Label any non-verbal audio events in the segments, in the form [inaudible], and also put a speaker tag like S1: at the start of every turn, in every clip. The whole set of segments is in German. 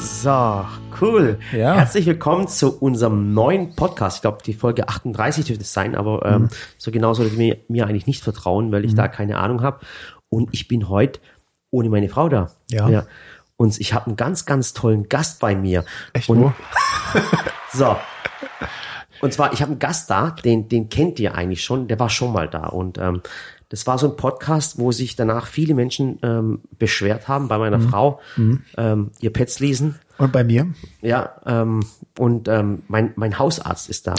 S1: So, cool.
S2: Ja.
S1: Herzlich willkommen zu unserem neuen Podcast. Ich glaube, die Folge 38 dürfte es sein, aber ähm,
S2: Mhm.
S1: so genau sollte ich mir, mir eigentlich nicht vertrauen, weil ich da keine Ahnung habe. Und ich bin heute ohne meine Frau da.
S2: Ja.
S1: Und ich habe einen ganz, ganz tollen Gast bei mir.
S2: Echt,
S1: Und
S2: wo?
S1: [laughs]
S2: [laughs]
S1: so. Und zwar, ich habe einen Gast da, den, den kennt ihr eigentlich schon, der war schon mal da. Und ähm, das war so ein Podcast, wo sich danach viele Menschen ähm, beschwert haben bei meiner
S2: Mhm.
S1: Frau, ähm, ihr Pets lesen.
S2: Und bei mir?
S1: Ja, ähm, und ähm, mein, mein Hausarzt ist da.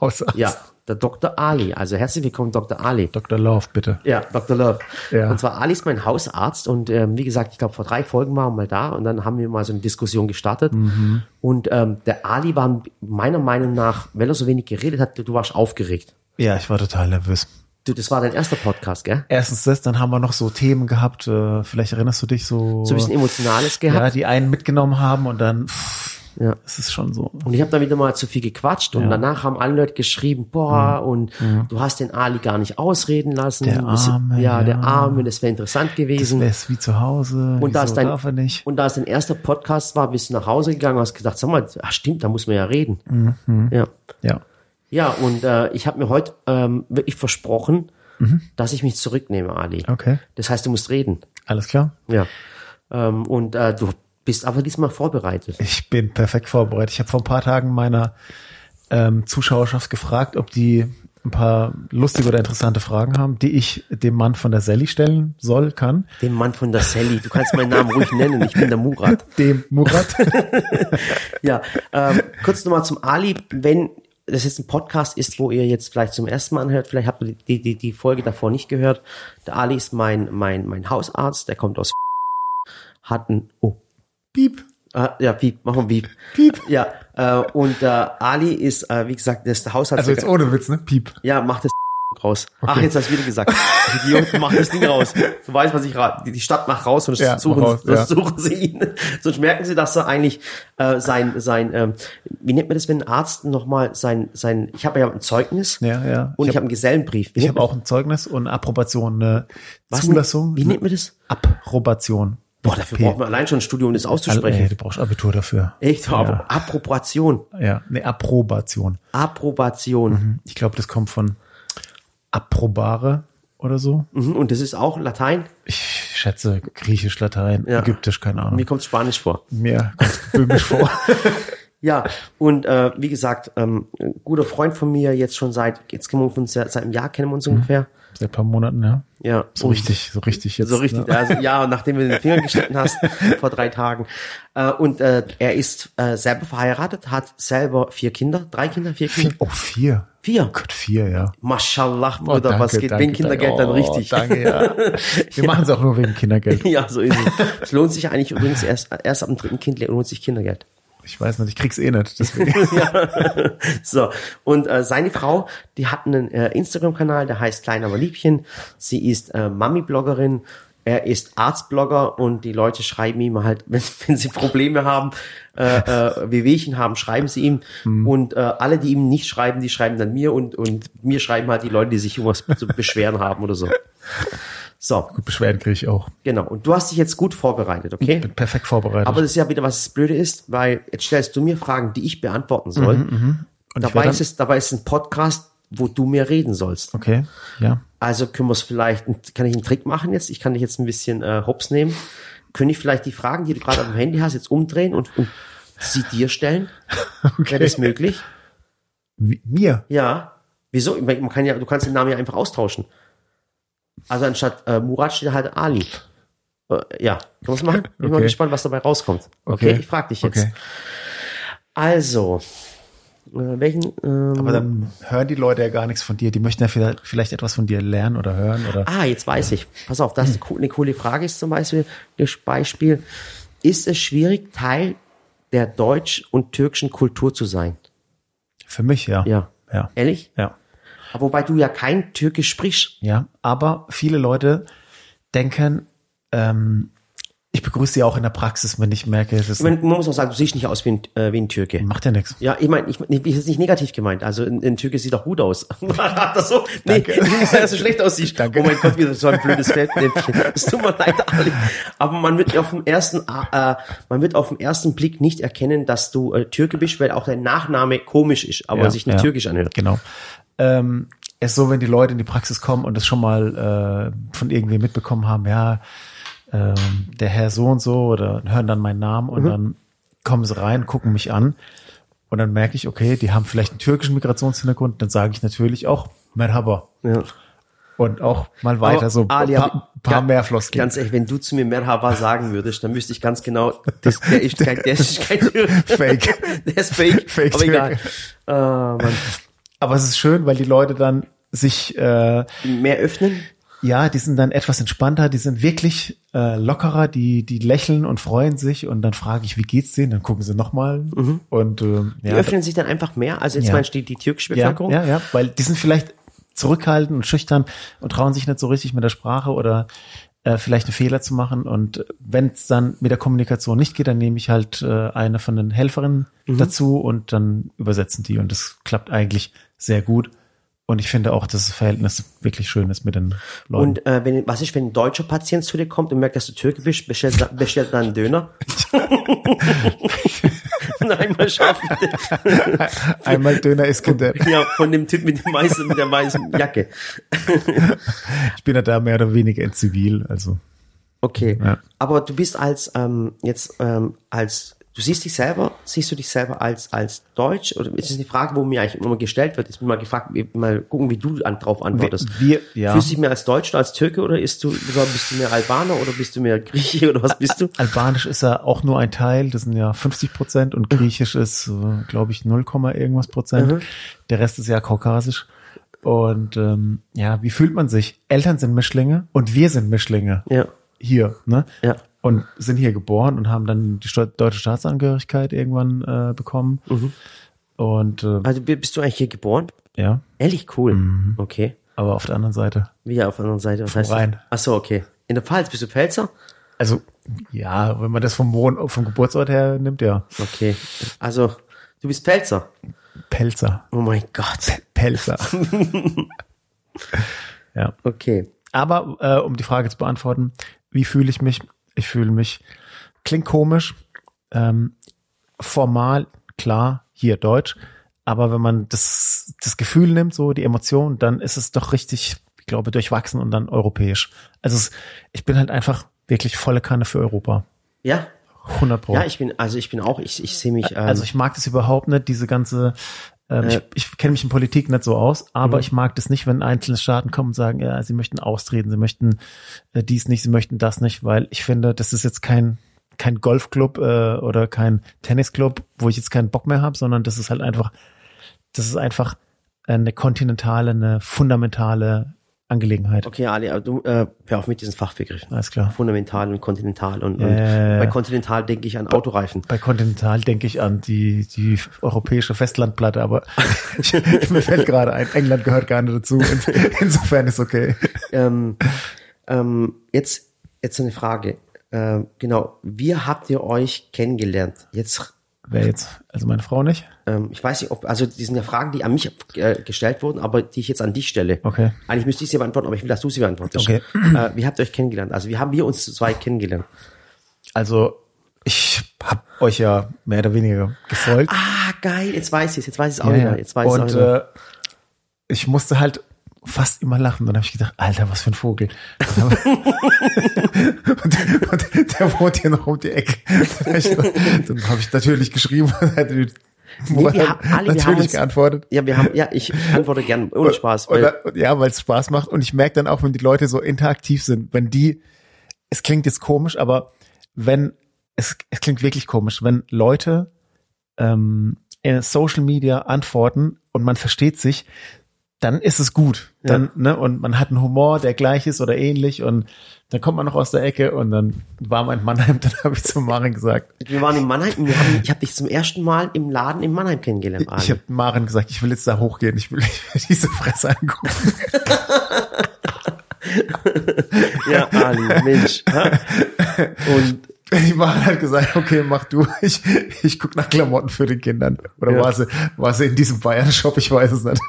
S2: Hausarzt.
S1: Ja, der Dr. Ali. Also herzlich willkommen, Dr. Ali.
S2: Dr. Love, bitte.
S1: Ja, Dr. Love.
S2: Ja.
S1: Und zwar Ali ist mein Hausarzt und ähm, wie gesagt, ich glaube vor drei Folgen waren wir mal da und dann haben wir mal so eine Diskussion gestartet.
S2: Mhm.
S1: Und ähm, der Ali war meiner Meinung nach, wenn er so wenig geredet hat, du warst aufgeregt.
S2: Ja, ich war total nervös.
S1: Du, das war dein erster Podcast, gell?
S2: Erstens das, dann haben wir noch so Themen gehabt, äh, vielleicht erinnerst du dich so.
S1: So ein bisschen Emotionales gehabt.
S2: Ja, die einen mitgenommen haben und dann, pff,
S1: Ja.
S2: es ist schon so.
S1: Und ich habe dann wieder mal zu viel gequatscht und
S2: Ja. Mhm.
S1: danach haben alle Leute geschrieben, boah, und du hast den Ali gar nicht ausreden lassen.
S2: Der
S1: Du bist-
S2: Arme,
S1: ja, der
S2: ja.
S1: Arme, das wäre interessant
S2: Das
S1: gewesen.
S2: wäre wie zu Hause.
S1: und da
S2: wieso
S1: ist dein,
S2: darf er nicht.
S1: und da es dein erster Podcast war, bist du nach Hause gegangen und hast gesagt, sag mal, ach stimmt, da muss man ja reden.
S2: Mhm.
S1: Ja.
S2: Ja.
S1: Ja, und äh, ich habe mir heute ähm, wirklich versprochen, dass ich mich zurücknehme, Ali.
S2: Mhm. Okay.
S1: Das heißt, du musst reden.
S2: Alles klar.
S1: Ja. Ähm, und äh, du bist aber diesmal vorbereitet.
S2: Ich bin perfekt vorbereitet. Ich habe vor ein paar Tagen meiner ähm, Zuschauerschaft gefragt, ob die ein paar lustige oder interessante Fragen haben, die ich dem Mann von der Sally stellen soll, kann.
S1: Dem Mann von der Sally, du kannst meinen Namen ruhig nennen, ich bin der Murat.
S2: Dem Murat. [laughs]
S1: Ja, ähm, kurz nochmal zum Ali. Wenn das jetzt ein Podcast ist, wo ihr jetzt vielleicht zum ersten Mal anhört, vielleicht habt ihr die, die, die Folge davor nicht gehört. Der Ali ist mein, mein, mein Hausarzt, der kommt aus hat ein, oh,
S2: Piep.
S1: äh, ja, Piep, machen wir Piep.
S2: Piep.
S1: Ja, äh, und äh, Ali ist, äh, wie gesagt, der ist der Hausarzt.
S2: Also jetzt ohne Witz, ne? Piep.
S1: ja, mach das [laughs] raus. Ach, jetzt hast du wieder gesagt. Also Idiot, mach das Ding
S2: [laughs]
S1: raus. Du weißt, was ich rate. Die Stadt macht raus und
S2: Ja,
S1: suchen,
S2: mach raus,
S1: sonst
S2: ja.
S1: suchen sie ihn. Sonst merken sie, dass er eigentlich äh, sein, sein ähm, wie nennt man das, wenn ein Arzt nochmal sein, sein, ich habe ja ein Zeugnis
S2: Ja, ja.
S1: und ich
S2: ich
S1: habe
S2: habe
S1: einen Gesellenbrief. Wie
S2: ich hab
S1: nennt
S2: auch ein Zeugnis und eine Approbation, eine
S1: man-
S2: Zulassung.
S1: Wie nennt man das?
S2: Approbation.
S1: Boah, dafür
S2: P.
S1: braucht man allein schon ein Studium, um das auszusprechen.
S2: Ey, du brauchst Abitur dafür.
S1: Echt? Aber
S2: Ja,
S1: Approbation.
S2: ja. eine Approbation.
S1: Approbation.
S2: Ich glaube, das kommt von approbare oder so.
S1: Mhm. Und das ist auch Latein.
S2: Ich schätze Griechisch, Latein,
S1: Ja.
S2: Ägyptisch, keine Ahnung.
S1: Mir kommt Spanisch vor.
S2: Mir kommt böhmisch
S1: [laughs]
S2: vor.
S1: Ja, und äh, wie gesagt, ähm, ein guter Freund von mir, jetzt schon seit, jetzt kennen wir uns seit, seit einem Jahr, kennen wir uns ungefähr.
S2: Seit ein paar Monaten, ja.
S1: Ja,
S2: Mhm. So
S1: und
S2: richtig, so richtig jetzt.
S1: So richtig,
S2: ne?
S1: also, ja, und nachdem du den Finger geschnitten
S2: [laughs]
S1: hast, vor drei Tagen. Äh, und äh, er ist äh, selber verheiratet, hat selber vier Kinder, drei Kinder, vier Kinder,
S2: Vier, oh, vier.
S1: vier.
S2: Gott, vier, ja.
S1: Mashallah,
S2: Oh,
S1: Bruder, was geht, wenn Kindergeld
S2: danke.
S1: dann richtig.
S2: Oh, danke, ja. Wir machen es auch nur wegen
S1: [laughs]
S2: Kindergeld.
S1: Ja, so ist es. Es lohnt sich eigentlich übrigens erst, erst ab dem dritten Kind lohnt sich Kindergeld.
S2: Ich weiß nicht, ich krieg's eh nicht. Deswegen. [laughs]
S1: So, und äh, seine Frau, die hat einen äh, Instagram-Kanal, der heißt Klein aber Liebchen. Sie ist äh, Mami-Bloggerin, er ist Arzt-Blogger und die Leute schreiben ihm halt, [laughs] wenn, wenn sie Probleme haben, äh, äh, Wehwehchen haben, schreiben sie ihm. Und äh, alle, die ihm nicht schreiben, die schreiben dann mir und, und mir schreiben halt die Leute, die sich irgendwas zu beschweren haben oder so. So,
S2: Gut, Beschwerden kriege ich auch.
S1: genau. Und du hast dich jetzt gut vorbereitet, okay?
S2: Bin perfekt vorbereitet.
S1: Aber das ist ja wieder, was das Blöde ist, weil jetzt stellst du mir Fragen, die ich beantworten soll.
S2: Mhm, Und ich
S1: dabei,
S2: werd
S1: ist es, dabei ist es ein Podcast, wo du mir reden sollst.
S2: Okay, ja.
S1: Also können wir es vielleicht, kann ich einen Trick machen jetzt? Ich kann dich jetzt ein bisschen äh, hops nehmen. Könnte ich vielleicht die Fragen, die du gerade auf dem Handy hast, jetzt umdrehen und, und sie dir
S2: [laughs]
S1: stellen? Wäre das möglich?
S2: Wie- Mir?
S1: Ja. Wieso? Ich meine, Man kann ja, du kannst den Namen ja einfach austauschen. Also anstatt äh, Murat steht halt Ali. Äh, ja, können wir es machen? Bin mal
S2: Okay.
S1: gespannt, was dabei rauskommt. Okay,
S2: Okay.
S1: ich frage dich jetzt. Also, äh, welchen? Ähm,
S2: Aber dann hören die Leute ja gar nichts von dir. Die möchten ja vielleicht, vielleicht etwas von dir lernen oder hören oder.
S1: ah, jetzt weiß ich. Pass auf, das ist co- eine coole Frage. Ist zum Beispiel das Beispiel: Ist es schwierig, Teil der deutsch- und türkischen Kultur zu sein?
S2: Für mich, ja.
S1: Ja. Äh.
S2: Ja.
S1: Ehrlich?
S2: Ja.
S1: Aber Wobei du ja kein Türkisch sprichst.
S2: Ja. Aber viele Leute denken, ähm, Ich begrüße sie auch in der Praxis, wenn ich merke, es ist.
S1: Ich meine, man muss auch sagen, du siehst nicht aus wie ein, äh, wie ein Türke.
S2: macht ja nichts.
S1: Ja, ich meine, ich, ich ich- ist nicht negativ gemeint. Also ein, ein Türke sieht doch gut aus. [laughs] das so, nee,
S2: Danke.
S1: ich will nicht sagen, dass du schlecht aussiehst.
S2: Danke.
S1: Oh mein Gott, wieder so ein blödes Feldnäpfchen. Es tut mir leid, Ali. Aber man wird auf dem ersten, äh, äh, man wird auf dem ersten Blick nicht erkennen, dass du äh, Türke bist, weil auch dein Nachname komisch ist, aber
S2: Ja,
S1: sich nicht
S2: ja.
S1: türkisch anhört.
S2: Genau. Ähm, es ist so, wenn die Leute in die Praxis kommen und es schon mal äh, von irgendwem mitbekommen haben, ja, ähm, der Herr so und so oder hören dann meinen Namen
S1: Mhm.
S2: und dann kommen sie rein, gucken mich an und dann merke ich, okay, die haben vielleicht einen türkischen Migrationshintergrund, dann sage ich natürlich auch Merhaba
S1: Ja.
S2: und auch mal weiter
S1: Aber,
S2: so ein
S1: Ali,
S2: paar,
S1: hab-
S2: paar
S1: ganz-
S2: mehr Floskeln.
S1: Ganz ehrlich, wenn du zu mir Merhaba sagen würdest, dann wüsste ich ganz genau, das, der ist kein, der ist
S2: [laughs]
S1: kein
S2: Fake.
S1: Der ist fake.
S2: Fake
S1: aber egal.
S2: Türke.
S1: Äh, man,
S2: Aber es ist schön, weil die Leute dann sich äh,
S1: mehr öffnen.
S2: Ja, die sind dann etwas entspannter, die sind wirklich äh, lockerer, die, die lächeln und freuen sich und dann frage ich, wie geht's denen? Dann gucken sie nochmal und ähm,
S1: Mhm. Die
S2: ja,
S1: öffnen sich dann einfach mehr. Also jetzt
S2: Ja.
S1: mal steht die türkische
S2: ja,
S1: Bevölkerung.
S2: ja, ja, weil die sind vielleicht zurückhaltend und schüchtern und trauen sich nicht so richtig mit der Sprache oder äh, vielleicht einen Fehler zu machen und wenn es dann mit der Kommunikation nicht geht, dann nehme ich halt äh, eine von den Helferinnen
S1: Mhm.
S2: dazu und dann übersetzen die und das klappt eigentlich sehr gut und ich finde auch, dass das Verhältnis wirklich schön ist mit den Leuten.
S1: Und äh, wenn, was ist, wenn ein deutscher Patient zu dir kommt und merkt, dass du Türke bist, bestellt, er- bestellt er einen Döner?
S2: [laughs]
S1: Nein, mal schaffen.
S2: [laughs] Einmal Döner Iskender.
S1: Ja, von dem Typ mit, dem weißen, mit der weißen Jacke.
S2: Ich bin ja da mehr oder weniger in Zivil, also.
S1: Okay.
S2: Ja.
S1: Aber du bist als ähm, jetzt ähm, als du siehst dich selber, siehst du dich selber als als Deutsch oder ist es eine Frage, wo mir eigentlich immer gestellt wird? Ist mir mal gefragt, wir- mal gucken, wie du an, drauf antwortest.
S2: Wir- wir- ja.
S1: Fühlst du dich mehr als Deutsch oder als Türke oder ist du oder bist du mehr Albaner oder bist du mehr Grieche oder was bist du?
S2: Albanisch ist ja auch nur ein Teil, das sind ja 50 Prozent und Griechisch ist, glaube ich, 0, Komma irgendwas Prozent.
S1: Mhm.
S2: Der Rest ist ja kaukasisch. Und ähm, ja, wie fühlt man sich? Eltern sind Mischlinge und wir sind Mischlinge.
S1: Ja.
S2: Hier, ne?
S1: Ja.
S2: Und sind hier geboren und haben dann die Sta- deutsche Staatsangehörigkeit irgendwann äh, bekommen.
S1: Mhm.
S2: Und äh,
S1: Also bi- bist du eigentlich hier geboren?
S2: ja,
S1: Ehrlich cool.
S2: Mhm.
S1: Okay.
S2: aber auf der anderen Seite.
S1: Wie auf der anderen Seite. Was heißt das?
S2: Rhein.
S1: Ach so, okay. In der Pfalz bist du Pfälzer?
S2: Also, ja, wenn man das vom, Wohn vom Geburtsort her nimmt, ja.
S1: Okay. Also du bist Pfälzer.
S2: Pelzer.
S1: Oh mein Gott.
S2: Pelzer. ja.
S1: Okay.
S2: Aber äh, um die Frage zu beantworten, wie fühle ich mich? Ich fühle mich, klingt komisch, ähm, formal, klar, hier Deutsch, aber wenn man das, das Gefühl nimmt, so die Emotion, dann ist es doch richtig, ich glaube, durchwachsen und dann europäisch. Also es, ich bin halt einfach wirklich volle Kanne für Europa.
S1: Ja.
S2: 100 Pro.
S1: Ja, ich bin, also ich bin auch, ich, ich sehe mich, ähm,
S2: Oh.
S1: Äh.
S2: Also ich mag das überhaupt nicht, diese ganze, ähm, ich, ich kenne mich in Politik nicht so aus,
S1: Mhm.
S2: aber ich mag das nicht, wenn einzelne Staaten kommen und sagen, ja, sie möchten austreten, sie möchten äh, dies nicht, sie möchten das nicht, weil ich finde, das ist jetzt kein kein Golfclub äh, oder kein Tennisclub, wo ich jetzt keinen Bock mehr habe, sondern das ist halt einfach, das ist einfach eine kontinentale, eine fundamentale Angelegenheit.
S1: okay, Ali, aber du, äh, hör auf mit diesen Fachbegriffen.
S2: Alles klar.
S1: Fundamental und kontinental und,
S2: Ja,
S1: und
S2: ja, ja.
S1: bei kontinental denke ich an Autoreifen.
S2: Bei Kontinental denke ich an die, die europäische Festlandplatte, aber [laughs] ich, mir fällt gerade ein, England gehört gar nicht dazu. In- Insofern ist okay.
S1: ähm, ähm, jetzt, jetzt eine Frage. Ähm, genau, wie habt ihr euch kennengelernt? Jetzt,
S2: Wer jetzt? Also meine Frau nicht?
S1: ähm, ich weiß nicht, ob, also das sind ja Fragen, die an mich äh, gestellt wurden, aber die ich jetzt an dich stelle.
S2: Okay.
S1: Eigentlich müsste ich sie beantworten, aber ich will, dass du sie beantwortest.
S2: Okay.
S1: Äh, wie habt ihr euch kennengelernt? Also wie haben wir uns zwei kennengelernt?
S2: Also ich habe euch ja mehr oder weniger gefolgt.
S1: Ah, geil, jetzt weiß ich es, jetzt weiß ich es auch
S2: Ja,
S1: wieder.
S2: ja.
S1: Jetzt weiß ich's
S2: und
S1: auch wieder.
S2: äh, ich musste halt fast immer lachen. Dann habe ich gedacht, Alter, was für ein Vogel. [laughs] Und, und der wohnt hier noch um die Ecke. Dann hab ich- Dann habe ich natürlich geschrieben. [laughs]
S1: Nee, wir haben- alle, wir
S2: natürlich
S1: haben uns-
S2: geantwortet.
S1: Ja, wir haben, ja, ich antworte
S2: [laughs]
S1: gern, ohne Spaß.
S2: Und,
S1: Weil,
S2: und, ja, weil es Spaß macht. Und ich merke dann auch, wenn die Leute so interaktiv sind, wenn die, es klingt jetzt komisch, aber wenn, es, es klingt wirklich komisch, wenn Leute ähm, in Social Media antworten und man versteht sich, dann ist es gut. Dann, ne, und man hat einen Humor, der gleich ist oder ähnlich und dann kommt man noch aus der Ecke und dann war mein Mannheim, [laughs] dann habe ich zu Maren gesagt,
S1: wir waren in Mannheim, wir haben, ich habe dich zum ersten Mal im Laden in Mannheim kennengelernt.
S2: ich habe Maren gesagt, ich will [laughs] jetzt da hochgehen, ich will diese Fresse angucken.
S1: Ali. Ja, Ali, Mensch. hä?
S2: [laughs]
S1: Und
S2: Die Mama hat gesagt, okay, mach du, ich, ich guck nach Klamotten für den Kindern. Oder
S1: Ja.
S2: war, sie, war sie in diesem Bayern-Shop? Ich weiß es nicht.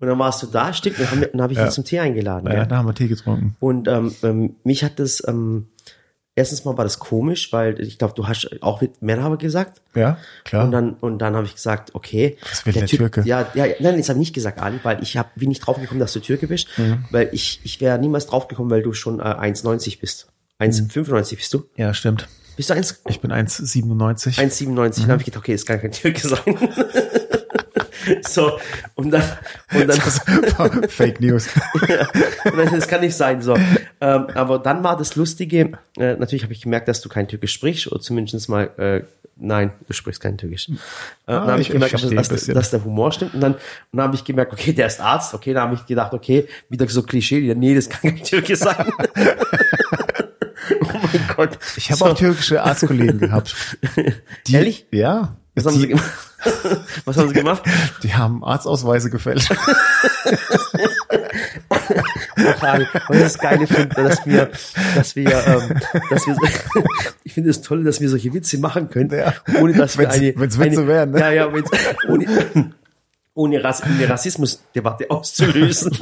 S1: Und dann warst du da, stimmt, dann, haben wir- dann habe ich dich zum Tee eingeladen. Ja.
S2: da haben wir Tee getrunken.
S1: Und ähm, ähm, mich hat das, ähm, erstens mal war das komisch, weil ich glaube, du hast auch mit Mehrhaber gesagt.
S2: Ja, klar.
S1: Und dann, und dann habe ich gesagt, okay.
S2: Was will der Türke?
S1: Ja, ja, ja, nein, das habe ich nicht gesagt, Ali, weil ich hab, bin nicht draufgekommen, dass du Türke bist,
S2: Mhm.
S1: weil ich, ich wäre niemals draufgekommen, weil du schon äh, 1,90 bist. 1,95 bist du?
S2: ja, stimmt.
S1: Bist du 1?
S2: Ich bin 1,97.
S1: 1,97.
S2: Mhm.
S1: Dann habe ich gedacht, okay, das kann kein Türke sein. [laughs] so, und dann, und
S2: [laughs]
S1: dann,
S2: Fake News.
S1: das kann nicht sein, so. Ähm, aber dann war das Lustige, äh, natürlich habe ich gemerkt, dass du kein Türkisch sprichst, oder zumindest mal, äh, nein, du sprichst kein Türkisch. Äh, dann habe
S2: Ah, ich-
S1: ich gemerkt,
S2: ich verstehe
S1: dass,
S2: ein
S1: dass,
S2: bisschen.
S1: dass der Humor stimmt. Und dann, und dann habe ich gemerkt, okay, der ist Arzt, okay, dann habe ich gedacht, okay, wieder so Klischee, ja, nee, das kann kein Türke
S2: [laughs]
S1: sein. oh mein Gott.
S2: Ich habe
S1: So,
S2: auch türkische
S1: [laughs]
S2: Arztkollegen gehabt. Die,
S1: Ehrlich?
S2: Ja.
S1: was haben, sie
S2: Die,
S1: gemacht? [laughs] was haben sie gemacht?
S2: die haben
S1: [laughs]
S2: Arztausweise gefälscht.
S1: Frage. Und das Geile finde, dass wir, dass wir, ähm, dass wir, [laughs] ich finde es toll, dass wir solche Witze machen können,
S2: Ja.
S1: ohne dass wir
S2: Wenn's-
S1: eine,
S2: wenn's Witze
S1: eine,
S2: wären, ne?
S1: ja, ja, wenn's, ohne, ohne, Rass, eine Rassismusdebatte [laughs] auszulösen.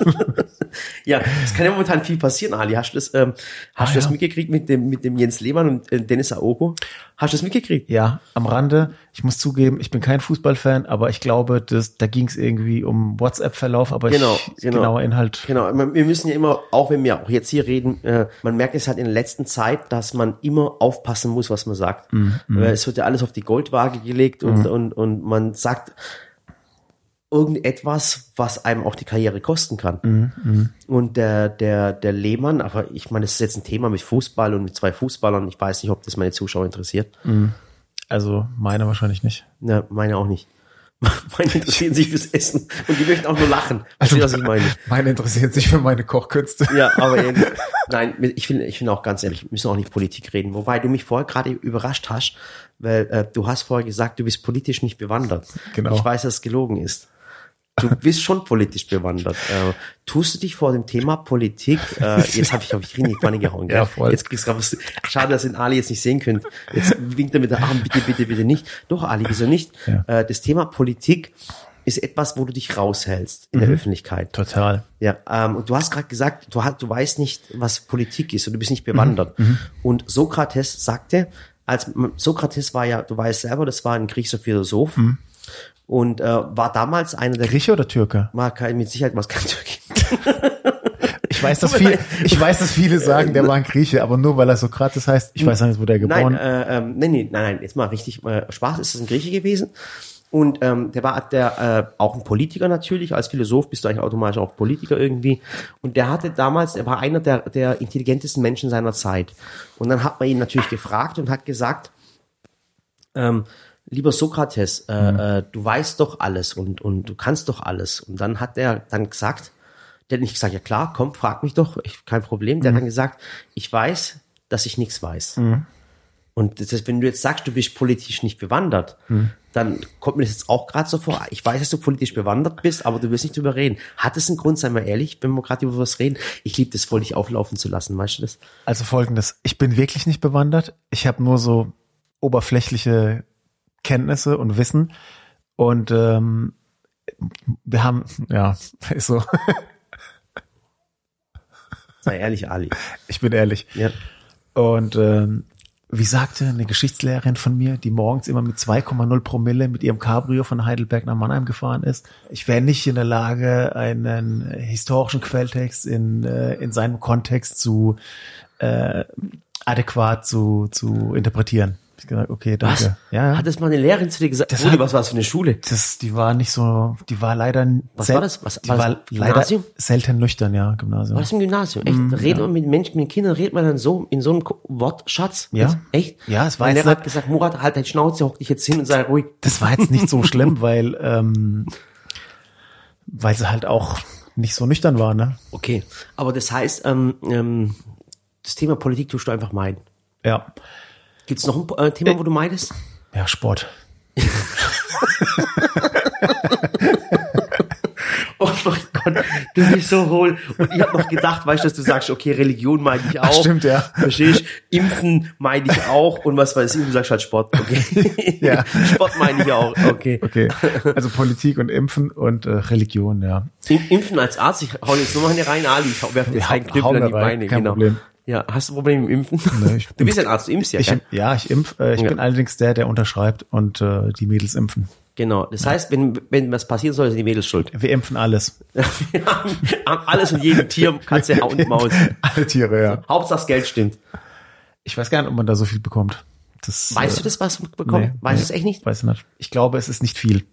S1: ja, es kann ja momentan viel passieren, Ali. Hast du das, ähm, hast
S2: Ah,
S1: du das
S2: ja.
S1: mitgekriegt mit dem, mit dem Jens Lehmann und äh, Dennis Aogo? Hast du das mitgekriegt?
S2: Ja, am Rande. Ich muss zugeben, ich bin kein Fußballfan, aber ich glaube, das, da ging es irgendwie um WhatsApp-Verlauf, aber
S1: Genau,
S2: ich,
S1: genau.
S2: genauer Inhalt.
S1: Genau, man- wir müssen ja immer, auch wenn wir auch jetzt hier reden, äh, man merkt es halt in der letzten Zeit, dass man immer aufpassen muss, was man sagt. Weil es wird ja alles auf die Goldwaage gelegt und, und, und man sagt irgendetwas, was einem auch die Karriere kosten kann. Und der, der, der Lehmann, aber ich meine, es ist jetzt ein Thema mit Fußball und mit zwei Fußballern. Ich weiß nicht, ob das meine Zuschauer interessiert.
S2: Also meine wahrscheinlich nicht.
S1: Na, meine auch nicht. [laughs] Meine interessieren sich fürs Essen und die möchten auch nur lachen. Versteht, was ich meine?
S2: Meine Also interessiert sich für meine Kochkünste.
S1: Ja, aber eben, nein, ich finde ich finde auch ganz ehrlich, wir müssen auch nicht Politik reden. Wobei du mich vorher gerade überrascht hast, weil äh, du hast vorher gesagt, du bist politisch nicht bewandert.
S2: Genau.
S1: Ich weiß, dass es gelogen ist. Du bist schon politisch bewandert. Äh, tust du dich vor dem Thema Politik, äh, jetzt habe ich, hab ich richtig in die Pfanne gehauen. Gell?
S2: Ja, voll.
S1: Jetzt kriegst du grad was, schade, dass ihr den Ali jetzt nicht sehen könnt. Jetzt winkt er mit der Arm, bitte, bitte, bitte nicht. Doch, Ali, wieso nicht?
S2: Ja.
S1: Äh, das Thema Politik ist etwas, wo du dich raushältst in der
S2: Mhm.
S1: Öffentlichkeit.
S2: Total.
S1: Ja, ähm, und du hast gerade gesagt, du, hast, du weißt nicht, was Politik ist und du bist nicht bewandert. Und Sokrates sagte, als Sokrates war ja, du weißt selber, das war ein griechischer Philosoph und äh, war damals einer der
S2: Grieche oder Türke?
S1: Mal kein, mit Sicherheit war [laughs] es kein Türke.
S2: Ich weiß, dass viele, ich weiß, dass viele sagen, der war ein Grieche, aber nur weil er Sokrates heißt, ich weiß nicht, wo der
S1: Äh, Nein,
S2: geboren ist.
S1: äh, ähm, nee, nee, nein, nein, jetzt mal richtig äh, Spaß, ist das ein Grieche gewesen? Und ähm, der war der, äh, auch ein Politiker natürlich, als Philosoph bist du eigentlich automatisch auch Politiker irgendwie. Und der hatte damals, er war einer der, der intelligentesten Menschen seiner Zeit. Und dann hat man ihn natürlich gefragt und hat gesagt, ähm, lieber Sokrates, äh, äh, du weißt doch alles und, und du kannst doch alles. Und dann hat er dann gesagt, der hat nicht gesagt, ja klar, komm, frag mich doch, ich, kein Problem. Der hat dann gesagt, ich weiß, dass ich nichts weiß. Und das heißt, wenn du jetzt sagst, du bist politisch nicht bewandert,
S2: Hm.
S1: dann kommt mir das jetzt auch gerade so vor. Ich weiß, dass du politisch bewandert bist, aber du wirst nicht drüber reden. Hat es einen Grund, sei mal ehrlich, wenn wir gerade über was reden? Ich liebe das voll, dich auflaufen zu lassen, weißt du das?
S2: Also folgendes, ich bin wirklich nicht bewandert. Ich habe nur so oberflächliche Kenntnisse und Wissen. Und ähm, wir haben, ja, [laughs] ist so,
S1: Sei ehrlich, Ali.
S2: ich bin ehrlich.
S1: Ja.
S2: Und ähm, wie sagte eine Geschichtslehrerin von mir, die morgens immer mit 2,0 Promille mit ihrem Cabrio von Heidelberg nach Mannheim gefahren ist, ich wäre nicht in der Lage, einen historischen Quelltext in, äh, in seinem Kontext zu äh, adäquat zu, zu interpretieren. Ich gesagt, okay, danke.
S1: Was?
S2: Ja, ja.
S1: Hat das mal eine Lehrerin zu dir gesagt? Das Uli, was war das für eine Schule?
S2: das, die war nicht so, die war leider
S1: Was
S2: sel-
S1: war das? Was-
S2: die
S1: war
S2: war,
S1: das
S2: leider
S1: Gymnasium?
S2: selten nüchtern, ja, Gymnasium.
S1: War das im Gymnasium? Echt?
S2: Hm,
S1: Redet man mit Menschen, mit Kindern, redet man dann so in so einem Ko- Wortschatz?
S2: Ja.
S1: Jetzt? Echt?
S2: Ja, es war
S1: Mein
S2: jetzt
S1: Lehrer hat
S2: nicht-
S1: gesagt, Murat, halt deine Schnauze, hock dich jetzt hin und sei ruhig.
S2: das war jetzt [laughs] nicht so schlimm, weil ähm, weil sie halt auch nicht so nüchtern war, ne?
S1: Okay. Aber das heißt, ähm, ähm, das Thema Politik tust du einfach meiden.
S2: Ja.
S1: Gibt es noch ein äh, Thema, wo du meidest?
S2: Ja, Sport.
S1: Oh mein Gott. Gott, du bist so hohl. Und ich habe noch gedacht, weißt du, dass du sagst, okay, Religion meine ich auch.
S2: stimmt, ja.
S1: Verstehe ich. Impfen meine ich auch. Und was weiß ich, du sagst halt Sport. Okay.
S2: [laughs] Ja.
S1: Sport meine ich auch. Okay.
S2: Okay. Also Politik und Impfen und äh, Religion, ja.
S1: Im- Impfen als Arzt, ich hau jetzt nochmal eine rein, Ali. Ich hau- werf jetzt
S2: Ja,
S1: einen
S2: hau
S1: Knüppel
S2: mir
S1: an die
S2: rein,
S1: Beine.
S2: kein
S1: genau.
S2: Problem.
S1: Ja, hast du ein Problem mit dem Impfen?
S2: Nee, ich-
S1: du bist ja ein Arzt, du impfst ja,
S2: Ich,
S1: gell?
S2: ja, ich impf, äh, ich
S1: Ja.
S2: bin allerdings der, der unterschreibt und äh, die Mädels impfen.
S1: Genau. Das heißt, wenn, wenn was passieren soll, sind die Mädels schuld. [laughs]
S2: Wir impfen alles.
S1: Wir haben, haben alles und jeden Tier, Katze und Maus.
S2: [laughs] Alle Tiere, ja.
S1: Hauptsache das Geld stimmt.
S2: Ich weiß gar nicht, ob man da so viel bekommt. Das,
S1: Weißt
S2: äh,
S1: du das, was du bekommst?
S2: nee,
S1: weißt du
S2: nee,
S1: es echt nicht?
S2: Weiß nicht. Ich glaube, es ist nicht viel.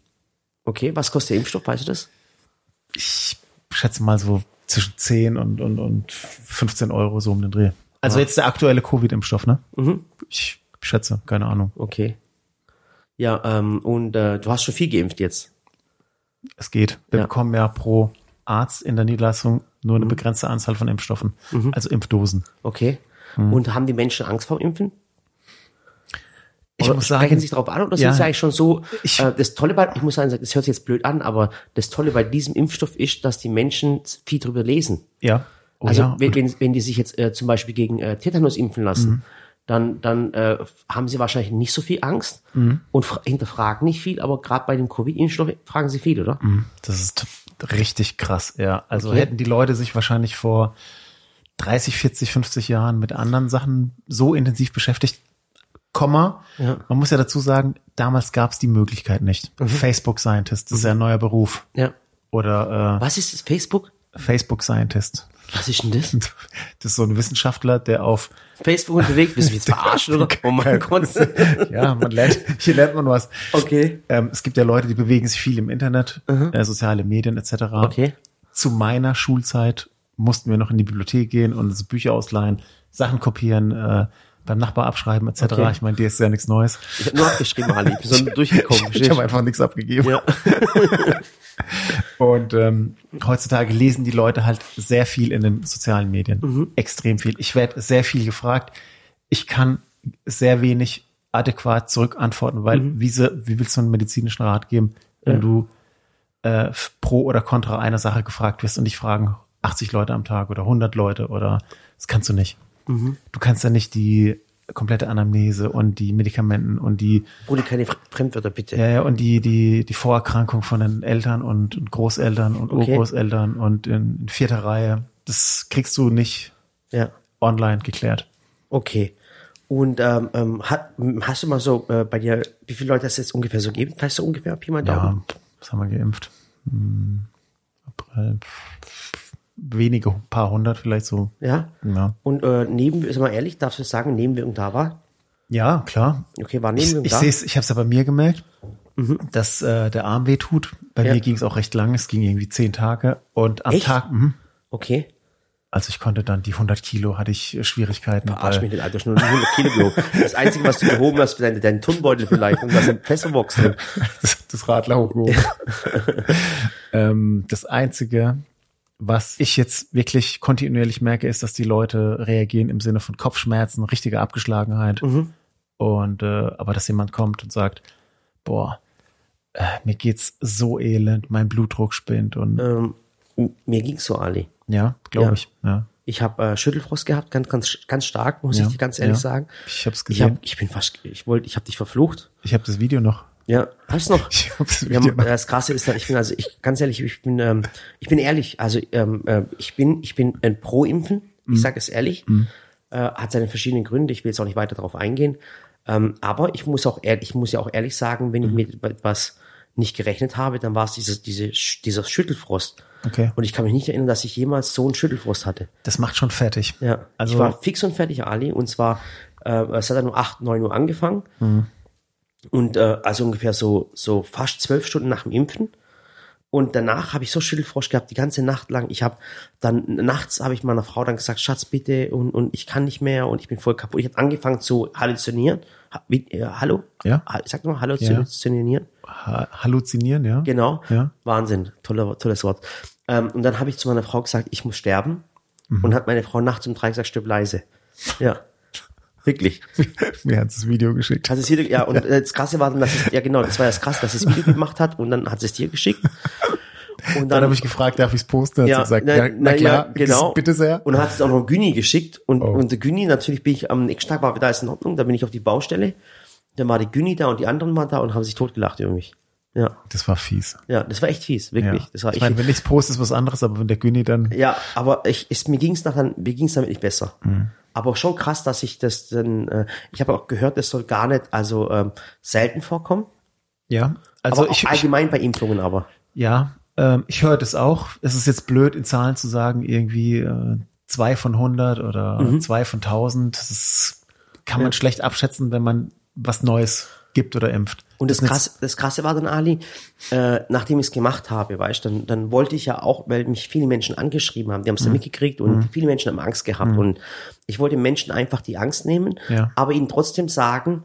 S1: Okay, was kostet der Impfstoff? Weißt du das?
S2: Ich schätze mal so zwischen 10 und, und, und 15 Euro so um den Dreh. Also jetzt der aktuelle Covid-Impfstoff, ne? Ich schätze, keine Ahnung.
S1: Okay. Ja, ähm, und äh, du hast schon viel geimpft jetzt.
S2: Es geht. Wir
S1: Ja.
S2: bekommen ja Mhm. pro Arzt in der Niederlassung nur eine begrenzte Anzahl von Impfstoffen, also Impfdosen.
S1: Okay.
S2: Hm.
S1: Und haben die Menschen Angst vor dem Impfen?
S2: Ich
S1: Oder
S2: muss
S1: sprechen
S2: sagen,
S1: sich darauf an oder
S2: ja.
S1: sind sie eigentlich schon so?
S2: Ich-
S1: äh, das Tolle bei, ich muss sagen, das hört sich jetzt blöd an, aber das Tolle bei diesem Impfstoff ist, dass die Menschen viel drüber lesen.
S2: ja. Oh
S1: also
S2: ja.
S1: wenn, wenn, wenn die sich jetzt äh, zum Beispiel gegen äh, Tetanus impfen lassen,
S2: Mhm.
S1: dann, dann äh, f- haben sie wahrscheinlich nicht so viel Angst
S2: Mhm.
S1: und fra- hinterfragen nicht viel, aber gerade bei dem Covid-Impfstoff fragen sie viel, oder?
S2: Das ist richtig krass, ja. Also
S1: Okay.
S2: hätten die Leute sich wahrscheinlich vor 30, 40, 50 Jahren mit anderen Sachen so intensiv beschäftigt. Komma,
S1: Ja. Mhm.
S2: man muss ja dazu sagen, damals gab es die Möglichkeit nicht. Facebook Scientist, das ist ja ein neuer Beruf.
S1: Ja.
S2: Oder
S1: Was ist das Facebook?
S2: äh, Facebook Scientist. [laughs]
S1: Was ist denn das?
S2: Das ist so ein Wissenschaftler, der auf
S1: Facebook unterwegs? Bist du jetzt verarscht, oder? Oh mein Gott.
S2: ja, man lernt, [laughs] hier lernt man was.
S1: Okay. Mhm.
S2: Ähm, es gibt ja Leute, die bewegen sich viel im Internet, äh, soziale Medien etc.
S1: Okay.
S2: Zu meiner Schulzeit mussten wir noch in die Bibliothek gehen und uns Bücher ausleihen, Sachen kopieren, äh, beim Nachbar abschreiben etc.
S1: Okay.
S2: Ich meine, dir ist ja nichts Neues.
S1: Ich habe nur abgeschrieben, Ali. Ich bin so durchgekommen.
S2: [laughs] Ich habe einfach nichts abgegeben.
S1: Ja.
S2: [laughs] Und ähm, heutzutage lesen die Leute halt sehr viel in den sozialen Medien.
S1: Mhm.
S2: Extrem viel. Ich werde sehr viel gefragt. Ich kann sehr wenig adäquat zurückantworten, weil
S1: Mhm.
S2: wie, se- wie willst du einen medizinischen Rat geben, wenn du äh, f- pro oder contra einer Sache gefragt wirst und dich fragen 80 Leute am Tag oder 100 Leute oder das kannst du nicht.
S1: Mhm.
S2: Du kannst ja nicht die komplette Anamnese und die Medikamenten und die
S1: Bruder, keine Fre- Fremdwörter, bitte.
S2: ja, ja, und die, die, die Vorerkrankung von den Eltern und und Großeltern und
S1: Okay.
S2: Urgroßeltern und in, in vierter Reihe, das kriegst du nicht
S1: Ja.
S2: online geklärt.
S1: Okay. Und ähm, ähm, hat, hast du mal so äh, bei dir, wie viele Leute hast du jetzt ungefähr so gegeben? Weißt du ungefähr, ob jemand da
S2: Ja, das haben wir geimpft. Hm, April, wenige, paar hundert vielleicht so.
S1: Ja.
S2: Ja,
S1: Und äh, neben, ist mal ehrlich, darfst du sagen, Nebenwirkung da war?
S2: ja klar.
S1: Okay, war
S2: Ich,
S1: Nebenwirkung
S2: ich
S1: da? Mhm.
S2: sehe es, ich habe es ja bei mir gemerkt, dass äh, der Arm weh tut. Bei
S1: Ja.
S2: mir ging es auch recht lang, es ging irgendwie zehn Tage. Und am
S1: Echt?
S2: Tag, mhm,
S1: Okay.
S2: also ich konnte dann die 100 Kilo, hatte ich äh, Schwierigkeiten.
S1: Arsch
S2: weil-
S1: mich nicht, Alter, schon 100 Kilo gehoben. Das Einzige, was du gehoben hast, war dein, dein Turnbeutel vielleicht und was im Fesselbox drin.
S2: [laughs] das, das Radler hochgehoben.
S1: [laughs]
S2: ähm, das Einzige, was ich jetzt wirklich kontinuierlich merke, ist, dass die Leute reagieren im Sinne von Kopfschmerzen, richtige Abgeschlagenheit.
S1: Mhm.
S2: Und äh, aber dass jemand kommt und sagt, boah, äh, mir geht's so elend, mein Blutdruck spinnt und
S1: Ähm, mir ging's so, Ali.
S2: ja, glaube
S1: ja.
S2: ich. Ja.
S1: Ich habe äh, Schüttelfrost gehabt, ganz, ganz, ganz stark, muss
S2: Ja,
S1: ich dir ganz ehrlich
S2: ja.
S1: sagen.
S2: Ich hab's
S1: Ich, hab,
S2: gesehen.
S1: ich bin fast, ich wollte, ich habe dich verflucht.
S2: Ich habe hab das Video noch. [laughs]
S1: Ja, hast du noch?
S2: Ich hab das
S1: Ja,
S2: Video noch.
S1: das Krasse ist, halt, ich bin also, ich ganz ehrlich, ich bin, ähm, ich bin ehrlich. Also ähm, äh, ich bin, ich bin ein Pro-Impfen.
S2: Mhm.
S1: Ich sage es ehrlich. Äh, hat seine verschiedenen Gründe. Ich will jetzt auch nicht weiter darauf eingehen. Ähm, aber ich muss auch ehrlich, ich muss ja auch ehrlich sagen, wenn ich
S2: Mhm.
S1: mit etwas nicht gerechnet habe, dann war es dieses, diese, Sch- dieser Schüttelfrost.
S2: Okay.
S1: Und ich kann mich nicht erinnern, dass ich jemals so einen Schüttelfrost hatte.
S2: Das macht schon fertig.
S1: Ja,
S2: Also
S1: ich war fix und fertig, Ali. Und zwar, äh, es hat dann um 8, 9 Uhr angefangen.
S2: Mhm.
S1: Und äh, also ungefähr so, so fast zwölf Stunden nach dem Impfen. Und danach habe ich so Schüttelfrosch gehabt, die ganze Nacht lang. Ich habe dann nachts habe ich meiner Frau dann gesagt, Schatz, bitte, und, und ich kann nicht mehr und ich bin voll kaputt. Ich habe angefangen zu halluzinieren. Ha, wie, äh, hallo?
S2: Ja.
S1: Ha, sag nochmal, halluzinieren.
S2: ha halluzinieren, ja.
S1: Genau.
S2: Ja.
S1: Wahnsinn. Toller, tolles Wort. Ähm, und dann habe ich zu meiner Frau gesagt, ich muss sterben.
S2: Mhm.
S1: Und hat meine Frau nachts um drei gesagt, stirb leise. Ja. Wirklich. Also
S2: Mir hat's das Video geschickt.
S1: Hat es wieder, ja, und äh, das Krasse war dann, dass es, ja genau, das war das Krasse, dass es Video gemacht hat und dann hat sie es dir geschickt.
S2: Und dann, dann habe ich gefragt, darf ich es posten? Hat
S1: Ja,
S2: sie gesagt,
S1: na-
S2: ja, na,
S1: na ja,
S2: klar,
S1: genau.
S2: bitte sehr.
S1: Und dann hat es auch noch Güni geschickt. Und,
S2: Oh.
S1: und der Güni, natürlich bin ich am nächsten Tag, war wieder alles in Ordnung, da bin ich auf die Baustelle. Dann war die Güni da und die anderen waren da und haben sich totgelacht über mich. Ja,
S2: Das war fies.
S1: ja, das war echt fies, wirklich.
S2: Ja.
S1: Das war
S2: ich
S1: echt
S2: meine, wenn nichts poste, ist was anderes, aber wenn der Güni dann
S1: Ja, aber ich, es, mir ging's nach, mir ging's damit nicht besser.
S2: Mhm.
S1: Aber schon krass, dass ich das dann, äh, ich habe auch gehört, das soll gar nicht, also ähm, selten vorkommen.
S2: Ja,
S1: Also
S2: also
S1: aber auch
S2: ich, ich
S1: allgemein bei Impfungen aber.
S2: ja, ähm, ich höre das auch. Es ist jetzt blöd, in Zahlen zu sagen, irgendwie äh, zwei von 100 oder
S1: Mhm.
S2: zwei von 1000. Das ist, kann man schlecht abschätzen, wenn man was Neues gibt oder impft.
S1: Und das,
S2: ist
S1: krasse, das Krasse war dann, Ali, äh, nachdem ich es gemacht habe, weißt du, dann, dann wollte ich ja auch, weil mich viele Menschen angeschrieben haben, die haben es
S2: Mhm.
S1: dann mitgekriegt und viele Menschen haben Angst gehabt. Und ich wollte Menschen einfach die Angst nehmen,
S2: Ja.
S1: aber ihnen trotzdem sagen,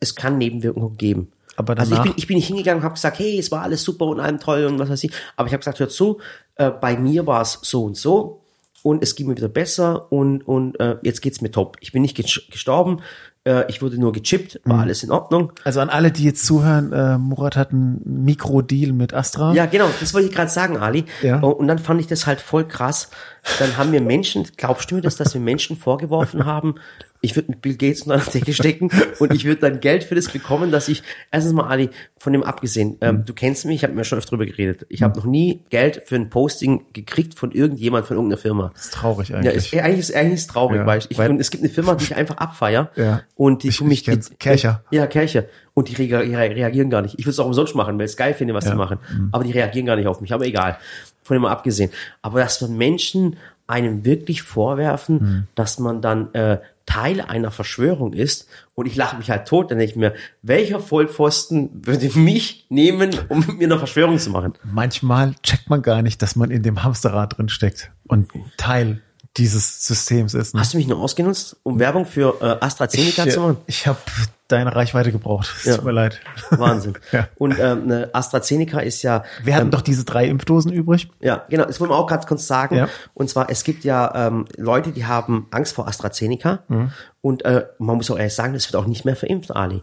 S1: es kann Nebenwirkungen geben.
S2: Aber
S1: also ich
S2: danach-
S1: bin, ich bin nicht hingegangen und habe gesagt, hey, es war alles super und allem toll und was weiß ich. Aber ich habe gesagt, hör zu, äh, bei mir war es so und so und es ging mir wieder besser und, und äh, jetzt geht's mir top. Ich bin nicht gesch- gestorben, äh, ich wurde nur gechippt, war alles in Ordnung.
S2: Also an alle, die jetzt zuhören, äh, Murat hat einen Mikro-Deal mit Astra.
S1: Ja, genau, das wollte ich gerade sagen, Ali.
S2: Ja.
S1: Und und dann fand ich das halt voll krass. Dann haben mir Menschen, glaubst du mir das, dass wir Menschen vorgeworfen haben, ich würde mit Bill Gates unter einer Decke stecken und ich würde dann Geld für das bekommen, dass ich, erstens mal, Ali, von dem abgesehen, ähm, du kennst mich, ich habe mir schon öfter drüber geredet. Ich habe noch nie Geld für ein Posting gekriegt von irgendjemand, von irgendeiner Firma.
S2: Das ist traurig
S1: Ja,
S2: eigentlich.
S1: ist, äh, eigentlich, ist, eigentlich ist traurig,
S2: Ja,
S1: weißt du. Ich-
S2: weil-
S1: Und es gibt eine Firma, die ich einfach abfeier.
S2: Ja.
S1: Und die
S2: Ich-
S1: tun mich.
S2: ich kenn's. Kärcher.
S1: Ja, Kärcher. Und die rea- rea- reagieren gar nicht. Ich würde es auch umsonst machen, weil ich es geil finde, was sie machen.
S2: Mhm.
S1: Aber die reagieren gar nicht auf mich. Aber egal. Von dem mal abgesehen. Aber dass man Menschen einem wirklich vorwerfen,
S2: Mhm.
S1: dass man dann äh, Teil einer Verschwörung ist und ich lache mich halt tot, dann denke ich mir, welcher Vollpfosten würde mich nehmen, um mit mir eine Verschwörung zu machen?
S2: Manchmal checkt man gar nicht, dass man in dem Hamsterrad drin steckt und Teil dieses Systems ist. ne?
S1: Hast du mich nur ausgenutzt, um Werbung für äh, AstraZeneca
S2: ich
S1: zu machen?
S2: ich habe deine Reichweite gebraucht. Es
S1: Ja.
S2: tut mir leid. [laughs]
S1: [laughs] Wahnsinn.
S2: Ja.
S1: Und ähm, ne, AstraZeneca ist ja,
S2: Wir hatten doch diese drei Impfdosen übrig.
S1: ja, genau, das wollen wir auch ganz kurz sagen.
S2: Ja.
S1: Und zwar, es gibt ja ähm, Leute, die haben Angst vor AstraZeneca.
S2: Mhm.
S1: Und äh, man muss auch ehrlich sagen, das wird auch nicht mehr verimpft, Ali.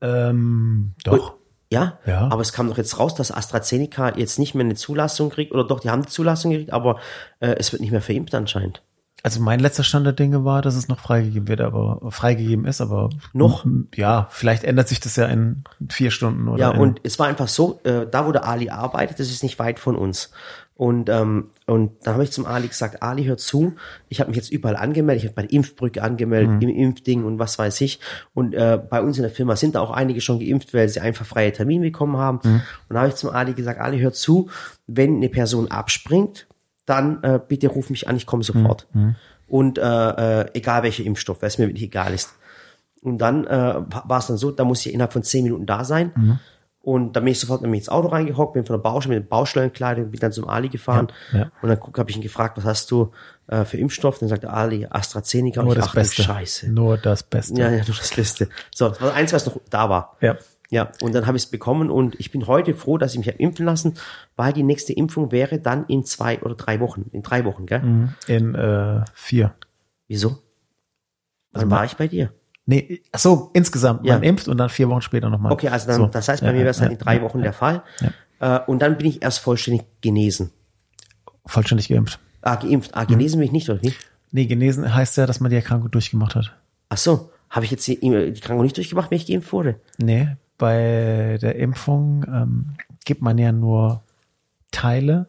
S2: Ähm, doch.
S1: Ja?
S2: Ja.
S1: aber es kam doch jetzt raus, dass AstraZeneca jetzt nicht mehr eine Zulassung kriegt, oder doch, die haben die Zulassung gekriegt, aber äh, es wird nicht mehr verimpft anscheinend.
S2: Also mein letzter Stand der Dinge war, dass es noch freigegeben wird, aber freigegeben ist, aber
S1: Noch?
S2: M- Ja, vielleicht ändert sich das ja in vier Stunden oder
S1: Ja,
S2: in,
S1: und es war einfach so, äh, da wo der Ali arbeitet, das ist nicht weit von uns. Und, ähm, und dann habe ich zum Ali gesagt, Ali, hör zu, ich habe mich jetzt überall angemeldet, ich habe bei der Impfbrücke angemeldet,
S2: Mhm.
S1: im Impfding und was weiß ich. Und äh, bei uns in der Firma sind da auch einige schon geimpft, weil sie einfach freie Termine bekommen haben.
S2: Mhm.
S1: Und da habe ich zum Ali gesagt, Ali, hör zu, wenn eine Person abspringt, dann äh, bitte ruf mich an, ich komme sofort.
S2: Mhm.
S1: Und äh, äh, egal welcher Impfstoff, weil es mir wirklich egal ist. Und dann äh, war es dann so, da muss ich innerhalb von zehn Minuten da sein.
S2: Mhm.
S1: Und dann bin ich sofort nämlich ins Auto reingehockt, bin von der Baustelle mit der Baustellenkleidung, bin dann zum Ali gefahren.
S2: Ja, ja.
S1: Und dann habe ich ihn gefragt, was hast du äh, für Impfstoff? Dann sagt der Ali, AstraZeneca.
S2: nur
S1: und ich,
S2: Oh, das
S1: ach, du
S2: Beste. Mhm.
S1: Scheiße.
S2: Nur das Beste.
S1: Ja, ja, nur das Beste. So, das war eins, was noch da war.
S2: Ja.
S1: Ja, und dann habe ich es bekommen und ich bin heute froh, dass ich mich habe impfen lassen, weil die nächste Impfung wäre dann in zwei oder drei Wochen. In drei Wochen,
S2: Mhm.
S1: gell?
S2: In äh, vier.
S1: Wieso?
S2: Also
S1: Wann war ich bei dir?
S2: Nee, ach so, insgesamt.
S1: Ja.
S2: Man impft und dann vier Wochen später nochmal.
S1: Okay, also dann,
S2: So.
S1: das heißt, bei
S2: Ja,
S1: mir wäre es
S2: ja,
S1: halt in drei Wochen der Fall. Äh, und dann bin ich erst vollständig genesen.
S2: Vollständig geimpft.
S1: Ah, geimpft. Ah,
S2: Mhm.
S1: genesen bin ich nicht, oder wie?
S2: Nee, genesen heißt ja, dass man die Erkrankung durchgemacht hat.
S1: Ach so. Habe ich jetzt die, die Krankheit nicht durchgemacht, wenn ich geimpft wurde?
S2: Nee, bei der Impfung ähm, gibt man ja nur Teile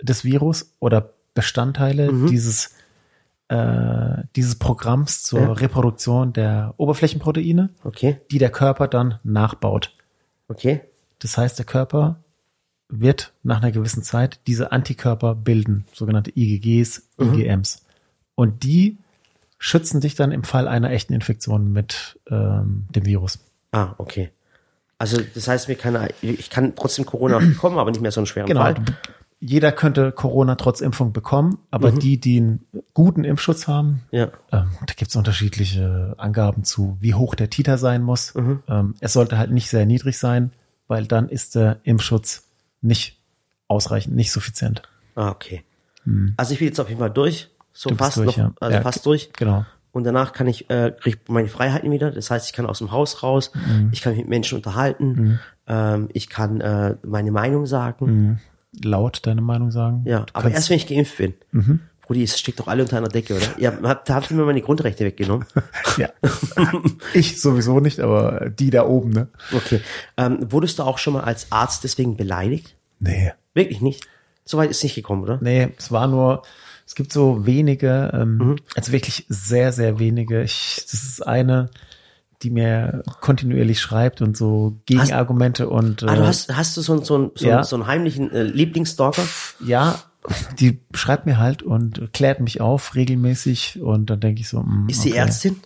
S2: des Virus oder Bestandteile
S1: Mhm.
S2: dieses, äh, dieses Programms zur
S1: Ja.
S2: Reproduktion der Oberflächenproteine,
S1: Okay,
S2: die der Körper dann nachbaut.
S1: okay.
S2: Das heißt, der Körper wird nach einer gewissen Zeit diese Antikörper bilden, sogenannte IgGs, IgMs. Und die schützen dich dann im Fall einer echten Infektion mit ähm, dem Virus.
S1: Ah, okay. Also das heißt, mir kann, ich kann trotzdem
S2: [clears throat]
S1: Corona bekommen, aber nicht mehr so einen schweren
S2: Genau.
S1: Fall.
S2: du- Jeder könnte Corona trotz Impfung bekommen, aber die, die einen guten Impfschutz haben,
S1: Ja.
S2: ähm, da gibt es unterschiedliche Angaben zu, wie hoch der Titer sein muss. Ähm, es sollte halt nicht sehr niedrig sein, weil dann ist der Impfschutz nicht ausreichend, nicht suffizient.
S1: Ah, okay. Also ich bin jetzt auf jeden Fall durch. So
S2: Mhm. Du bist
S1: fast noch,
S2: durch, ja.
S1: also
S2: Ja,
S1: fast durch.
S2: Genau.
S1: Und danach kann ich, äh, krieg ich meine Freiheiten wieder. Das heißt, ich kann aus dem Haus raus,
S2: Mhm.
S1: ich kann mich mit Menschen unterhalten, ähm, ich kann äh, meine Meinung sagen.
S2: laut deine Meinung sagen.
S1: Ja,
S2: Mhm. Du
S1: aber
S2: kannst- Mhm.
S1: erst wenn ich geimpft bin. Brudi, es steckt doch alle unter einer Decke, oder? Ihr habt, habt ihr mir meine Grundrechte
S2: [laughs]
S1: weggenommen.
S2: [laughs] ja. ich sowieso nicht, aber die da oben, ne?
S1: Okay. Ähm, wurdest du auch schon mal als Arzt deswegen beleidigt?
S2: Nee.
S1: Wirklich nicht? Soweit ist nicht gekommen, oder?
S2: Nee, es war nur, es gibt so wenige, ähm,
S1: Mhm.
S2: also wirklich sehr, sehr wenige. Ich, das ist eine, die mir kontinuierlich schreibt und so Gegenargumente und äh,
S1: Ah, du hast, hast du so, einen- so, einen- so,
S2: Ja.
S1: einen- so einen heimlichen äh, Lieblingsstalker?
S2: ja, die schreibt mir halt und klärt mich auf regelmäßig und dann denke ich so, mm,
S1: Ist die
S2: okay.
S1: Ärztin?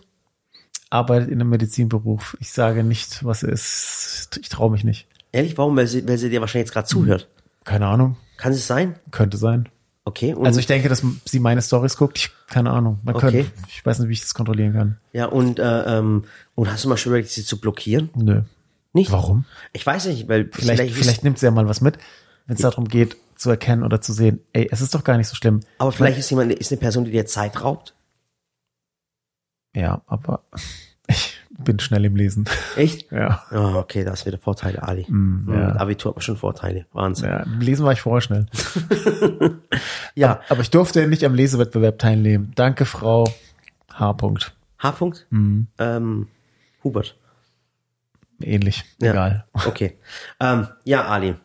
S2: Arbeitet in einem Medizinberuf. Ich sage nicht, was es ist. Ich traue mich nicht.
S1: Ehrlich, warum? Weil sie, weil sie dir wahrscheinlich
S2: Mhm.
S1: jetzt gerade zuhört.
S2: Keine Ahnung.
S1: Kann es sein?
S2: Könnte sein.
S1: Okay. Und,
S2: Also ich denke, dass sie meine Stories guckt. Ich, keine Ahnung. Man
S1: Okay.
S2: könnte, ich weiß nicht, wie ich das kontrollieren kann.
S1: ja, und, äh, ähm, und hast du mal schon überlegt, sie zu blockieren?
S2: Nö.
S1: Nicht?
S2: Warum?
S1: Ich weiß nicht, weil
S2: Vielleicht, vielleicht,
S1: ist-
S2: nimmt sie ja mal was mit, wenn es darum geht, zu erkennen oder zu sehen, ey, es ist doch gar nicht so schlimm.
S1: aber vielleicht ist jemand, ist eine Person, die dir Zeit raubt.
S2: Ja, aber [laughs] ich bin schnell
S1: [laughs]
S2: im Lesen.
S1: Echt?
S2: Ja.
S1: Ah, okay, das ist wieder Vorteile, Ali.
S2: Mm,
S1: Mm,
S2: ja.
S1: Mit Abitur hat man schon Vorteile. Wahnsinn.
S2: ja. Im Lesen war ich vorher schnell.
S1: Ja.
S2: Aber ich durfte nicht am Lesewettbewerb teilnehmen. Danke, Frau H. -Punkt.
S1: H-Punkt?
S2: Mm.
S1: Ähm, Hubert.
S2: Ähnlich.
S1: Ja.
S2: Egal. [laughs]
S1: Okay. ähm, ja, Ali.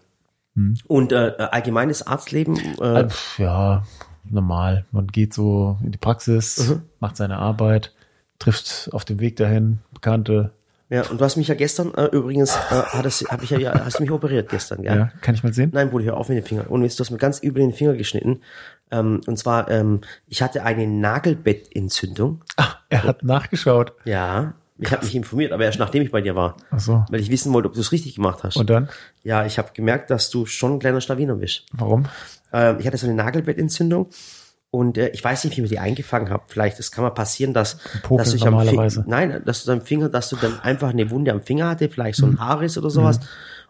S2: Mm.
S1: Und äh, allgemeines Arztleben? Äh,
S2: Äh, pf, Ja, normal. Man geht so in die Praxis,
S1: Mhm.
S2: macht seine Arbeit, trifft auf dem Weg dahin Bekannte.
S1: ja, und du hast mich ja gestern, äh, übrigens, äh, hattest, hab ich ja, ja, hast mich operiert gestern,
S2: Ja.
S1: gell? Ja.
S2: kann ich mal sehen?
S1: Nein, Bruder, hör auf mit den Fingern. Und jetzt, du hast mir ganz übel den Finger geschnitten. Ähm, und zwar, ähm, ich hatte eine Nagelbettentzündung.
S2: Ah, er hat nachgeschaut.
S1: Ja. Ich habe mich informiert, aber erst nachdem ich bei dir war.
S2: Ach so.
S1: Weil ich wissen wollte, ob du es richtig gemacht hast.
S2: Und dann?
S1: Ja, ich habe gemerkt, dass du schon ein kleiner Schlawiner bist.
S2: Warum?
S1: Ähm, ich hatte so eine Nagelbettentzündung und äh, ich weiß nicht, wie ich mir die eingefangen habe. Vielleicht, es kann mal passieren, dass,
S2: Popel
S1: dass ich am
S2: normalerweise.
S1: Finger, nein, dass du deinem Finger, dass du dann einfach eine Wunde am Finger hatte, vielleicht so
S2: Mhm.
S1: ein Haarriss oder sowas.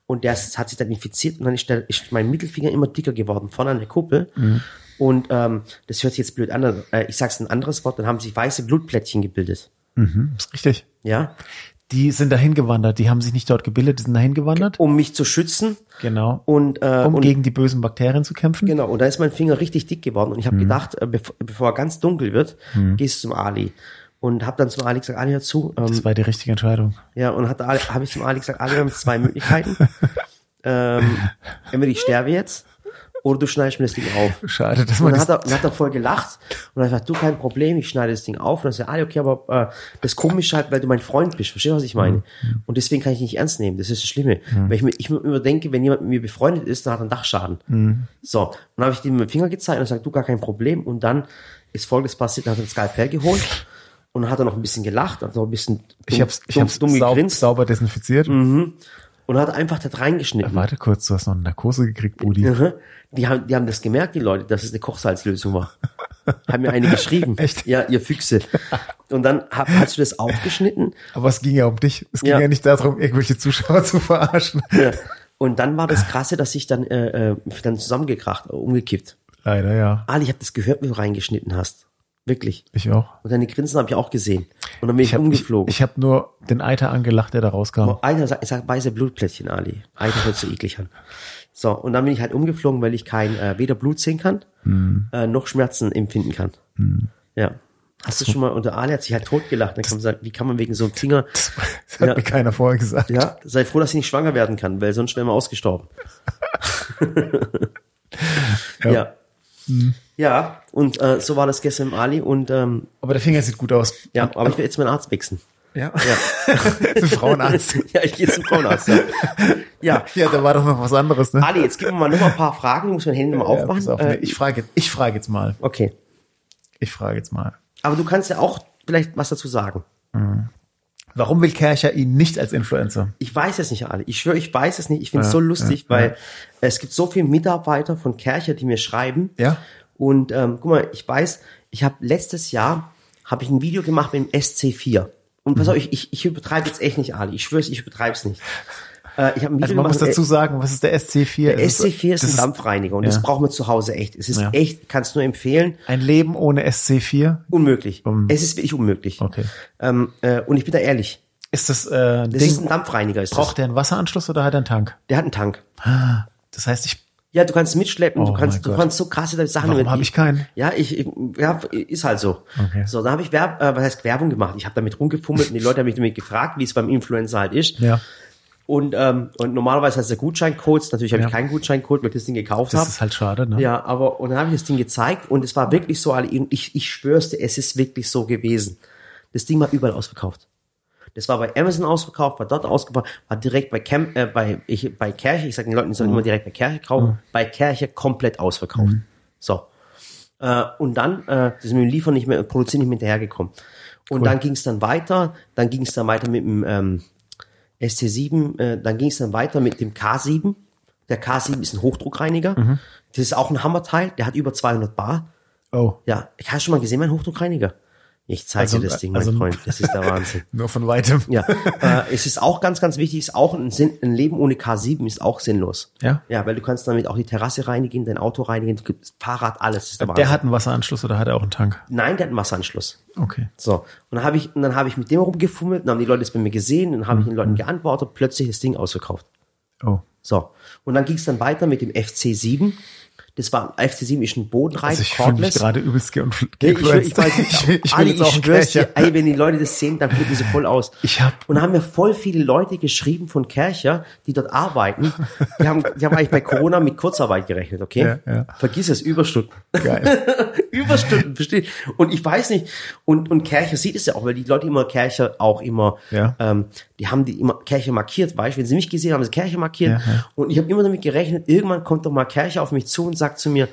S1: Und der ist- hat sich dann infiziert und dann ist, der, ist mein Mittelfinger immer dicker geworden, vorne an der Kuppel.
S2: Mhm.
S1: Und ähm, das hört sich jetzt blöd an. Äh, ich sag's ein anderes Wort, dann haben sich weiße Blutplättchen gebildet.
S2: Mhm, ist richtig.
S1: Ja,
S2: Die sind dahin gewandert, die haben sich nicht dort gebildet, die sind dahin gewandert.
S1: um mich zu schützen.
S2: Genau.
S1: Und, äh,
S2: Um
S1: und
S2: gegen die bösen Bakterien zu kämpfen.
S1: Genau, und da ist mein Finger richtig dick geworden und ich habe gedacht, äh, bev bevor er ganz dunkel wird, gehst du zum Ali. Und habe dann zum Ali gesagt, Ali, hör zu. Ähm,
S2: Das war die richtige Entscheidung.
S1: ja, und hat Ali- habe ich zum Ali gesagt, Ali, wir haben zwei Möglichkeiten. ähm, entweder ich sterbe jetzt oder du schneidest mir das Ding auf.
S2: Schade, dass
S1: Und
S2: man
S1: dann
S2: das,
S1: hat, er, dann hat er voll gelacht und hat gesagt, du, kein Problem, ich schneide das Ding auf. Und dann sagt er, Ali, okay, aber äh, das Komische halt, weil du mein Freund bist, verstehst du, was ich
S2: Mhm.
S1: meine? Und deswegen kann ich nicht ernst nehmen, das ist das Schlimme. Weil ich mir, ich mir immer denke, wenn jemand mit mir befreundet ist, dann hat er einen Dachschaden.
S2: Mhm.
S1: So, und dann habe ich ihm mit dem Finger gezeigt und er sagt, du, gar kein Problem. Und dann ist Folgendes passiert, dann hat er ein Skalpell geholt und dann hat er noch ein bisschen gelacht, hat noch ein bisschen dumm,
S2: ich hab's, ich
S1: dumm,
S2: hab's
S1: dumm
S2: saub,
S1: gegrinst Mhm.
S2: sauber desinfiziert.
S1: und hat einfach da reingeschnitten.
S2: Warte kurz, du hast noch eine Narkose gekriegt, Brudi.
S1: Mhm. Die haben, die haben das gemerkt, die Leute, dass es eine Kochsalzlösung war. Haben mir eine geschrieben.
S2: [laughs] Echt?
S1: Ja, ihr Füchse. Und dann hab, hast du das aufgeschnitten.
S2: Aber es ging ja um dich. Es ging ja,
S1: Ja.
S2: nicht darum, irgendwelche Zuschauer [laughs] zu verarschen.
S1: Ja. Und dann war das Krasse, dass ich dann, äh, äh, dann zusammengekracht, äh, umgekippt.
S2: Leider, ja.
S1: Ali, ich habe das gehört, wie du reingeschnitten hast. Wirklich.
S2: Ich auch.
S1: Und deine Grinsen habe ich auch gesehen. Und dann bin ich,
S2: Ich habe ich,
S1: umgeflogen.
S2: ich hab nur den Eiter angelacht, der da rauskam.
S1: Einer sagt, ich sag weiße Blutplättchen, Ali. Alter, hört so eklig an. So, und dann bin ich halt umgeflogen, weil ich kein äh, weder Blut sehen kann,
S2: Mhm.
S1: äh, noch Schmerzen empfinden kann. Ja. Hast du schon mal, und der Ali hat sich halt totgelacht. Dann kann man sagen, wie kann man wegen so einem Finger,
S2: [laughs] [laughs] Das hat
S1: Ja.
S2: mir keiner vorher gesagt.
S1: ja, sei froh, dass ich nicht schwanger werden kann, weil sonst wären wir ausgestorben.
S2: [laughs]
S1: ja. Ja.
S2: Mhm.
S1: und äh, so war das gestern im Ali und ähm,
S2: Aber der Finger sieht gut aus.
S1: ja, aber ich will jetzt meinen Arzt wechseln.
S2: Ja.
S1: Ja,
S2: [laughs] Ein Frauenarzt.
S1: [laughs] ja ich gehe zum Frauenarzt.
S2: [laughs]
S1: Ja. ja,
S2: Ja, da war doch noch was anderes, ne?
S1: Ali, jetzt gib mir mal noch mal ein paar Fragen, muss mein Handy noch mal
S2: Ja,
S1: aufmachen.
S2: pass auf,
S1: äh,
S2: nee, ich frage jetzt, ich frage jetzt mal.
S1: okay.
S2: Ich frage jetzt mal.
S1: Aber du kannst ja auch vielleicht was dazu sagen.
S2: Warum will Kercher ihn nicht als Influencer? Also
S1: Ich weiß es nicht, Ali. Ich schwöre, ich weiß es nicht. Ich finde es so lustig, weil es gibt so viele Mitarbeiter von Kercher, die mir schreiben.
S2: Ja.
S1: Und ähm, guck mal, ich weiß, ich habe letztes Jahr habe ich ein Video gemacht mit dem SC4. Und
S2: Mhm.
S1: pass auf, ich, ich, ich übertreibe jetzt echt nicht, Ali. Ich schwöre es, ich übertreibe es nicht. Äh, ich habe ein Video
S2: Also man muss
S1: gemacht.
S2: dazu sagen, was ist der SC4?
S1: äh, SC4 ist
S2: das
S1: ein Dampfreiniger und
S2: ja.
S1: das braucht man zu Hause echt. Es ist
S2: Ja.
S1: echt, kann es nur empfehlen.
S2: ein Leben ohne SC4.
S1: Unmöglich. es ist wirklich unmöglich.
S2: Um Okay.
S1: Ähm, äh, und ich bin da ehrlich.
S2: Ist das äh, ein
S1: Das ist
S2: Ding?
S1: ein Dampfreiniger. Ist das.
S2: Braucht der einen Wasseranschluss oder hat er einen Tank?
S1: Der hat einen Tank.
S2: Ah, Das heißt, ich
S1: Ja, du kannst mitschleppen, du
S2: Oh
S1: kannst,
S2: mein
S1: du
S2: Gott.
S1: kannst so krasse Sachen.
S2: Warum
S1: damit-
S2: hab ich keinen?
S1: Ja, ich, ich ja, ist halt so.
S2: Okay.
S1: So, dann habe ich Werb, äh, was heißt Werbung gemacht. Ich habe damit rumgefummelt und die Leute haben mich damit gefragt, wie es beim Influencer halt ist.
S2: Ja.
S1: Und, ähm, und normalerweise heißt der Gutscheincodes. Natürlich habe
S2: Ja.
S1: ich keinen Gutscheincode, weil ich das Ding gekauft
S2: Das
S1: habe.
S2: ist halt schade, ne?
S1: Ja, aber und dann habe ich das Ding gezeigt und es war wirklich so, alle- ich, ich schwör's dir, es ist wirklich so gewesen. Das Ding war überall ausverkauft. Das war bei Amazon ausverkauft, war dort ausverkauft, war direkt bei Cam, äh, bei ich bei Kerche, ich sage den Leuten, die sollen immer direkt bei Kerche kaufen, bei Kerche komplett ausverkauft. So. Äh, und dann äh, das ist mit dem Liefern nicht mehr, Produzieren nicht mehr hinterhergekommen. Und dann ging es dann weiter, dann ging es dann weiter mit dem ähm, ST7, äh, dann ging es dann weiter mit dem K7. Der K7 ist ein Hochdruckreiniger.
S2: Mhm.
S1: Das ist auch ein Hammerteil, der hat über 200 Bar.
S2: Oh.
S1: Ja, ich habe schon mal gesehen, mein Hochdruckreiniger. Ich zeige
S2: Also-
S1: dir das Ding, mein
S2: also-
S1: Freund. Das ist der
S2: [laughs]
S1: Wahnsinn.
S2: Nur von weitem.
S1: Ja, äh, es ist auch ganz, ganz wichtig, ist auch ein, Sinn, ein Leben ohne K7 ist auch sinnlos.
S2: Ja?
S1: Ja, weil du kannst damit auch die Terrasse reinigen, dein Auto reinigen, du gibst Fahrrad, alles. Das ist der
S2: Der
S1: Wahnsinn.
S2: hat einen Wasseranschluss oder hat er auch einen Tank?
S1: Nein, der hat einen Wasseranschluss.
S2: Okay.
S1: So, und dann habe ich, und dann habe ich mit dem rumgefummelt, dann haben die Leute das bei mir gesehen, dann habe ich den Leuten
S2: Mhm.
S1: geantwortet, plötzlich das Ding ausverkauft.
S2: Oh.
S1: So, und dann ging es dann weiter mit dem FC7. Das war, FC7 ist ein Bodenreif,
S2: Also ich fühle mich gerade übel geinfluenced.
S1: Nee, ich, will- ich, weiß nicht,
S2: [laughs] ich, ich will
S1: Ali,
S2: jetzt auch
S1: ich
S2: einen
S1: schwör's dir,
S2: Kärcher.
S1: ey, wenn die Leute das sehen, dann flippen sie voll aus.
S2: Ich hab-
S1: und dann haben mir voll viele Leute geschrieben von Kercher, die dort arbeiten. Die haben, die haben eigentlich bei Corona mit Kurzarbeit gerechnet, okay?
S2: Ja, ja.
S1: Vergiss es, Überstunden.
S2: Geil.
S1: [laughs] Überstunden, versteht? Und ich weiß nicht, und, und Kercher sieht es ja auch, weil die Leute immer Kercher auch immer,
S2: Ja.
S1: ähm, die haben die immer Kercher markiert, weißt du, wenn sie mich gesehen haben, haben sie Kercher markiert.
S2: Ja, ja.
S1: Und ich habe immer damit gerechnet, irgendwann kommt doch mal Kercher auf mich zu und sagt zu mir,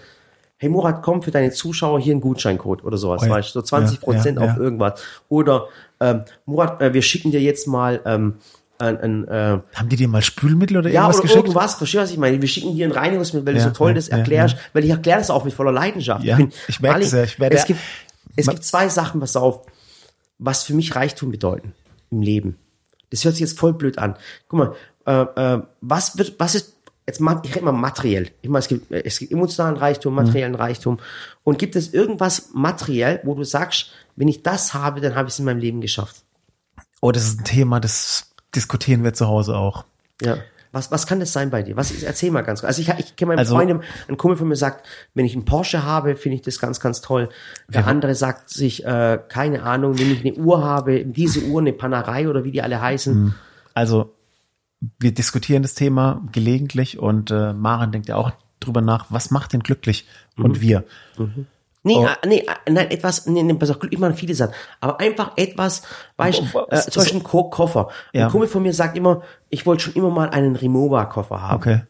S1: hey Murat, komm für deine Zuschauer hier einen Gutscheincode oder sowas,
S2: Oh ja.
S1: weißt du, so 20 Prozent
S2: Ja, ja,
S1: auf
S2: ja.
S1: irgendwas. Oder, ähm, Murat, äh, wir schicken dir jetzt mal, ähm, ein, ein, äh,
S2: Haben die dir mal Spülmittel oder
S1: ja,
S2: irgendwas
S1: oder
S2: geschickt?
S1: irgendwas, verstehst du, was ich meine? Wir schicken dir ein Reinigungsmittel, weil
S2: Ja,
S1: du so toll
S2: ja,
S1: das
S2: ja,
S1: erklärst, weil ich erkläre das auch mit voller Leidenschaft.
S2: Ja, ich merke das ja, ich werde-
S1: es gibt, es
S2: Ma-
S1: gibt zwei Sachen, pass auf, was für mich Reichtum bedeuten im Leben. Das hört sich jetzt voll blöd an. Guck mal, äh, äh, was wird, was ist, jetzt ma- ich rede mal materiell. Ich meine, es gibt, äh, es gibt emotionalen Reichtum,
S2: Mhm.
S1: materiellen Reichtum. Und gibt es irgendwas materiell, wo du sagst, wenn ich das habe, dann habe ich es in meinem Leben geschafft?
S2: Oh, das ist ein Thema, das diskutieren wir zu Hause auch.
S1: Ja. Was, was kann das sein bei dir? Was ist, erzähl mal ganz kurz. Also ich, ich kenne meinen
S2: Also-
S1: Freund, ein Kumpel von mir sagt, wenn ich einen Porsche habe, finde ich das ganz, ganz toll. Der andere sagt sich, äh, keine Ahnung, wenn ich eine Uhr habe, diese Uhr, eine Panerei oder wie die alle heißen.
S2: Also wir diskutieren das Thema gelegentlich und äh, Maren denkt ja auch drüber nach, was macht denn glücklich
S1: Mhm.
S2: und wir.
S1: Nee,
S2: Oh.
S1: äh, nee, äh, nein, etwas, nee, nee, pass auf, immer viele Sachen. Aber einfach etwas, weißt
S2: Wo- wo-
S1: äh,
S2: Oh, was-
S1: zum Beispiel ein Ko Koffer.
S2: Ja.
S1: Ein Kumpel von mir sagt immer, ich wollte schon immer mal einen Rimowa-Koffer haben.
S2: Okay.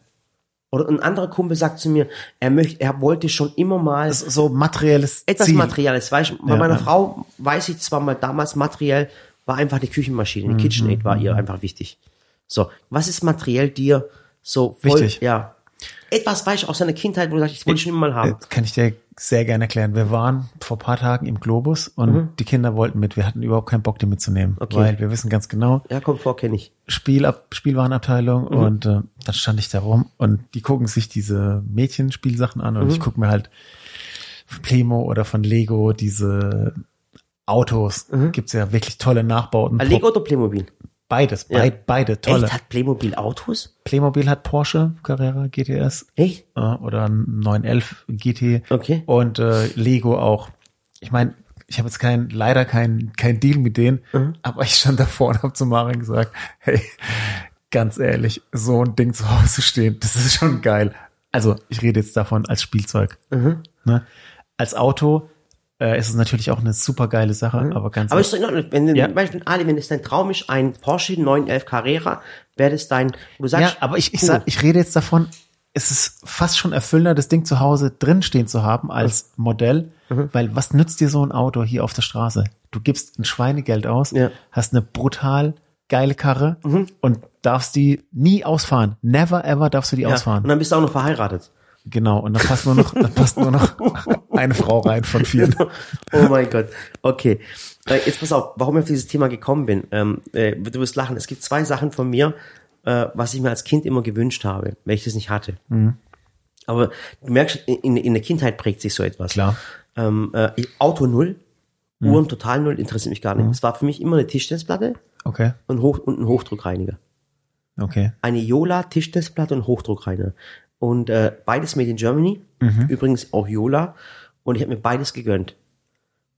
S1: Oder ein anderer Kumpel sagt zu mir, er möchte, er wollte schon immer mal
S2: Das ist Also so materielles
S1: etwas
S2: Ziel.
S1: Materielles. Weißt, du, bei
S2: Ja,
S1: meiner
S2: ja.
S1: Frau weiß ich zwar mal damals materiell, war einfach die Küchenmaschine, die
S2: Mhm,
S1: KitchenAid war ihr einfach wichtig. So, was ist materiell dir so voll,
S2: Wichtig.
S1: Ja. Etwas weißt du aus deiner Kindheit, wo du sagst, das wollte ich schon immer mal
S2: Äh,
S1: haben.
S2: Kann ich dir sehr gerne erklären. Wir waren vor ein paar Tagen im Globus und die Kinder wollten mit. Wir hatten überhaupt keinen Bock, die mitzunehmen.
S1: Mhm. Okay.
S2: Weil wir wissen ganz genau,
S1: Ja, kommt vor, kenne ich.
S2: Spielab Spielwarenabteilung
S1: Mhm.
S2: und äh, dann stand ich da rum und die gucken sich diese Mädchenspielsachen an
S1: Mhm.
S2: und ich gucke mir halt von Plemo oder von Lego diese Autos. Gibt's ja wirklich tolle Nachbauten.
S1: Mhm. Ah, Lego oder Playmobil?
S2: Beides, beid, beide tolle.
S1: Echt, hat Playmobil Autos?
S2: Playmobil hat Porsche, Carrera, GTS
S1: Echt?
S2: äh, oder ein 911 GT
S1: Okay.
S2: und äh, Lego auch. Ich meine, ich habe jetzt kein, leider keinen kein Deal mit denen, aber ich stand davor und habe zu Maren gesagt, hey, ganz ehrlich, so ein Ding zu Hause stehen, das ist schon geil. Also ich rede jetzt davon als Spielzeug. Ne? Als Auto äh, ist es natürlich auch eine super geile Sache, aber ganz
S1: Aber ist doch in Ordnung, wenn,
S2: Ja.
S1: ja. Beispiel, Ali, wenn es dein Traum ist, ein Porsche 911 Carrera, wäre das dein, wo du
S2: Ja,
S1: sagst,
S2: aber ich, ich,
S1: cool.
S2: sag, ich rede jetzt davon, es ist fast schon erfüllender, das Ding zu Hause drinstehen zu haben als Modell,
S1: Mhm.
S2: weil was nützt dir so ein Auto hier auf der Straße? Du gibst ein Schweinegeld aus,
S1: Ja. Mhm.
S2: hast eine brutal geile Karre und darfst die nie ausfahren. Never ever darfst du die
S1: ja. Und
S2: ausfahren.
S1: dann bist du auch noch verheiratet.
S2: Genau. Und da passt nur noch, da passt nur noch [laughs] eine Frau rein von vier.
S1: Oh mein Gott. Okay. Äh, Jetzt pass auf, warum ich auf dieses Thema gekommen bin. Ähm, äh, du wirst lachen. Es gibt zwei Sachen von mir, äh, was ich mir als Kind immer gewünscht habe, weil ich das nicht hatte. Aber du merkst, in, in der Kindheit prägt sich so etwas.
S2: Klar.
S1: Ähm, äh, ich- Auto null, Uhren total null, interessiert mich gar nicht. Es war für mich immer eine Tischtennisplatte
S2: Okay.
S1: und, Hoch, und ein Hochdruckreiniger.
S2: Okay.
S1: Eine Jola Tischtennisplatte und Hochdruckreiniger. Und äh, beides made in Germany.
S2: Mhm.
S1: Übrigens auch Yola. Und ich habe mir beides gegönnt.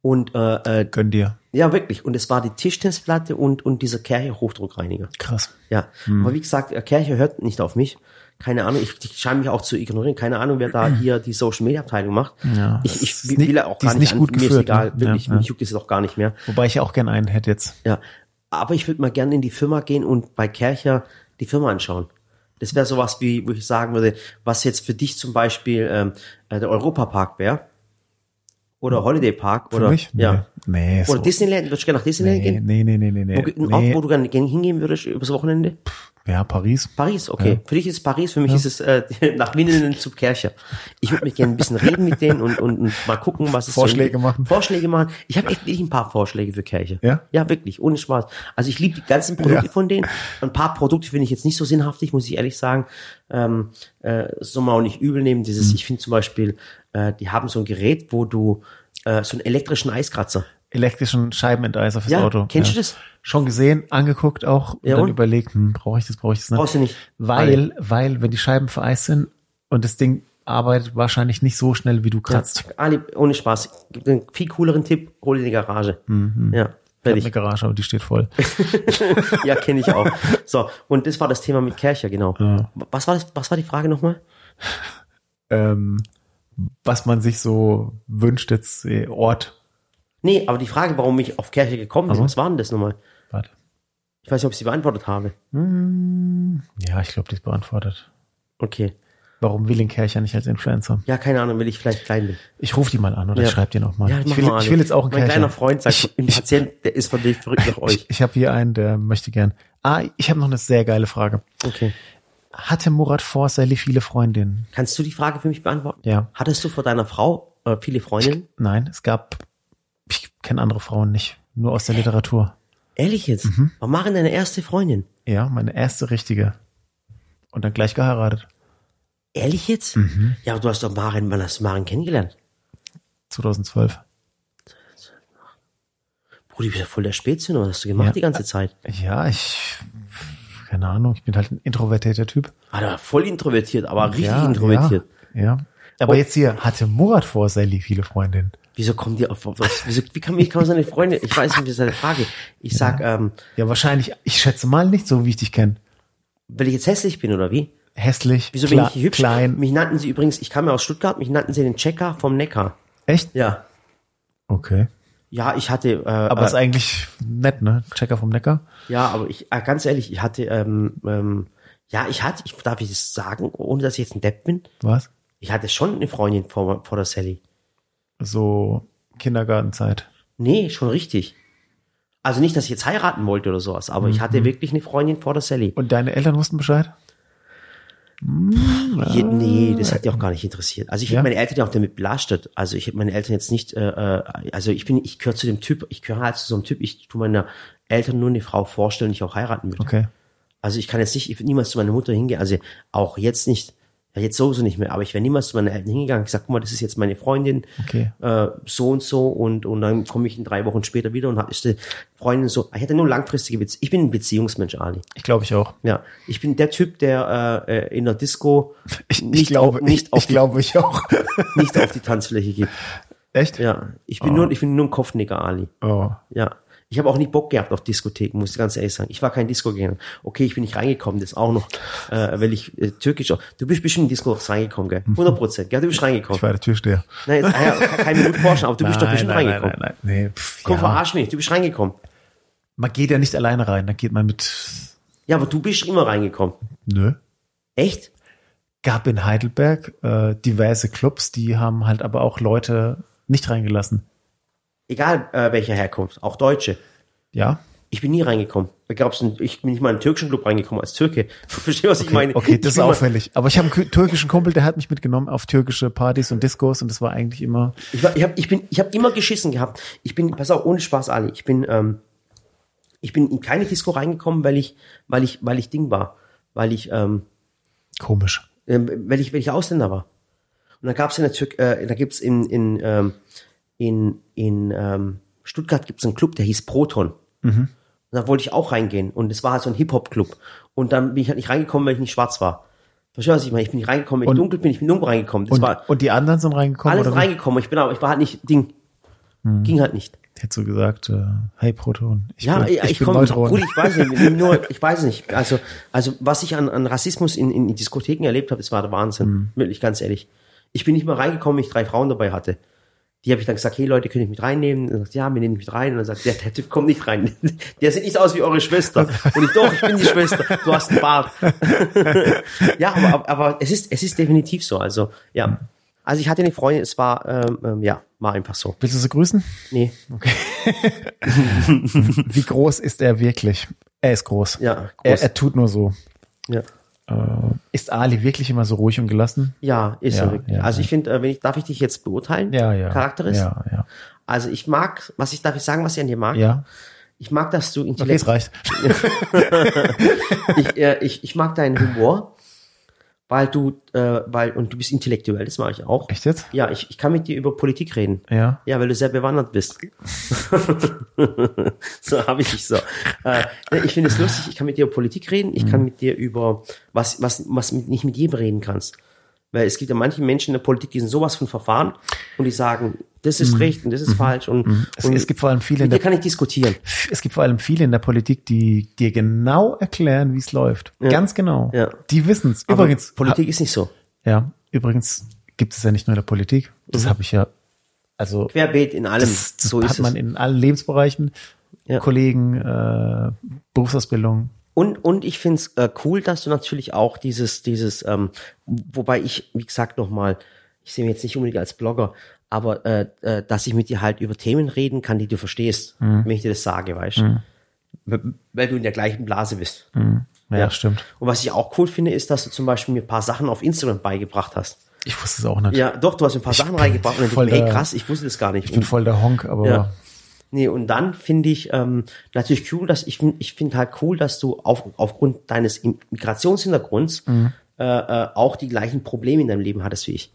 S1: Und äh, äh,
S2: Gönn dir.
S1: ja, wirklich. Und es war die Tischtennisplatte und, und dieser Kercher Hochdruckreiniger.
S2: Krass.
S1: Ja,
S2: Mhm.
S1: aber wie gesagt, äh, Kercher hört nicht auf mich. Keine Ahnung, ich, ich scheine mich auch zu ignorieren. Keine Ahnung, wer da hier die Social Media Abteilung macht.
S2: Ja,
S1: ich
S2: das
S1: ich
S2: ist
S1: will
S2: nicht-
S1: ja auch
S2: die
S1: gar
S2: ist
S1: nicht,
S2: nicht gut
S1: an, mir ist
S2: geführt,
S1: egal,
S2: ne?
S1: wirklich,
S2: Ja,
S1: mich
S2: ja.
S1: juckt es auch gar nicht mehr.
S2: Wobei ich auch gern einen hätte jetzt.
S1: Ja, aber ich würde mal gerne in die Firma gehen und bei Kercher die Firma anschauen. Das wäre sowas wie, wo ich sagen würde, was jetzt für dich zum Beispiel ähm, äh, der Europapark wäre oder Holiday Park
S2: Hm. Für
S1: oder
S2: mich? Nee.
S1: ja
S2: Nee,
S1: oder
S2: so.
S1: Disneyland. Würdest du gerne nach Disneyland
S2: nee,
S1: gehen?
S2: nee, nee, nee, nee, nee.
S1: Wo, ein Ort,
S2: nee.
S1: wo du gerne gerne hingehen würdest übers Wochenende?
S2: ja, Paris.
S1: Paris, okay. Für dich ist Paris, für mich ist es äh, [laughs] nach Minden zu Kercher. Ich würde mich gerne ein bisschen reden mit denen und, und, und mal gucken, was es so-
S2: Vorschläge machen.
S1: Vorschläge machen. Ich habe echt wirklich ein paar Vorschläge für Kercher.
S2: Ja?
S1: Ja, wirklich, ohne Spaß. Also ich liebe die ganzen Produkte
S2: Ja.
S1: von denen. Ein paar Produkte finde ich jetzt nicht so sinnhaftig, muss ich ehrlich sagen. Ähm, äh, das soll man auch nicht übel nehmen.
S2: Mhm.
S1: Dieses, ich finde zum Beispiel, äh, die haben so ein Gerät, wo du äh, so einen elektrischen Eiskratzer.
S2: Elektrischen Scheibenenteiser fürs
S1: Ja,
S2: Auto.
S1: kennst du das?
S2: Schon gesehen, angeguckt auch und
S1: Ja,
S2: dann
S1: und?
S2: überlegt, hm, brauche ich das, brauche ich das nicht.
S1: Brauchst du nicht.
S2: Weil, weil, wenn die Scheiben vereist sind und das Ding arbeitet wahrscheinlich nicht so schnell, wie du kratzt.
S1: Ali, ohne Spaß. Gibt einen viel cooleren Tipp, hol dir eine Garage. Ja,
S2: Mhm. Ich
S1: fertig.
S2: hab eine Garage und die
S1: [laughs]
S2: steht voll.
S1: ja, kenne ich auch. So, und das war das Thema mit Kercher, genau. Was, war das, was war die Frage nochmal?
S2: ähm, was man sich so wünscht jetzt äh, Ort.
S1: Nee, aber die Frage, warum ich auf Kercher gekommen bin, was war denn das nochmal?
S2: Warte.
S1: Ich weiß nicht, ob ich sie beantwortet habe.
S2: Hm, ja, ich glaube, die ist beantwortet.
S1: Okay.
S2: Warum will den Kercher nicht als Influencer?
S1: Ja, keine Ahnung, wenn ich vielleicht klein bin.
S2: Ich rufe die mal an oder
S1: Ja.
S2: ich schreibe dir nochmal.
S1: Ja,
S2: ich,
S1: mach
S2: will,
S1: mal,
S2: ich
S1: Ali.
S2: will jetzt auch einen
S1: Mein kleiner
S2: Kercher.
S1: Freund sagt,
S2: Ich-
S1: ein
S2: ich-
S1: Patient, der ist von dir verrückt nach euch.
S2: [laughs] Ich, ich habe hier einen, der möchte gern. Ah, ich habe noch eine sehr geile Frage.
S1: Okay.
S2: Hatte Murat Forselli viele Freundinnen?
S1: Kannst du die Frage für mich beantworten?
S2: Ja.
S1: Hattest du vor deiner Frau äh, viele Freundinnen?
S2: Nein, es gab, ich kenne andere Frauen nicht, nur aus der Literatur.
S1: Ehrlich jetzt?
S2: Mhm.
S1: Warum machen deine erste Freundin?
S2: Ja, meine erste richtige. Und dann gleich geheiratet.
S1: Ehrlich jetzt? Ja, aber du hast doch Maren, wann hast du Maren kennengelernt?
S2: 2012.
S1: Bruder, du bist ja voll der Spätzünder. Was hast du gemacht
S2: Ja.
S1: die ganze Zeit?
S2: Ja, ich, keine Ahnung, ich bin halt ein introvertierter Typ.
S1: Ah, der war voll introvertiert, aber richtig
S2: ja,
S1: introvertiert.
S2: Ja, ja. Aber
S1: Oh.
S2: jetzt hier, hatte Murat vor Sally viele Freundinnen?
S1: Wieso kommt die auf, auf auf- wieso, wie kann, wie kann man seine Freunde, ich weiß nicht, das ist eine Frage. Ich sag, ähm,
S2: Ja, wahrscheinlich, ich schätze mal nicht so, wie ich dich kenne.
S1: weil ich jetzt hässlich bin oder wie?
S2: Hässlich,
S1: Wieso bin
S2: kle
S1: ich nicht hübsch?
S2: klein.
S1: Mich nannten sie übrigens, ich kam ja aus Stuttgart, mich nannten sie den Checker vom Neckar.
S2: Echt?
S1: Ja.
S2: Okay.
S1: Ja, ich hatte, äh,
S2: Aber ist
S1: äh,
S2: eigentlich nett, ne? Checker vom Neckar.
S1: ja, aber ich, äh, ganz ehrlich, ich hatte, ähm, ähm, ja, ich hatte, ich, darf ich das sagen, ohne dass ich jetzt ein Depp bin?
S2: Was?
S1: Ich hatte schon eine Freundin vor, vor der Sally.
S2: So Kindergartenzeit.
S1: Nee, schon richtig. Also nicht, dass ich jetzt heiraten wollte oder sowas, aber ich hatte wirklich eine Freundin vor der Sally.
S2: Mhm. Und deine Eltern wussten Bescheid?
S1: Je, nee, das hat die auch gar nicht interessiert. Also ich
S2: Ja?
S1: hätte meine Eltern ja auch damit belastet. Also ich hätte meine Eltern jetzt nicht, äh, äh, also ich bin, ich gehöre zu dem Typ, ich gehöre halt zu so einem Typ, ich tue meiner Eltern nur eine Frau vorstellen, die ich auch heiraten würde.
S2: Okay.
S1: Also ich kann jetzt nicht, ich würde niemals zu meiner Mutter hingehen, also auch jetzt nicht, ja jetzt sowieso nicht mehr, aber ich wäre niemals zu meinen Eltern hingegangen, ich sag, guck mal, das ist jetzt meine Freundin,
S2: Okay.
S1: äh, so und so und, und dann komme ich in drei Wochen später wieder und habe ich die Freundin so, ich hätte nur langfristige Beziehungen, ich bin ein Beziehungsmensch, Ali.
S2: Ich glaube, ich auch.
S1: Ja, ich bin der Typ, der äh, äh, in der Disco
S2: [laughs] Ich, ich
S1: nicht,
S2: glaube,
S1: auf, nicht,
S2: ich,
S1: auf
S2: ich glaube, ich auch.
S1: [laughs] die, nicht auf die Tanzfläche geht.
S2: Echt?
S1: Ja, ich
S2: Ah.
S1: bin, nur, ich bin nur ein Kopfnicker, Ali.
S2: Oh.
S1: Ja, ich habe auch nicht Bock gehabt auf Diskotheken, muss ich ganz ehrlich sagen. Ich war kein Disco-Gänger. Okay, ich bin nicht reingekommen, das auch noch, äh, weil ich äh, türkisch auch. Du bist bestimmt in Discos reingekommen, gell? 100 Prozent. Ja, du bist reingekommen.
S2: Mhm. Ich war der Türsteher.
S1: Nein, jetzt, ah ja, kann ich mir gut vorstellen, aber du bist doch bestimmt reingekommen.
S2: Nein, nein, nein. Nee, pff,
S1: Komm,
S2: ja.
S1: verarsch mich, nicht, du bist reingekommen.
S2: Man geht ja nicht alleine rein, da geht man mit.
S1: Ja, aber du bist immer reingekommen.
S2: Nö.
S1: Echt?
S2: Gab in Heidelberg äh, diverse Clubs, die haben halt aber auch Leute nicht reingelassen.
S1: Egal äh, welcher Herkunft, auch Deutsche.
S2: Ja.
S1: Ich bin nie reingekommen. Da gab's einen, ich bin nicht mal in einen türkischen Club reingekommen als Türke. [laughs] Verstehst du, was ich meine?
S2: Okay, das
S1: ich
S2: ist
S1: bin mal-
S2: auffällig. Aber ich habe einen kü- türkischen Kumpel, der hat mich mitgenommen auf türkische Partys und Discos und das war eigentlich immer.
S1: Ich, war, ich habe ich bin, ich hab immer geschissen gehabt. Ich bin, pass auf, ohne Spaß, Ali. Ich bin, ähm, ich bin in keine Disco reingekommen, weil ich, weil ich, weil ich Ding war. Weil ich, ähm,
S2: Komisch.
S1: ähm, weil ich, weil ich Ausländer war. Und dann gab's in der Türk, äh, da gibt's in, in, ähm, in, in ähm, Stuttgart gibt's einen Club, der hieß Proton.
S2: Mhm.
S1: Und da wollte ich auch reingehen. Und es war halt so ein Hip-Hop-Club. Und dann bin ich halt nicht reingekommen, weil ich nicht schwarz war. Verstehst du, was ich meine? Ich bin nicht reingekommen, wenn ich
S2: Und-
S1: dunkel bin, ich bin dunkel reingekommen. Das
S2: Und,
S1: war
S2: und die anderen sind reingekommen?
S1: alles
S2: oder wie? Hm.
S1: reingekommen. Ich bin aber, ich war halt nicht, Ding. Ging halt nicht.
S2: Hättest du gesagt, äh, hey Proton, ich
S1: Ja,
S2: bin,
S1: ich, ich
S2: bin
S1: komme
S2: Neutron.
S1: gut, ich weiß nicht,
S2: [laughs]
S1: nur, ich weiß nicht. Also, also was ich an, an Rassismus in, in Diskotheken erlebt habe, das war der Wahnsinn,
S2: Hm.
S1: wirklich ganz ehrlich. Ich bin nicht mal reingekommen, wenn ich drei Frauen dabei hatte. Die habe ich dann gesagt, hey Leute, könnt ihr mich mit reinnehmen? Und dann sagt, ja, wir nehmen mich mit rein. Und dann sagt, der, der Typ kommt nicht rein. [laughs] Der sieht nicht aus wie eure Schwester. Und ich, doch, ich bin die Schwester. Du hast einen Bart. [laughs] ja, aber, aber es ist, es ist definitiv so. Also,
S2: Hm.
S1: ja. Also ich hatte eine Freundin, es war, ähm, ähm, ja, war einfach so.
S2: Willst du sie grüßen?
S1: Nee,
S2: Wie groß ist er wirklich? Er ist groß.
S1: ja,
S2: Er,
S1: groß.
S2: er tut nur so.
S1: ja.
S2: Äh, ist Ali wirklich immer so ruhig und gelassen?
S1: Ja, ist
S2: Ja,
S1: er wirklich.
S2: ja,
S1: also
S2: ja.
S1: ich finde, äh, wenn ich, darf ich dich jetzt beurteilen? Charakteristisch?
S2: Ja, ja.
S1: Also ich mag, was ich, darf ich sagen, was ich an dir mag?
S2: Ja.
S1: Ich mag, dass du
S2: Okay, es
S1: intellekt,
S2: reicht.
S1: ich, äh, ich, ich mag deinen Humor, weil du, äh, weil, und du bist intellektuell, das mag ich auch.
S2: Echt jetzt?
S1: Ja, ich, ich kann mit dir über Politik reden.
S2: Ja.
S1: Ja, weil du sehr bewandert bist. [laughs] so habe ich dich so. Äh, nee, ich finde es lustig, ich kann mit dir über Politik reden, ich
S2: Mhm.
S1: kann mit dir über was, was, was mit, nicht mit jedem reden kannst. Weil es gibt ja manche Menschen in der Politik, die sind sowas von verfahren und die sagen, das ist recht und das ist falsch und,
S2: Mhm. Es,
S1: und
S2: es gibt vor allem viele in
S1: mit dir
S2: der,
S1: kann ich diskutieren.
S2: es gibt vor allem viele in der Politik, die dir genau erklären, wie es läuft. Ganz genau.
S1: Ja.
S2: Die wissen es.
S1: Aber
S2: Übrigens,
S1: Politik ist nicht so.
S2: ja, übrigens gibt es ja nicht nur in der Politik. Das
S1: Mhm.
S2: habe ich ja, also
S1: Querbeet in allem.
S2: das, das
S1: so
S2: hat
S1: ist
S2: man
S1: es.
S2: in allen Lebensbereichen.
S1: Ja.
S2: Kollegen, äh, Berufsausbildung.
S1: Und, und ich finde es äh, cool, dass du natürlich auch dieses, dieses, ähm, wobei ich, wie gesagt, nochmal, ich sehe mich jetzt nicht unbedingt als Blogger, aber äh, äh, dass ich mit dir halt über Themen reden kann, die du verstehst,
S2: Mhm.
S1: wenn ich dir das sage, weißt du? W- Weil du in der gleichen Blase bist.
S2: Mhm. Ja, stimmt.
S1: Und was ich auch cool finde, ist, dass du zum Beispiel mir ein paar Sachen auf Instagram beigebracht hast.
S2: Ich wusste es auch nicht.
S1: Ja, doch, du hast mir ein paar Sachen
S2: bin
S1: reingebracht und dann
S2: voll
S1: denk ich, hey
S2: der-
S1: krass, ich wusste das gar nicht.
S2: Ich bin voll der Honk, aber
S1: Ja. Nee, und dann finde ich ähm, natürlich cool, dass ich, find- ich finde halt cool, dass du auf, aufgrund deines Im- Migrationshintergrunds
S2: Mhm.
S1: äh, äh, auch die gleichen Probleme in deinem Leben hattest wie ich.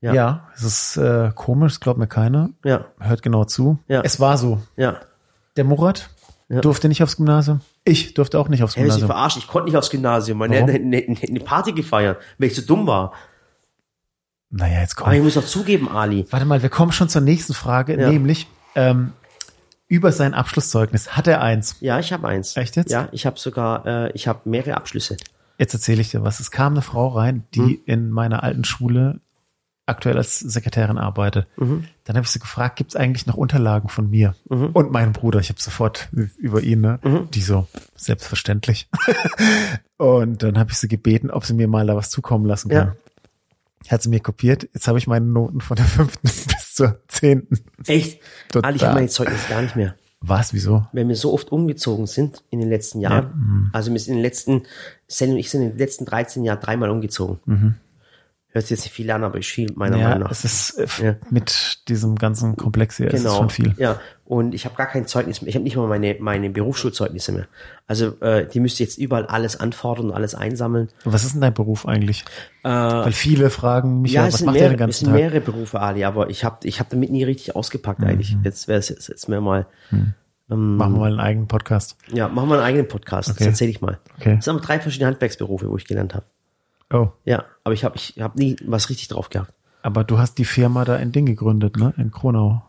S1: Ja.
S2: ja, es ist äh, komisch, das glaubt mir keiner.
S1: Ja,
S2: Hört genau zu.
S1: Ja.
S2: Es war so.
S1: ja.
S2: Der Murat durfte nicht aufs Gymnasium. Ich durfte auch nicht aufs
S1: Hey, ich
S2: Gymnasium.
S1: verarscht, ich konnte nicht aufs Gymnasium, meine
S2: Also Warum?
S1: eine ne, ne, ne Party gefeiert, weil ich so dumm war.
S2: Naja, jetzt
S1: Aber
S2: komm.
S1: ich muss auch zugeben, Ali.
S2: Warte mal, wir kommen schon zur nächsten Frage,
S1: Ja.
S2: nämlich ähm, über sein Abschlusszeugnis. Hat er eins?
S1: Ja, ich habe eins.
S2: Echt jetzt?
S1: Ja, ich habe sogar, äh, ich habe mehrere Abschlüsse.
S2: Jetzt erzähle ich dir was. Es kam eine Frau rein,
S1: Mhm.
S2: die in meiner alten Schule aktuell als Sekretärin arbeitet.
S1: Mhm.
S2: Dann habe ich sie gefragt, gibt es eigentlich noch Unterlagen von mir? Und meinem Bruder, ich habe sofort über ihn, ne?
S1: Mhm.
S2: die so, selbstverständlich. [laughs] Und dann habe ich sie gebeten, ob sie mir mal da was zukommen lassen
S1: Ja.
S2: kann. Hat sie mir kopiert. Jetzt habe ich meine Noten von der [laughs] fünften bis zur zehnten.
S1: Echt?
S2: Total.
S1: Ali, ich habe meine Zeugnisse gar nicht mehr.
S2: Was? Wieso?
S1: weil wir so oft umgezogen sind in den letzten
S2: mhm.
S1: Jahren. Also wir sind in den letzten, Sally und ich sind in den letzten 13 Jahren dreimal umgezogen. Hört sich jetzt nicht viel an, aber ich viel meiner Meinung
S2: Mhm. Ja,
S1: nach.
S2: es ist äh,
S1: Ja. Genau.
S2: mit diesem ganzen Komplex hier, es ist schon viel.
S1: Ja, und ich habe gar kein Zeugnis mehr. Ich habe nicht mal meine, meine Berufsschulzeugnisse mehr. Also äh, die müsste jetzt überall alles anfordern und alles einsammeln.
S2: Was ist denn dein Beruf eigentlich? Weil viele fragen mich ja,
S1: Ah. es
S2: Äh, was
S1: sind,
S2: macht ihr
S1: mehrere, es
S2: den ganzen
S1: sind
S2: Tag? Mhm.
S1: mehrere Berufe, Ali, aber ich habe ich hab damit nie richtig ausgepackt eigentlich. Jetzt wäre es jetzt, jetzt mehr mal.
S2: Machen wir mal einen eigenen Podcast.
S1: Ja, machen wir einen eigenen Podcast.
S2: Okay.
S1: Das erzähle ich mal.
S2: Okay.
S1: Das sind aber drei verschiedene Handwerksberufe, wo ich gelernt habe.
S2: Oh,
S1: Ja, aber ich habe ich hab nie was richtig drauf gehabt.
S2: aber du hast die Firma da in Ding gegründet, ne? In Kronau.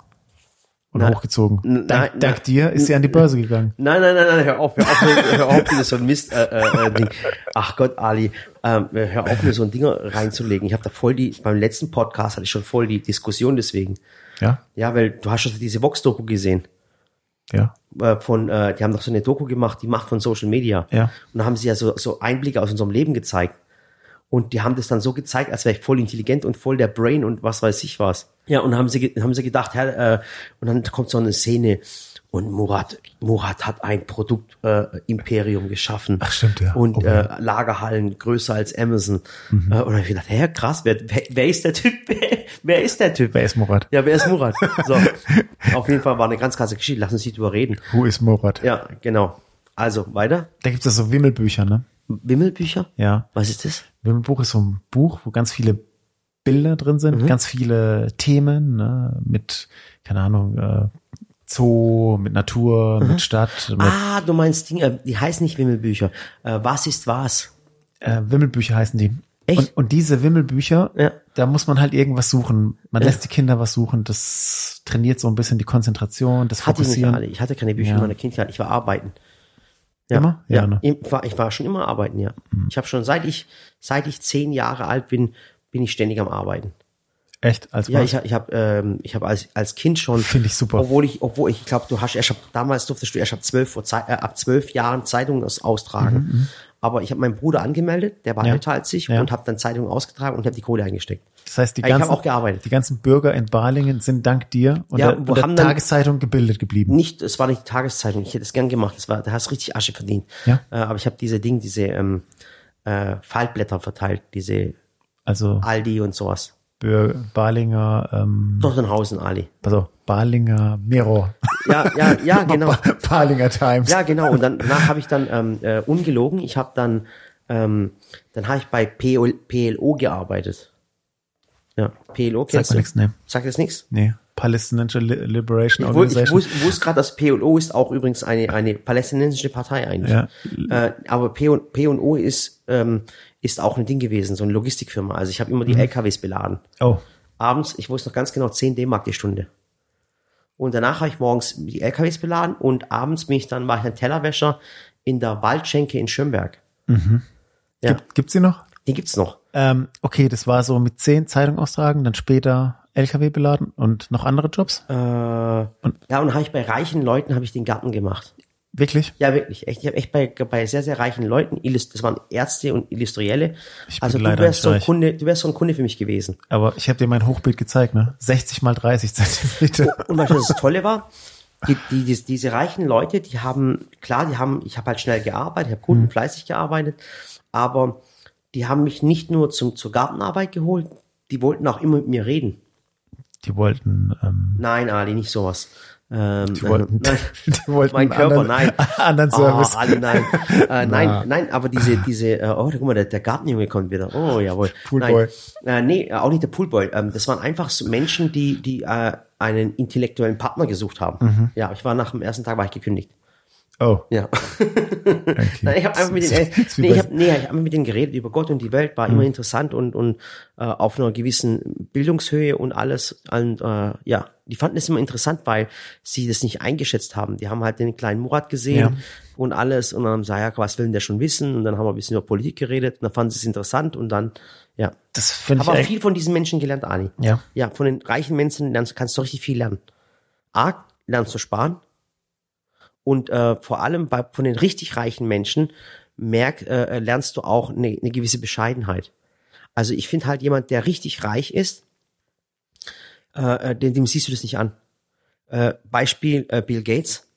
S2: Und
S1: Na-
S2: hochgezogen.
S1: n-
S2: dank
S1: nein,
S2: dank
S1: nein.
S2: dir ist sie an die Börse gegangen.
S1: Nein, nein, nein, nein, hör auf, hör auf, hör auf mir so ein Mist, äh, äh, äh, Ding. Ach Gott, Ali, ähm, hör auf, mir so ein Ding reinzulegen. Ich habe da voll die, beim letzten Podcast hatte ich schon voll die Diskussion deswegen.
S2: Ja,
S1: Ja, weil du hast schon diese Vox-Doku gesehen.
S2: ja.
S1: äh, von, äh, die haben doch so eine Doku gemacht, die Macht von Social Media.
S2: Ja.
S1: Und da haben sie ja so, so Einblicke aus unserem Leben gezeigt. Und die haben das dann so gezeigt, als wäre ich voll intelligent und voll der Brain und was weiß ich was. Ja, und haben sie, ge- haben sie gedacht, Herr, äh, und dann kommt so eine Szene und Murat, Murat hat ein Produktimperium äh, Imperium geschaffen.
S2: Ach, stimmt, ja.
S1: Und
S2: Oh, ja. Mhm.
S1: äh, Lagerhallen größer als Amazon. Äh, und dann hab ich gedacht, hä, krass, wer, wer, wer ist der Typ? [laughs] Wer, wer ist der Typ?
S2: Wer ist Murat?
S1: Ja, wer ist Murat?
S2: [laughs]
S1: So. Auf jeden Fall war eine ganz krasse Geschichte. Lass uns nicht drüber reden.
S2: Who is Murat?
S1: Ja, genau. Also, weiter.
S2: Da gibt es so Wimmelbücher, ne?
S1: Wimmelbücher?
S2: Ja.
S1: Was ist das?
S2: Wimmelbuch ist so ein Buch, wo ganz viele Bilder drin sind,
S1: Mhm.
S2: ganz viele Themen, ne? Mit, keine Ahnung, äh, Zoo, mit Natur, mit Stadt, mit
S1: Mhm. Ah, du meinst Dinge, die heißen nicht Wimmelbücher. Äh, was ist was?
S2: äh, Wimmelbücher heißen die.
S1: Echt?
S2: Und, und diese Wimmelbücher,
S1: Ja.
S2: da muss man halt irgendwas suchen. Man
S1: Ja.
S2: lässt die Kinder was suchen. Das trainiert so ein bisschen die Konzentration, das
S1: hatte ich nicht
S2: Fokussieren.
S1: alle. Ich hatte keine Bücher
S2: Ja.
S1: in meiner Kindheit. Ich war arbeiten. Ja,
S2: Immer?
S1: Ja.
S2: Ja, ne? Mhm.
S1: Ich, war, ich war schon immer arbeiten, ja. Ich habe schon, seit ich, seit ich zehn Jahre alt bin, bin ich ständig am Arbeiten.
S2: Echt? Als
S1: Ja,
S2: was?
S1: ich, hab- ich habe ähm, ich hab als, als Kind schon.
S2: Finde ich super.
S1: Obwohl ich, obwohl ich, ich glaube, du hast erst ab, damals durftest du erst ab zwölf, Uhr, Zei- äh, ab zwölf Jahren Zeitungen aus, austragen. Aber ich habe meinen Bruder angemeldet, der war
S2: Mhm, Ja.
S1: älter als ich
S2: Ja.
S1: und habe dann Zeitungen ausgetragen und habe die Kohle eingesteckt.
S2: das heißt, die
S1: Ja, ich hab
S2: ganzen,
S1: auch gearbeitet.
S2: die ganzen Bürger in Balingen sind dank dir und
S1: Ja,
S2: der,
S1: wo
S2: und der
S1: haben dann-
S2: Tageszeitung gebildet geblieben.
S1: Nicht, es war nicht die Tageszeitung, ich hätte es gern gemacht, es war, da hast du richtig Asche verdient.
S2: Ja.
S1: Äh, aber ich habe diese Dinge, diese ähm, äh, Faltblätter verteilt, diese
S2: Also
S1: Aldi und sowas.
S2: Bür Balinger, ähm,
S1: Dortenhausen Ali.
S2: pass auf, Balinger Mirror.
S1: Ja, ja,
S2: [laughs]
S1: ja, genau.
S2: Ba- Balinger Times.
S1: Ja, genau. Und dann danach habe ich dann ähm, äh, ungelogen. Ich habe dann, ähm, dann habe ich bei PL, PLO gearbeitet. Ja, PLO
S2: Sagt
S1: kennst
S2: mir
S1: du?
S2: nichts, ne?
S1: Sagt jetzt nichts?
S2: Nee. Palästinensische Li- Liberation
S1: Ich, wu- ich
S2: Organization.
S1: wus, wusste gerade, dass PLO ist auch übrigens eine, eine palästinensische Partei eigentlich.
S2: Ja.
S1: Äh, aber P und, P und O ist, ähm, ist auch ein Ding gewesen, so eine Logistikfirma. Also ich habe
S2: Mhm.
S1: immer die LKWs beladen.
S2: oh,
S1: Abends, ich wusste noch ganz genau, 10 D-Mark die Stunde. Und danach habe ich morgens die LKWs beladen und abends bin ich dann, war ich ein Tellerwäscher in der Waldschenke in Schönberg. Ja.
S2: gibt, gibt's die noch?
S1: Die gibt's noch.
S2: Ähm, okay, das war so mit zehn Zeitung austragen, dann später LKW beladen und noch andere Jobs.
S1: Äh, ja, und habe ich bei reichen Leuten habe ich den Garten gemacht.
S2: Wirklich?
S1: Ja, wirklich. Echt, ich habe echt bei, bei sehr, sehr reichen Leuten, Illust- das waren Ärzte und Illustrielle.
S2: Ich bin
S1: Also du
S2: leider
S1: wärst,
S2: nicht
S1: so ein
S2: reich.
S1: Kunde, du wärst so ein Kunde für mich gewesen.
S2: Aber ich habe dir mein Hochbild gezeigt, ne? 60 mal 30 Zentimeter.
S1: Und was das Tolle war, die, die, die, diese reichen Leute, die haben, klar, die haben, ich habe halt schnell gearbeitet, ich habe
S2: Mhm.
S1: gut und fleißig gearbeitet, aber die haben mich nicht nur zum, zur Gartenarbeit geholt, die wollten auch immer mit mir reden.
S2: Die wollten, ähm,
S1: Nein, Ali, nicht sowas. Ähm,
S2: die wollten,
S1: nein.
S2: [laughs] die wollten
S1: Mein
S2: einen
S1: Körper,
S2: Halt anderen,
S1: nein.
S2: [laughs] anderen
S1: Ah,
S2: Service.
S1: Ali,
S2: [laughs]
S1: nein. Äh, nein, nein, aber diese, diese, äh, oh, guck mal, der, der Gartenjunge kommt wieder. Oh, jawohl.
S2: Poolboy.
S1: Nein. Äh, nee, äh, auch nicht der Poolboy. Ähm, das waren einfach so Menschen, die, die äh, einen intellektuellen Partner gesucht haben.
S2: Mhm.
S1: Ja, ich war nach dem ersten Tag war ich gekündigt.
S2: oh,
S1: Ja.
S2: okay.
S1: Nein, [laughs] ich habe einfach mit den,
S2: Ist Hm. wie
S1: nee, ich
S2: bei-
S1: hab, nee, ich hab mit denen geredet über Gott und die Welt, war immer interessant und, und äh, auf einer gewissen Bildungshöhe und alles. Und, äh, ja, die fanden es immer interessant, weil sie das nicht eingeschätzt haben. Die haben halt den kleinen Murat gesehen
S2: Ja.
S1: und alles und dann haben gesagt, ja, was will denn der schon wissen? Und dann haben wir ein bisschen über Politik geredet und dann fanden sie es interessant und dann, ja.
S2: das finde ich
S1: Aber auch
S2: eigentlich-
S1: viel von diesen Menschen gelernt, Ali.
S2: Ja.
S1: Ja, von den reichen Menschen lernst, kannst du richtig viel lernen. A, lernst du sparen. Und äh, vor allem bei, von den richtig reichen Menschen merk, äh, lernst du auch eine eine gewisse Bescheidenheit. Also ich finde halt jemand, der richtig reich ist, äh, äh, dem, dem siehst du das nicht an. Äh, Beispiel äh, Bill Gates,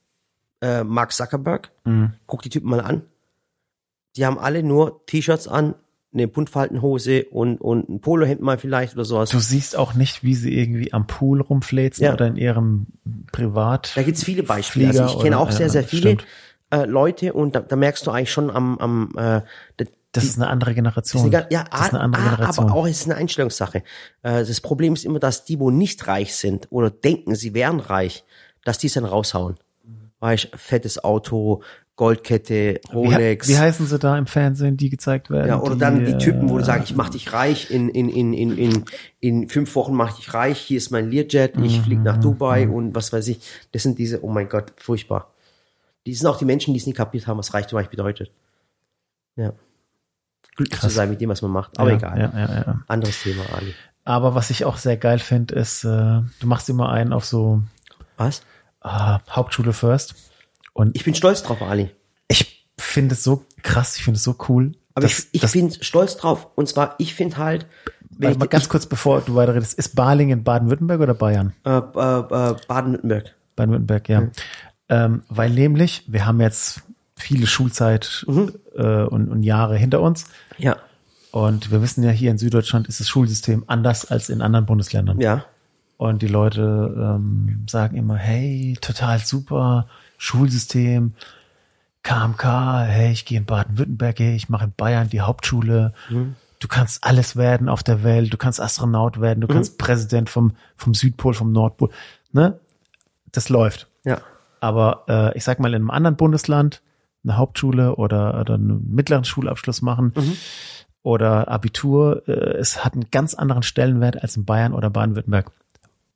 S1: äh, Mark Zuckerberg. Guck die Typen mal an. Die haben alle nur T-Shirts an, eine Buntfaltenhose und, und ein Polohemd mal vielleicht oder sowas.
S2: Du siehst auch nicht, wie sie irgendwie am Pool rumfläzen
S1: Ja.
S2: oder in ihrem Privat.
S1: Da gibt's viele Beispiele.
S2: Flieger
S1: also ich kenne
S2: oder-
S1: auch sehr,
S2: ja,
S1: sehr viele
S2: stimmt.
S1: äh, Leute und da, da merkst du eigentlich schon am, am äh, das,
S2: das ist eine andere
S1: das
S2: Generation.
S1: ist eine, ja,
S2: das ist eine andere
S1: ah,
S2: Generation.
S1: aber auch es ist eine Einstellungssache. Äh, das Problem ist immer, dass die, wo nicht reich sind oder denken, sie wären reich, dass die es dann raushauen. Weißt, fettes Auto, Goldkette,
S2: wie, he-
S1: Rolex.
S2: wie heißen sie da im Fernsehen, die gezeigt werden?
S1: ja, oder dann die Typen, wo du
S2: äh,
S1: sagst, ich mach dich reich, in, in, in, in, in, in fünf Wochen mach ich dich reich, hier ist mein Learjet, ich flieg
S2: Mhm,
S1: nach Dubai und was weiß ich. Das sind diese, oh mein Gott, furchtbar. Die sind auch die Menschen, die es nie kapiert haben, was Reichtum eigentlich bedeutet. Ja. Glücklich zu sein mit dem, was man macht. Aber
S2: ja,
S1: egal.
S2: Ja, ja, ja.
S1: Anderes Thema, Ali.
S2: Aber was ich auch sehr geil finde, ist, äh, du machst immer einen auf so
S1: Was?
S2: ah, Hauptschule first. Und ich,
S1: Ich bin stolz drauf, Ali.
S2: ich finde es so krass, ich finde es so cool.
S1: Aber
S2: dass-
S1: ich, ich
S2: dass-
S1: bin stolz drauf. Und zwar, ich finde halt, wenn
S2: warte
S1: ich,
S2: mal ganz kurz, bevor du weiterredest, ist Balingen Baden-Württemberg oder Bayern?
S1: ich, äh, äh, äh, Baden-Württemberg.
S2: Baden-Württemberg,
S1: Mhm.
S2: ja. Ähm, weil nämlich, wir haben jetzt viele Schulzeit
S1: Mhm.
S2: äh, und, und Jahre hinter uns.
S1: Ja.
S2: Und wir wissen ja, hier in Süddeutschland ist das Schulsystem anders als in anderen Bundesländern.
S1: Ja.
S2: Und die Leute ähm, sagen immer, hey, total super, Schulsystem, KMK, hey, ich gehe in Baden-Württemberg, hey, ich mache in Bayern die Hauptschule. Du kannst alles werden auf der Welt, du kannst Astronaut werden, du kannst Präsident vom, vom Südpol, vom Nordpol. Ne? Das läuft.
S1: Ja.
S2: Aber äh, ich sag mal, in
S1: Mhm.
S2: einem anderen Bundesland eine Hauptschule oder, oder einen mittleren Schulabschluss machen oder Abitur, äh, es hat einen ganz anderen Stellenwert als in Bayern oder Baden-Württemberg.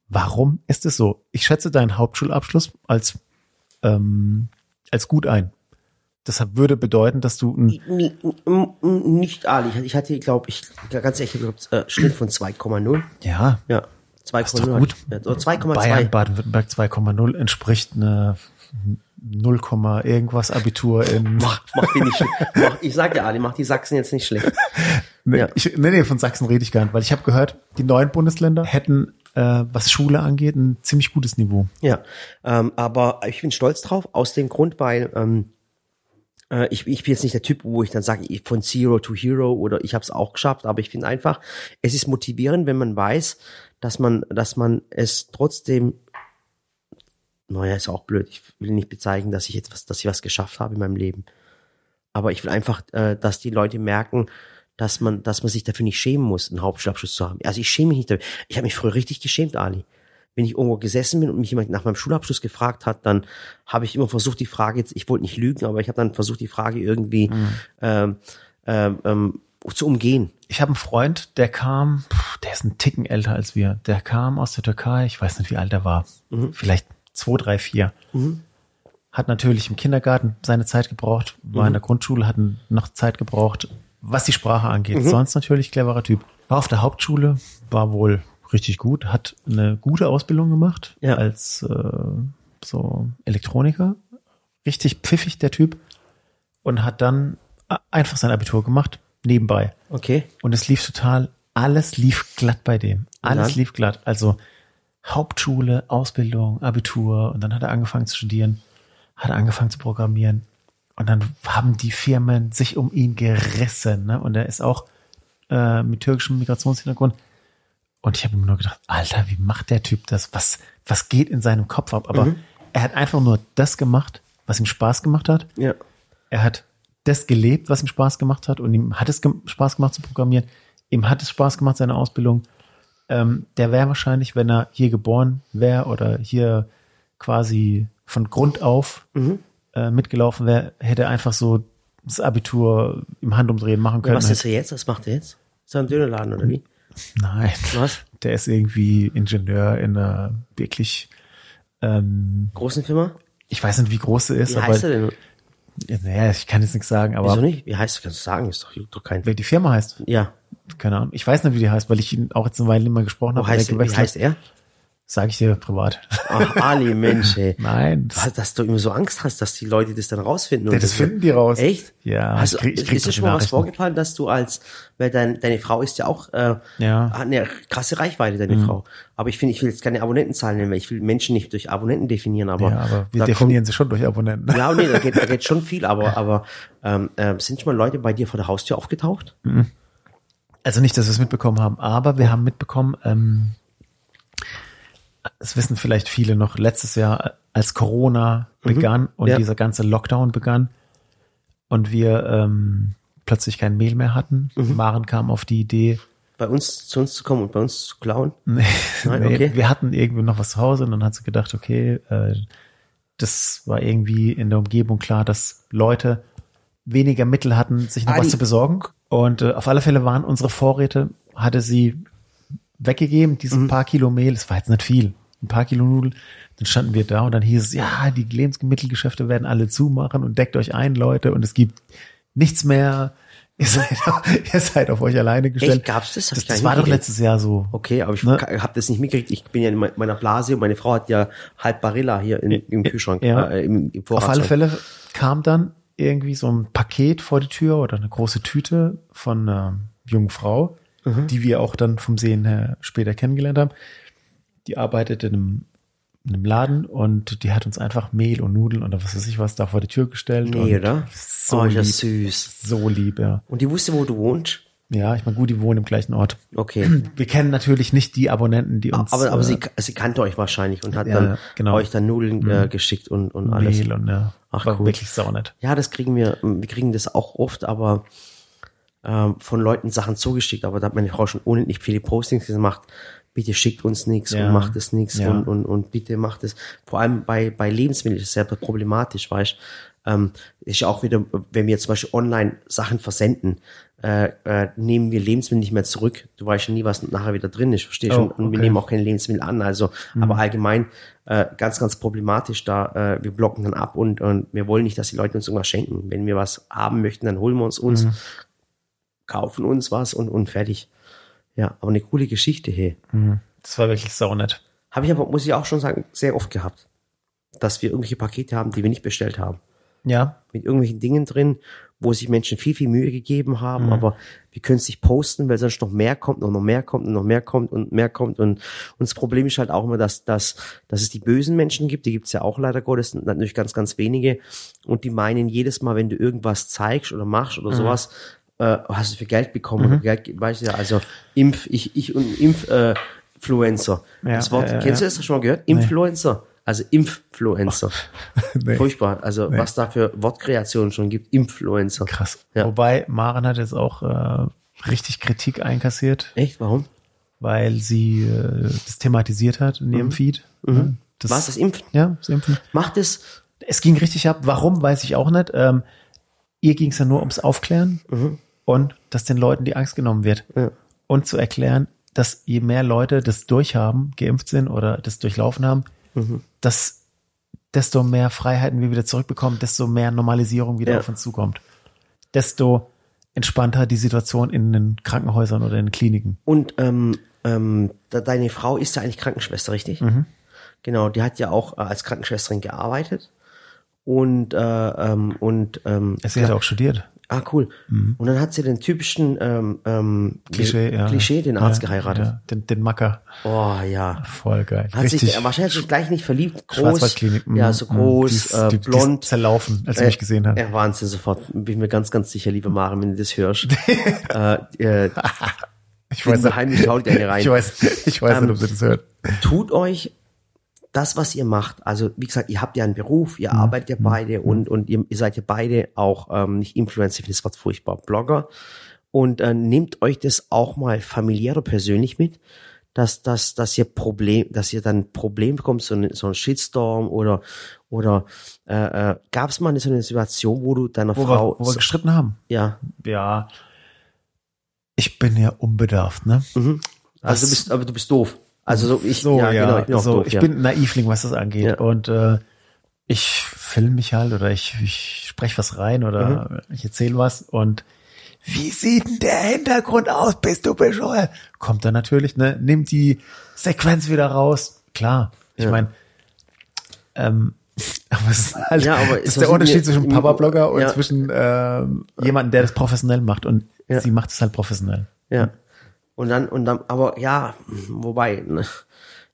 S2: Warum ist es so? Ich schätze deinen Hauptschulabschluss als, ähm, als gut ein. Deshalb würde bedeuten, dass du ein,
S1: N- n- n- Nicht alle. Ich hatte- Ich hatte, glaube ich, ganz ehrlich, ich glaube, äh, Schnitt von 2,0.
S2: ja,
S1: Ja,
S2: ist doch
S1: 2,0.
S2: gut.
S1: Ja, so
S2: Bayern,
S1: 2,2.
S2: Baden-Württemberg 2,0 entspricht eine 0, irgendwas Abitur in,
S1: Mach die nicht schlecht. Mach, ich sag dir, Ali, mach die Sachsen jetzt nicht schlecht.
S2: Nee,
S1: Ja.
S2: ich, nee, nee, von Sachsen rede ich gar nicht, weil ich habe gehört, die neuen Bundesländer hätten, äh, was Schule angeht, ein ziemlich gutes Niveau.
S1: Ja, ähm, aber ich bin stolz drauf, aus dem Grund, weil ähm, äh, ich, ich bin jetzt nicht der Typ, wo ich dann sage, ich- von Zero to Hero oder ich habe es auch geschafft, aber ich finde einfach, es ist motivierend, wenn man weiß, dass man, dass man es trotzdem, naja, ist auch blöd, ich will nicht bezeichnen, dass ich jetzt was, dass ich was geschafft habe in meinem Leben. Aber ich will einfach, äh, dass die Leute merken, dass man, dass man sich dafür nicht schämen muss, einen Hauptschulabschluss zu haben. Also ich schäme mich nicht dafür. Ich habe mich früher richtig geschämt, Ali. Wenn ich irgendwo gesessen bin und mich jemand nach meinem Schulabschluss gefragt hat, dann habe ich immer versucht, die Frage jetzt, ich wollte nicht lügen, aber ich habe dann versucht, die Frage irgendwie ähm, ähm, ähm, zu umgehen.
S2: Ich habe einen Freund, der kam, pf, der ist einen Ticken älter als wir, der kam aus der Türkei, ich weiß nicht, wie alt er war, vielleicht zwei, drei, vier. Hat natürlich im Kindergarten seine Zeit gebraucht, war in der Grundschule, hat noch Zeit gebraucht, was die Sprache angeht. Sonst natürlich cleverer Typ. War auf der Hauptschule, war wohl richtig gut, hat eine gute Ausbildung gemacht
S1: Ja.
S2: als äh, so Elektroniker. Richtig pfiffig der Typ und hat dann a- einfach sein Abitur gemacht, nebenbei.
S1: Okay.
S2: Und es lief total, alles lief glatt bei dem. Alles
S1: dann?
S2: lief glatt. Also Hauptschule, Ausbildung, Abitur und dann hat er angefangen zu studieren, hat er angefangen zu programmieren. Und dann haben die Firmen sich um ihn gerissen. Ne? Und er ist auch äh, mit türkischem Migrationshintergrund. Und ich habe mir nur gedacht, Alter, wie macht der Typ das? Was, was geht in seinem Kopf ab? Aber er hat einfach nur das gemacht, was ihm Spaß gemacht hat.
S1: Ja.
S2: Er hat das gelebt, was ihm Spaß gemacht hat und ihm hat es gem- Spaß gemacht zu programmieren. Ihm hat es Spaß gemacht, seine Ausbildung. Ähm, der wäre wahrscheinlich, wenn er hier geboren wäre oder hier quasi von Grund auf
S1: Mhm.
S2: äh, mitgelaufen wäre, hätte er einfach so das Abitur im Handumdrehen machen können.
S1: Was ist er jetzt? Was macht er jetzt? Ist er im Dönerladen oder wie?
S2: Nein.
S1: Was?
S2: Der ist irgendwie Ingenieur in einer wirklich, ähm,
S1: Großen Firma?
S2: ich weiß nicht, wie groß sie ist,
S1: Wie
S2: aber
S1: heißt er denn?
S2: naja, ich kann jetzt nichts sagen,
S1: Wieso
S2: aber
S1: nicht? Wie heißt er? Kannst du sagen, ist doch, juckt doch kein.
S2: wer die Firma heißt.
S1: Ja.
S2: keine Ahnung. Ich weiß nicht, wie die heißt, weil ich ihn auch jetzt eine Weile nicht mehr gesprochen
S1: Wo
S2: habe.
S1: heißt,
S2: Der
S1: wie
S2: gewechselt
S1: heißt er?
S2: Sag ich dir privat. [laughs]
S1: Ach, Ali, Mensch, ey.
S2: Nein.
S1: Was, dass du immer so Angst hast, dass die Leute das dann rausfinden. und
S2: das finden die raus.
S1: Echt?
S2: Ja,
S1: Hast,
S2: ich
S1: du-
S2: krieg- ich krieg
S1: ist dir
S2: solche
S1: schon mal was
S2: Nachrichten.
S1: vorgefallen, dass du als, weil dein, deine Frau ist ja auch, äh,
S2: Ja. Mhm.
S1: hat eine krasse Reichweite, deine Frau. Aber ich finde, ich will jetzt keine Abonnentenzahlen nennen, weil ich will Menschen nicht durch Abonnenten definieren, aber,
S2: ja, aber wir
S1: da
S2: definieren sie schon durch Abonnenten.
S1: Kommt, ja, nee, da geht, da
S2: [laughs]
S1: geht schon viel, aber, aber ähm, ähm, sind schon mal Leute bei dir vor der Haustür aufgetaucht?
S2: Also nicht, dass wir es mitbekommen haben, aber wir haben mitbekommen, ähm, es wissen vielleicht viele noch, letztes Jahr, als Corona begann und
S1: Mhm. Ja.
S2: dieser ganze Lockdown begann und wir ähm, plötzlich kein Mehl mehr hatten.
S1: Mhm.
S2: Maren kam auf die Idee,
S1: Bei uns zu uns zu kommen und bei uns zu klauen?
S2: Nee,
S1: Nein,
S2: [laughs] nee,
S1: okay.
S2: wir hatten irgendwie noch was zu Hause und dann hat sie gedacht, okay, äh, das war irgendwie in der Umgebung klar, dass Leute weniger Mittel hatten, sich noch
S1: Ali.
S2: was zu besorgen. Und äh, auf alle Fälle waren unsere Vorräte, hatte sie weggegeben, diese
S1: Mhm.
S2: paar Kilo Mehl, das war jetzt nicht viel, ein paar Kilo Nudeln. Dann standen wir da und dann hieß es, ja, die Lebensmittelgeschäfte werden alle zumachen und deckt euch ein, Leute, und es gibt nichts mehr. [laughs] Ihr seid, ihr seid auf euch alleine gestellt.
S1: Gab's das? Hab
S2: Das,
S1: ich gar
S2: das
S1: nicht
S2: war doch
S1: mitgekriegt.
S2: letztes Jahr so.
S1: Okay, aber ich
S2: Ne?
S1: habe das nicht mitgekriegt. Ich bin ja in me- meiner Blase und meine Frau hat ja halb Barilla hier in, im Kühlschrank,
S2: Ja.
S1: äh, im, im
S2: Auf
S1: Vorrat.
S2: alle Fälle kam dann irgendwie so ein Paket vor die Tür oder eine große Tüte von einer jungen Frau,
S1: Mhm.
S2: die wir auch dann vom Sehen her später kennengelernt haben. Die arbeitet in einem, in einem Laden und die hat uns einfach Mehl und Nudeln oder was weiß ich was da vor die Tür gestellt.
S1: Nee,
S2: und
S1: oder?
S2: So
S1: oh, ist
S2: lieb.
S1: ja süß.
S2: So lieb, ja.
S1: Und die wusste, wo du wohnst?
S2: Ja, ich meine, gut, die wohnen im gleichen Ort.
S1: Okay.
S2: Wir kennen natürlich nicht die Abonnenten, die uns
S1: aber aber
S2: äh,
S1: sie, sie kannte euch wahrscheinlich und hat
S2: Ja,
S1: dann
S2: genau.
S1: euch dann Nudeln äh, geschickt und, und alles.
S2: Mehl und ja,
S1: Ach,
S2: war
S1: cool.
S2: wirklich saunett.
S1: Ja, das kriegen wir, wir kriegen das auch oft, aber ähm, von Leuten Sachen zugeschickt. Aber da hat meine Frau schon unendlich viele Postings gemacht. Bitte schickt uns nichts
S2: Ja.
S1: und macht es nichts
S2: Ja.
S1: und, und, und bitte macht es. Vor allem bei, bei Lebensmitteln ist es sehr problematisch, weißt Ähm, ist ja auch wieder, wenn wir zum Beispiel online Sachen versenden, äh, äh, nehmen wir Lebensmittel nicht mehr zurück. Du weißt ja nie, was nachher wieder drin ist, verstehst du?
S2: Oh,
S1: Und wir
S2: okay. Mhm.
S1: nehmen auch keine Lebensmittel an. Also, aber allgemein äh, ganz, ganz problematisch da. Äh, wir blocken dann ab und, und wir wollen nicht, dass die Leute uns irgendwas schenken. Wenn wir was haben möchten, dann holen wir uns uns,
S2: Mhm.
S1: kaufen uns was und, und fertig. Ja, aber eine coole Geschichte, hey.
S2: Das war wirklich saunett.
S1: Habe ich aber, muss ich auch schon sagen, sehr oft gehabt. Dass wir irgendwelche Pakete haben, die wir nicht bestellt haben.
S2: Ja. [laughs]
S1: Mit irgendwelchen Dingen drin, wo sich Menschen viel, viel Mühe gegeben haben,
S2: Mhm.
S1: aber wir können es nicht posten, weil sonst noch mehr kommt und noch mehr kommt und noch mehr kommt und mehr kommt. Und, und das Problem ist halt auch immer, dass, dass, dass es die bösen Menschen gibt, die gibt es ja auch leider Gottes, sind natürlich ganz, ganz wenige. Und die meinen jedes Mal, wenn du irgendwas zeigst oder machst
S2: Mhm.
S1: oder sowas, äh, hast du viel Geld bekommen. Oder Geld, ge- weißt du ja, also Impf, ich, ich und Impf. Äh, Influencer.
S2: Ja,
S1: das Wort,
S2: ja, ja,
S1: kennst du
S2: ja.
S1: das schon mal gehört? Influencer. Also Impfluencer.
S2: Nee.
S1: Furchtbar. Also was da für Wortkreationen schon gibt. Influencer.
S2: Krass.
S1: Ja.
S2: Wobei Maren hat jetzt auch äh, richtig Kritik einkassiert,
S1: Echt? Warum?
S2: weil sie äh, das thematisiert hat in ihrem Feed. Ja, Das,
S1: Mhm. Was? Das Impfen?
S2: Ja, das Impfen.
S1: Macht es?
S2: Es ging richtig ab. Warum, weiß ich auch nicht. Ähm, ihr ging es ja nur ums Aufklären und dass den Leuten die Angst genommen wird.
S1: Mhm. Ja.
S2: Und zu erklären, dass je mehr Leute das durchhaben, geimpft sind oder das durchlaufen haben,
S1: Mhm.
S2: dass desto mehr Freiheiten wir wieder zurückbekommen, desto mehr Normalisierung wieder
S1: Ja.
S2: auf uns zukommt. Desto entspannter die Situation in den Krankenhäusern oder in den Kliniken.
S1: Und ähm, ähm, da, deine Frau ist ja eigentlich Krankenschwester, richtig?
S2: Mhm.
S1: Genau, die hat ja auch äh, als Krankenschwesterin gearbeitet. Und, äh, ähm, und ähm,
S2: Sie hat auch studiert.
S1: ah, cool. Und dann hat sie den typischen ähm, ähm,
S2: Klischee, ja.
S1: Klischee den Arzt
S2: ja,
S1: geheiratet.
S2: Ja, den, den Macker.
S1: Oh ja.
S2: Voll geil.
S1: Hat sich äh, wahrscheinlich hat sich gleich nicht verliebt. Groß.
S2: Schwarzwaldklinik. mhm,
S1: Ja, so
S2: mhm.
S1: groß,
S2: Die ist-
S1: äh,
S2: die- die ist
S1: blond. Äh,
S2: zerlaufen, als sie mich gesehen hat.
S1: Ja, Wahnsinn, sofort. Bin mir ganz, ganz sicher, liebe Maren, wenn du das
S2: [laughs]
S1: hörst. äh, äh,
S2: Ich
S1: bin
S2: weiß, nicht.
S1: heimlich haut
S2: [laughs]
S1: ihr eine rein.
S2: ich weiß, ich weiß
S1: Ähm,
S2: nicht, ob sie das hört.
S1: Tut euch das, was ihr macht. Also, wie gesagt, ihr habt ja einen Beruf,
S2: Mhm.
S1: ihr arbeitet ja beide und, und ihr, ihr seid ja beide auch ähm, nicht Influencer, ich finde das Wort furchtbar, Blogger. Und äh, nehmt euch das auch mal familiär oder persönlich mit, dass, dass, dass ihr Problem, dass ihr dann ein Problem bekommt, so, ein so ein Shitstorm oder oder äh, äh, gab es mal so eine Situation, wo du deiner
S2: Wo,
S1: Frau
S2: wir, wo wir gestritten haben.
S1: ja
S2: Ja. Ich bin ja unbedarft, ne?
S1: Mhm. Also du
S2: Das-
S1: bist, aber du bist doof. Also so, ich, ja, genau, ich bin auch
S2: so,
S1: doof.
S2: ich
S1: ja.
S2: bin ein Naivling, was das angeht.
S1: Ja.
S2: Und äh, ich film mich halt oder ich, ich spreche was rein
S1: Mhm.
S2: oder ich erzähle was und wie sieht denn der Hintergrund aus? Bist du bescheuert? Kommt dann natürlich, ne? Nimmt die Sequenz wieder raus. Klar. Ich
S1: Ja.
S2: meine, ähm, [laughs] aber es ist halt,
S1: Ja, aber
S2: das ist
S1: so sind
S2: der
S1: wir-
S2: Unterschied zwischen Papa-Blogger und
S1: Ja.
S2: zwischen ähm, jemandem, der das professionell macht und
S1: Ja.
S2: sie macht es halt professionell.
S1: ja. Und dann, und dann, aber ja, wobei, ne,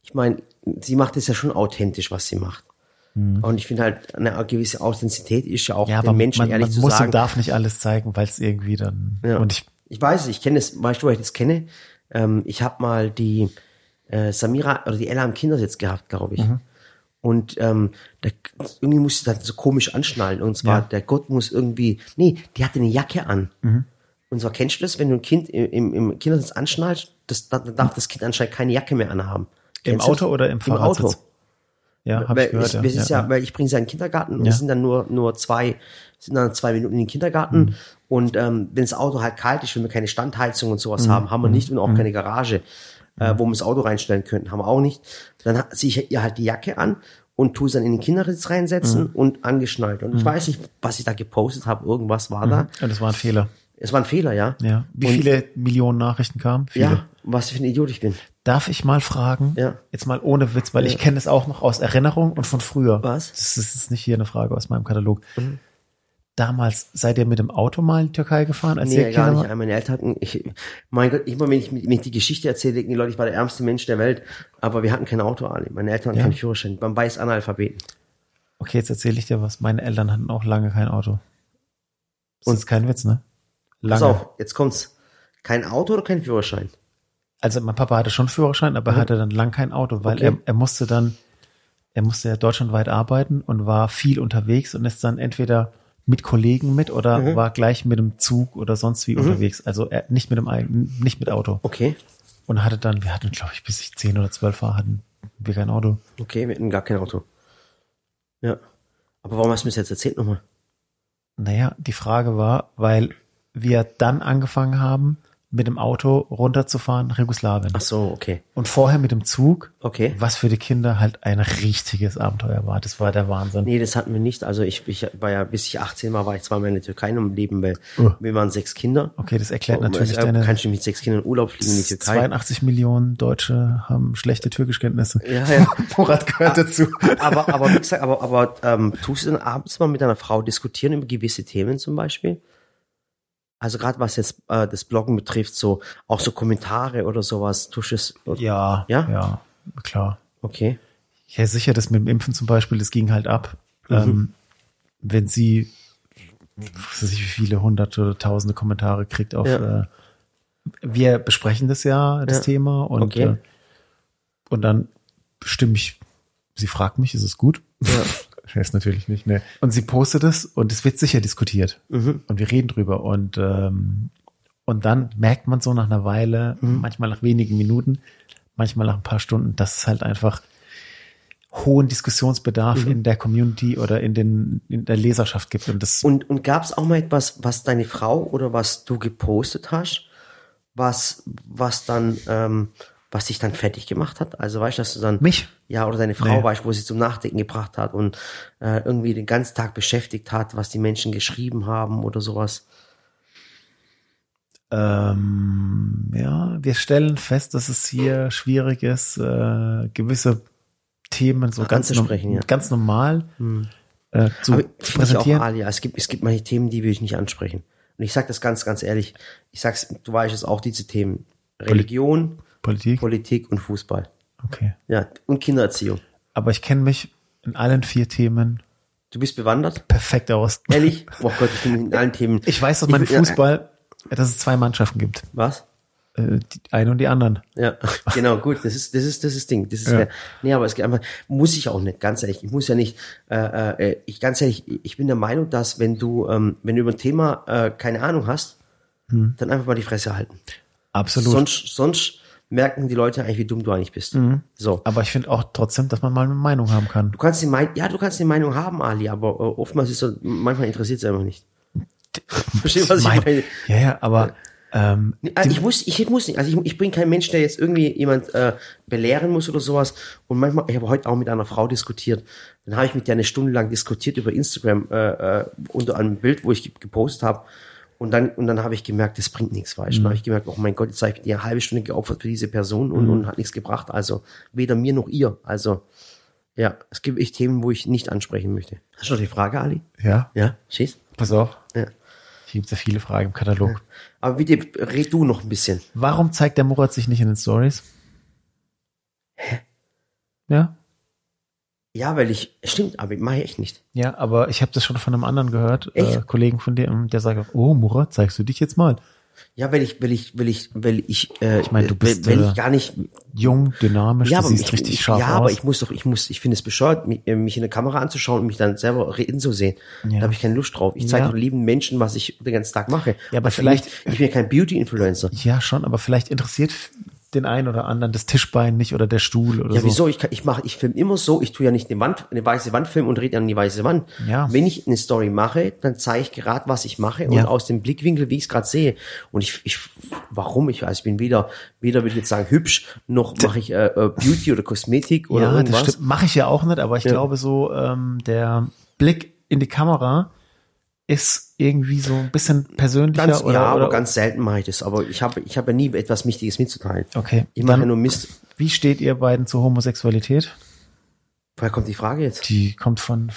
S1: ich meine, sie macht es ja schon authentisch, was sie macht. Und ich finde halt, eine gewisse Authentizität ist ja auch
S2: Mhm. Ja, aber
S1: den Menschen
S2: man,
S1: ehrlich
S2: man
S1: zu
S2: muss
S1: sagen.
S2: und darf nicht alles zeigen, weil es irgendwie dann
S1: Ja.
S2: und ich
S1: ich weiß es, ich kenne es, weißt du, woher ich das kenne? Ähm, ich habe mal die äh, Samira oder die Ella am Kindersitz gehabt, glaube ich.
S2: Mhm.
S1: Und ähm, da, irgendwie musste sie dann so komisch anschnallen. Und zwar,
S2: Ja. Mhm.
S1: der Gott muss irgendwie, nee, die hatte eine Jacke an. Und zwar kennst du das, wenn du ein Kind im- im, im Kindersitz anschnallst, das, dann darf das Kind anscheinend keine Jacke mehr anhaben.
S2: Im
S1: Kennst du das?
S2: Auto oder im Fahrersitz?
S1: Auto.
S2: ja, habe
S1: Weil
S2: ich gehört.
S1: ich, wir sind ja,
S2: ja.
S1: weil ich bringe sie in den Kindergarten und
S2: Ja.
S1: wir sind dann nur, nur zwei, sind dann zwei Minuten in den Kindergarten. Und ähm, wenn das Auto halt kalt ist, wenn wir keine Standheizung und sowas haben, haben wir nicht und auch keine Garage, äh, wo wir das Auto reinstellen könnten, haben wir auch nicht. Dann hat- ziehe ich ihr halt die Jacke an und tue es dann in den Kindersitz reinsetzen und angeschnallt. Und ich weiß nicht, was ich da gepostet habe, irgendwas war da.
S2: Und das war ein Fehler.
S1: Es war ein Fehler, ja.
S2: Ja. Wie
S1: Und-
S2: viele Millionen Nachrichten kamen? Viele.
S1: Ja, was für ein Idiot ich bin.
S2: Darf ich mal fragen?
S1: Ja.
S2: Jetzt mal ohne Witz, weil ich kenne es auch noch aus Erinnerung und von früher.
S1: Was? Mhm.
S2: Das ist jetzt nicht hier eine Frage aus meinem Katalog. Damals seid ihr mit dem Auto mal in die Türkei gefahren, als ihr
S1: Nee, gar
S2: Kinder
S1: nicht.
S2: wart?
S1: Einmal meine Eltern hatten, ich, mein Gott, immer wenn ich, wenn ich die Geschichte erzähle, denken die Leute, ich war der ärmste Mensch der Welt. Aber wir hatten kein Auto, Ali. Meine Eltern hatten
S2: Ja.
S1: keinen Führerschein. Man weiß Analphabeten.
S2: Okay, jetzt erzähle ich dir was. Meine Eltern hatten auch lange kein Auto. Das
S1: Und-
S2: ist kein Witz, ne?
S1: Pass
S2: Lange.
S1: auf, jetzt kommt's. Kein Auto oder kein Führerschein?
S2: also mein Papa hatte schon Führerschein, aber er hatte dann lang kein Auto, weil
S1: Okay.
S2: er, er musste dann, er musste ja deutschlandweit arbeiten und war viel unterwegs und ist dann entweder mit Kollegen mit oder war gleich mit dem Zug oder sonst wie unterwegs. Also er, nicht mit dem eigenen, nicht mit Auto.
S1: Okay.
S2: Und hatte dann, wir hatten, glaube ich, bis ich zehn oder zwölf war, hatten wir kein Auto.
S1: Okay, wir hatten gar kein Auto. Ja. Aber warum hast du mir das jetzt erzählt nochmal?
S2: Naja, die Frage war, weil wir dann angefangen haben, mit dem Auto runterzufahren nach Jugoslawien.
S1: Ach so, okay.
S2: Und vorher mit dem Zug,
S1: Okay.
S2: was für die Kinder halt ein richtiges Abenteuer war. Das war der Wahnsinn.
S1: Nee, das hatten wir nicht. Also ich, ich war ja, bis ich 18 war, war ich zweimal in der Türkei im Leben, weil
S2: Uh.
S1: wir waren sechs Kinder.
S2: Okay, das erklärt natürlich
S1: kann
S2: deine
S1: Kannst du mit sechs Kindern in Urlaub fliegen in die Türkei?
S2: 82 Millionen Deutsche haben schlechte Ah. Türkischkenntnisse.
S1: Ja, ja.
S2: Murat gehört dazu.
S1: aber, aber wie gesagt, aber, aber ähm, tust du denn abends mal mit deiner Frau diskutieren über gewisse Themen zum Beispiel? Also gerade was jetzt äh, das Bloggen betrifft, so auch so Kommentare oder sowas, tust du es.
S2: Ja,
S1: Ja?
S2: ja, klar.
S1: Okay.
S2: Ja, sicher, das mit dem Impfen zum Beispiel, das ging halt ab.
S1: Mhm.
S2: Ähm, wenn sie, was weiß ich, wie viele hunderte oder tausende Kommentare kriegt auf,
S1: Ja.
S2: äh, wir besprechen das ja, das
S1: Ja.
S2: Thema und,
S1: Okay.
S2: äh, und dann stimme ich, sie fragt mich, ist es gut? Ja. [laughs] ist natürlich nicht, ne. Und sie postet es und es wird sicher diskutiert
S1: Mhm.
S2: und wir reden drüber und, ähm, und dann merkt man so nach einer Weile,
S1: Mhm.
S2: manchmal nach wenigen Minuten, manchmal nach ein paar Stunden, dass es halt einfach hohen Diskussionsbedarf
S1: Mhm.
S2: in der Community oder in, den, in der Leserschaft gibt. Und das
S1: Und, und gab es auch mal etwas, was deine Frau oder was du gepostet hast, was, was dann, ähm, was dich dann fertig gemacht hat? Also weißt du, dass du dann.
S2: mich?
S1: Ja, oder deine Frau
S2: Nee.
S1: weißt, wo sie zum Nachdenken gebracht hat und äh, irgendwie den ganzen Tag beschäftigt hat, was die Menschen geschrieben haben oder sowas.
S2: Ähm, ja, wir stellen fest, dass es hier schwierig ist, äh, gewisse Themen so ganz, norm-
S1: Anzusprechen, ja. Mhm.
S2: ganz normal äh, zu,
S1: Aber finde
S2: zu
S1: ich auch,
S2: präsentieren.
S1: Alia, es gibt, es gibt manche Themen, die will ich nicht ansprechen. Und ich sage das ganz, ganz ehrlich. Ich sag's, du weißt es auch, diese Themen. Religion,
S2: Politik?
S1: Politik und Fußball.
S2: Okay.
S1: Ja, und Kindererziehung.
S2: Aber ich kenne mich in allen vier Themen
S1: Du bist bewandert?
S2: perfekt aus. [laughs]
S1: Ehrlich? Oh Gott, ich bin in allen Themen.
S2: Ich weiß, dass man im
S1: ja, äh,
S2: Fußball, dass es zwei Mannschaften gibt.
S1: was?
S2: Äh, Die eine und die anderen.
S1: Ja, [laughs] genau, gut, das ist das ist das ist Ding, das ist
S2: Ja.
S1: fair. nee, aber es geht einfach muss ich auch nicht, ganz ehrlich, ich muss ja nicht äh, äh, ich ganz ehrlich, ich bin der Meinung, dass wenn du ähm, wenn du über ein Thema äh, keine Ahnung hast,
S2: Hm.
S1: dann einfach mal die Fresse halten.
S2: Absolut.
S1: Sonst sonst merken die Leute eigentlich, wie dumm du eigentlich bist. So.
S2: Aber ich finde auch trotzdem, dass man mal eine Meinung haben kann.
S1: Du kannst die Meinung, ja, du kannst die Meinung haben, Ali, aber äh, oftmals ist so, manchmal interessiert es einfach nicht. Verstehst du, was ich
S2: Mein-
S1: meine?
S2: Ja, ja, aber ähm,
S1: Nee, Also ich muss, ich muss nicht. Also ich, ich bin kein Mensch, der jetzt irgendwie jemand äh, belehren muss oder sowas. Und manchmal, ich habe heute auch mit einer Frau diskutiert. Dann habe ich mit der eine Stunde lang diskutiert über Instagram äh, äh, unter einem Bild, wo ich ge- gepostet habe. Und dann und dann habe ich gemerkt, das bringt nichts, weißt du. Dann habe ich gemerkt, oh mein Gott, jetzt habe ich die eine halbe Stunde geopfert für diese Person und, und hat nichts gebracht. Also weder mir noch ihr. Also ja, es gibt echt Themen, wo ich nicht ansprechen möchte. Hast du noch die Frage, Ali?
S2: ja,
S1: Ja, schieß.
S2: pass auf.
S1: Ja.
S2: Hier gibt es ja viele Fragen im Katalog.
S1: Aber bitte red du noch ein bisschen.
S2: Warum zeigt der Murat sich nicht in den Stories? Hä? Ja,
S1: Ja, weil ich stimmt, aber mache ich echt nicht.
S2: ja, aber ich habe das schon von einem anderen gehört, äh,
S1: Echt?
S2: Kollegen von dir, ähm, der sagt, oh Murat, zeigst du dich jetzt mal?
S1: Ja, weil ich, weil ich, weil ich, weil ich, äh, ich
S2: meine, du bist,
S1: weil, weil
S2: äh,
S1: ich gar nicht,
S2: Jung, dynamisch,
S1: ja,
S2: du
S1: aber
S2: siehst
S1: ich,
S2: richtig
S1: ich,
S2: scharf
S1: ja,
S2: aus.
S1: aber ich muss doch, ich muss, ich finde es bescheuert, mich, äh, mich in der Kamera anzuschauen und mich dann selber reden zu sehen.
S2: Ja.
S1: Da habe ich keine Lust drauf. Ich zeige
S2: Ja.
S1: doch lieben Menschen, was ich den ganzen Tag mache.
S2: Ja, aber
S1: Also
S2: vielleicht-
S1: ich, ich bin ja kein Beauty-Influencer.
S2: Ja, schon, aber vielleicht interessiert den einen oder anderen das Tischbein nicht oder der Stuhl oder
S1: Ja,
S2: so.
S1: wieso? Ich, kann- ich mache, ich filme immer so. Ich tue ja nicht eine Wand, eine weiße Wand filmen und rede an die weiße Wand.
S2: Ja.
S1: Wenn ich eine Story mache, dann zeige ich gerade, was ich mache und
S2: Ja.
S1: aus dem Blickwinkel, wie ich es gerade sehe. Und ich, ich, warum? Ich weiß, ich bin weder, weder würde ich jetzt sagen hübsch, noch mache ich äh, äh, Beauty oder Kosmetik oder
S2: ja, das
S1: irgendwas.
S2: stimmt. Mache ich ja auch nicht, aber ich glaube so, ähm, der Blick in die Kamera ist irgendwie so ein bisschen persönlicher
S1: Ganz,
S2: oder,
S1: ja,
S2: oder
S1: aber ganz selten mache ich das. Aber ich habe, ich habe ja nie etwas Wichtiges mitzuteilen.
S2: Okay.
S1: Ich mache
S2: Dann-
S1: ja nur Mist.
S2: Wie steht ihr beiden zur Homosexualität?
S1: Woher kommt die Frage jetzt?
S2: Die kommt von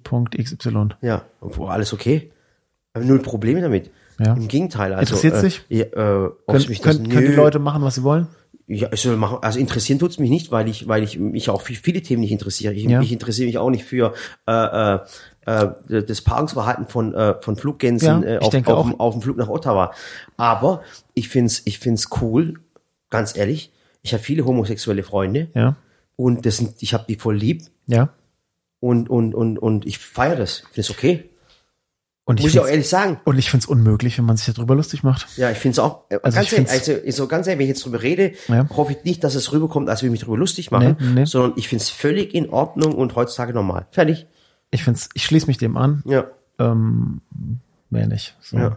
S2: vi.xy.
S1: Ja, wo alles okay. Aber null Probleme damit.
S2: Ja.
S1: Im Gegenteil. Also,
S2: Interessiert
S1: äh,
S2: sich?
S1: Ja, äh, ob es
S2: Können,
S1: mich das-
S2: können, können die
S1: Nö.
S2: Leute machen, was sie wollen?
S1: Ja, ich soll machen. Also interessieren tut's mich nicht, weil ich, weil ich mich auch für viele Themen nicht interessiere. Ich,
S2: Ja.
S1: ich interessiere mich auch nicht für äh, äh, äh, das Paarungsverhalten von, äh, von Fluggänsen
S2: Ja,
S1: äh,
S2: ich
S1: auf,
S2: denke
S1: auf,
S2: auch.
S1: dem- auf dem Flug nach Ottawa. Aber ich find's ich find's cool, ganz ehrlich. Ich habe viele homosexuelle Freunde
S2: Ja.
S1: und das sind, ich habe die voll lieb
S2: Ja.
S1: und, und, und, und ich feiere das. Ich finde es okay.
S2: Und ich
S1: Muss ich auch
S2: finde
S1: ehrlich sagen.
S2: es unmöglich, wenn man sich darüber lustig macht.
S1: Ja, ich finde es auch. äh,
S2: Also
S1: ganz
S2: ich
S1: ehrlich,
S2: find's-
S1: also, so ganz ehrlich, wenn ich jetzt drüber rede,
S2: Ja.
S1: hoffe ich nicht, dass es rüberkommt, als würde ich mich drüber lustig machen,
S2: Nee, nee.
S1: sondern ich finde es völlig in Ordnung und heutzutage normal. Fertig.
S2: Ich finde ich schließe mich dem an.
S1: Ja.
S2: ähm, mehr nicht. So.
S1: Ja.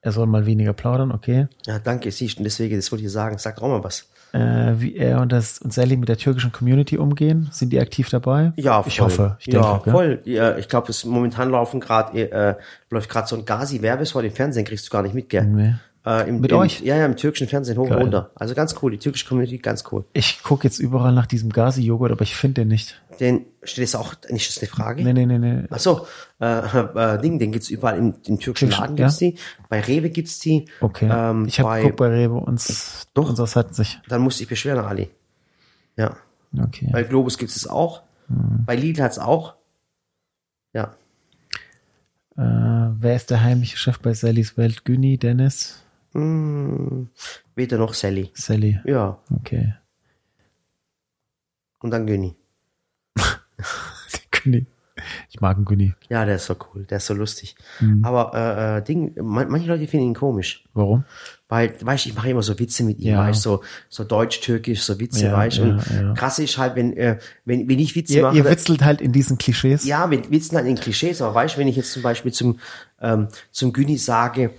S2: Er soll mal weniger plaudern, okay.
S1: Ja, danke, siehst du, deswegen, das wollte ich sagen. Sag auch mal was.
S2: Äh, wie er und, das, und Sally mit der türkischen Community umgehen, sind die aktiv dabei?
S1: Ja, voll.
S2: Ich hoffe, ich denke.
S1: ja,
S2: gell?
S1: voll. Ja, ich glaube, es momentan laufen gerade äh, läuft gerade so ein Gazi-Werbespot im Fernsehen, kriegst du gar nicht mit, gell?
S2: Nee.
S1: Äh, im,
S2: Mit
S1: im,
S2: euch?
S1: Ja, ja, im türkischen Fernsehen hoch und
S2: Geil.
S1: runter. Also ganz cool, die türkische Community ganz cool.
S2: Ich gucke jetzt überall nach diesem Gazi-Joghurt, aber ich finde den nicht.
S1: Den steht es auch, nicht das eine Frage?
S2: Nee, nee, nee, nee.
S1: Ach so, äh, [laughs] äh, Ding, den gibt's überall im, im türkischen
S2: Türkischen,
S1: Laden
S2: ja.
S1: gibt's die, bei Rewe gibt's die.
S2: Okay.
S1: Ähm,
S2: ich habe
S1: bei-
S2: geguckt bei Rewe, uns,
S1: Doch.
S2: unseres hat sich.
S1: Dann musste ich beschweren, Ali. Ja.
S2: Okay.
S1: Bei Globus gibt's es auch.
S2: Hm.
S1: Bei Lidl hat's auch. Ja.
S2: Äh, wer ist der heimliche Chef bei Sallys Welt? Günni, Dennis,
S1: Hm, weder noch Sally.
S2: Sally.
S1: Ja.
S2: Okay. [laughs]
S1: Und dann Günni.
S2: Der Günni. Ich mag einen Günni.
S1: Ja, der ist so cool, der ist so lustig.
S2: Hm.
S1: Aber äh, äh, Ding, man, manche Leute finden ihn komisch.
S2: Warum?
S1: Weil, weißt du, ich mache immer so Witze mit ihm,
S2: Ja.
S1: weißt du, so, so deutsch-türkisch, so Witze,
S2: Ja,
S1: weißt du.
S2: ja,
S1: Und
S2: ja.
S1: krass ist halt, wenn, äh, wenn, wenn ich Witze
S2: Ihr,
S1: mache.
S2: ihr witzelt halt in diesen Klischees.
S1: ja, mit Witzen halt in Klischees, aber weißt du, wenn ich jetzt zum Beispiel zum, ähm, zum Güni sage,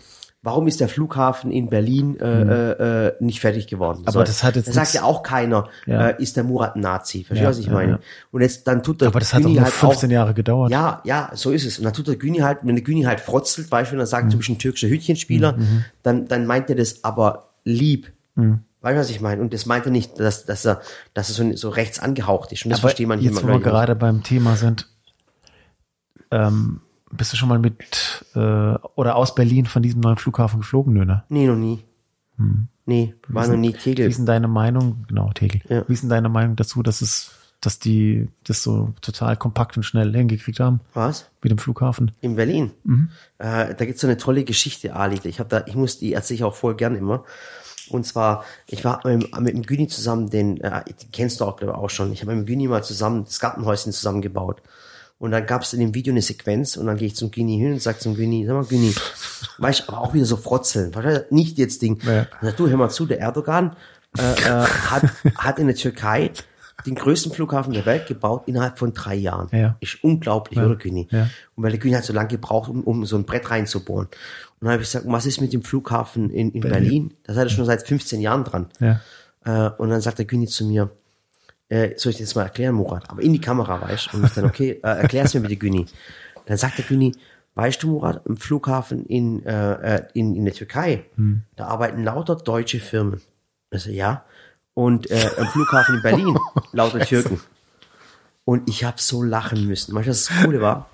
S1: warum ist der Flughafen in Berlin äh, äh, äh, nicht fertig geworden?
S2: Hm. Aber das hat jetzt
S1: Da sagt
S2: nichts-
S1: ja auch keiner,
S2: Ja.
S1: äh, ist der Murat ein Nazi. Verstehst du,
S2: Ja,
S1: was ich
S2: ja,
S1: meine?
S2: ja.
S1: Und jetzt dann tut der
S2: Aber das hat doch
S1: Güni
S2: nur
S1: halt
S2: 15 Jahre gedauert.
S1: ja, ja, so ist es. Und dann tut der Güni halt, wenn der Güni halt frotzelt, weißt du, wenn er sagt, du
S2: Hm.
S1: bist ein türkischer Hütchenspieler, dann, dann meint er das aber lieb.
S2: Hm.
S1: Weißt du, was ich meine? Und das meint er nicht, dass, dass er, dass er so, so rechts angehaucht ist. Und das
S2: Aber
S1: versteht man
S2: jetzt, wo wir
S1: Leute
S2: gerade beim Thema sind, ähm, bist du schon mal mit äh, oder aus Berlin von diesem neuen Flughafen geflogen, Nö, ne?
S1: Nee, noch nie. Nee, war noch nie
S2: Wie
S1: Kegel.
S2: ist denn deine Meinung, genau, Tegel,
S1: Ja.
S2: wie ist denn deine Meinung dazu, dass es, dass die das so total kompakt und schnell hingekriegt haben
S1: Was?
S2: mit dem Flughafen?
S1: In Berlin.
S2: Mhm.
S1: Äh, da gibt's so eine tolle Geschichte, Ali. Ich habe da, ich muss die erzähle ich auch voll gern immer. Und zwar, ich war mit, mit dem Güni zusammen, den, äh, den kennst du auch, glaube ich, auch schon. Ich habe mit dem Güni mal zusammen das Gartenhäuschen zusammengebaut. Und dann gab's in dem Video eine Sequenz und dann gehe ich zum Güni hin und sag zum Güni, sag mal,
S2: [laughs]
S1: Güni, weißt du, aber auch wieder so frotzeln. Weißt du, Nicht jetzt Ding.
S2: Ja.
S1: Und sag, du, hör mal zu, der Erdogan äh,
S2: [laughs]
S1: äh, hat, hat in der Türkei den größten Flughafen der Welt gebaut innerhalb von drei Jahren.
S2: Ja.
S1: Ist unglaublich, oder Güni?
S2: Ja.
S1: Und weil der Güni hat so lange gebraucht, um, um so ein Brett reinzubohren. Und dann habe ich gesagt, was ist mit dem Flughafen in, in Berlin? Da seid ihr schon seit 15 Jahren dran.
S2: Ja.
S1: Äh, und dann sagt der Güni zu mir, äh, soll ich dir das mal erklären, Murat? Aber in die Kamera, weißt du? Und ich dann, okay, äh, erklär's mir bitte, Güni. Dann sagt der Güni, weißt du, Murat, im Flughafen in, äh, äh, in, in der Türkei,
S2: Hm.
S1: da arbeiten lauter deutsche Firmen. Ich so, ja. Und äh, im Flughafen in
S2: [laughs]
S1: Berlin,
S2: Oh,
S1: lauter Türken. Und ich habe so lachen müssen. Manchmal das Coole war,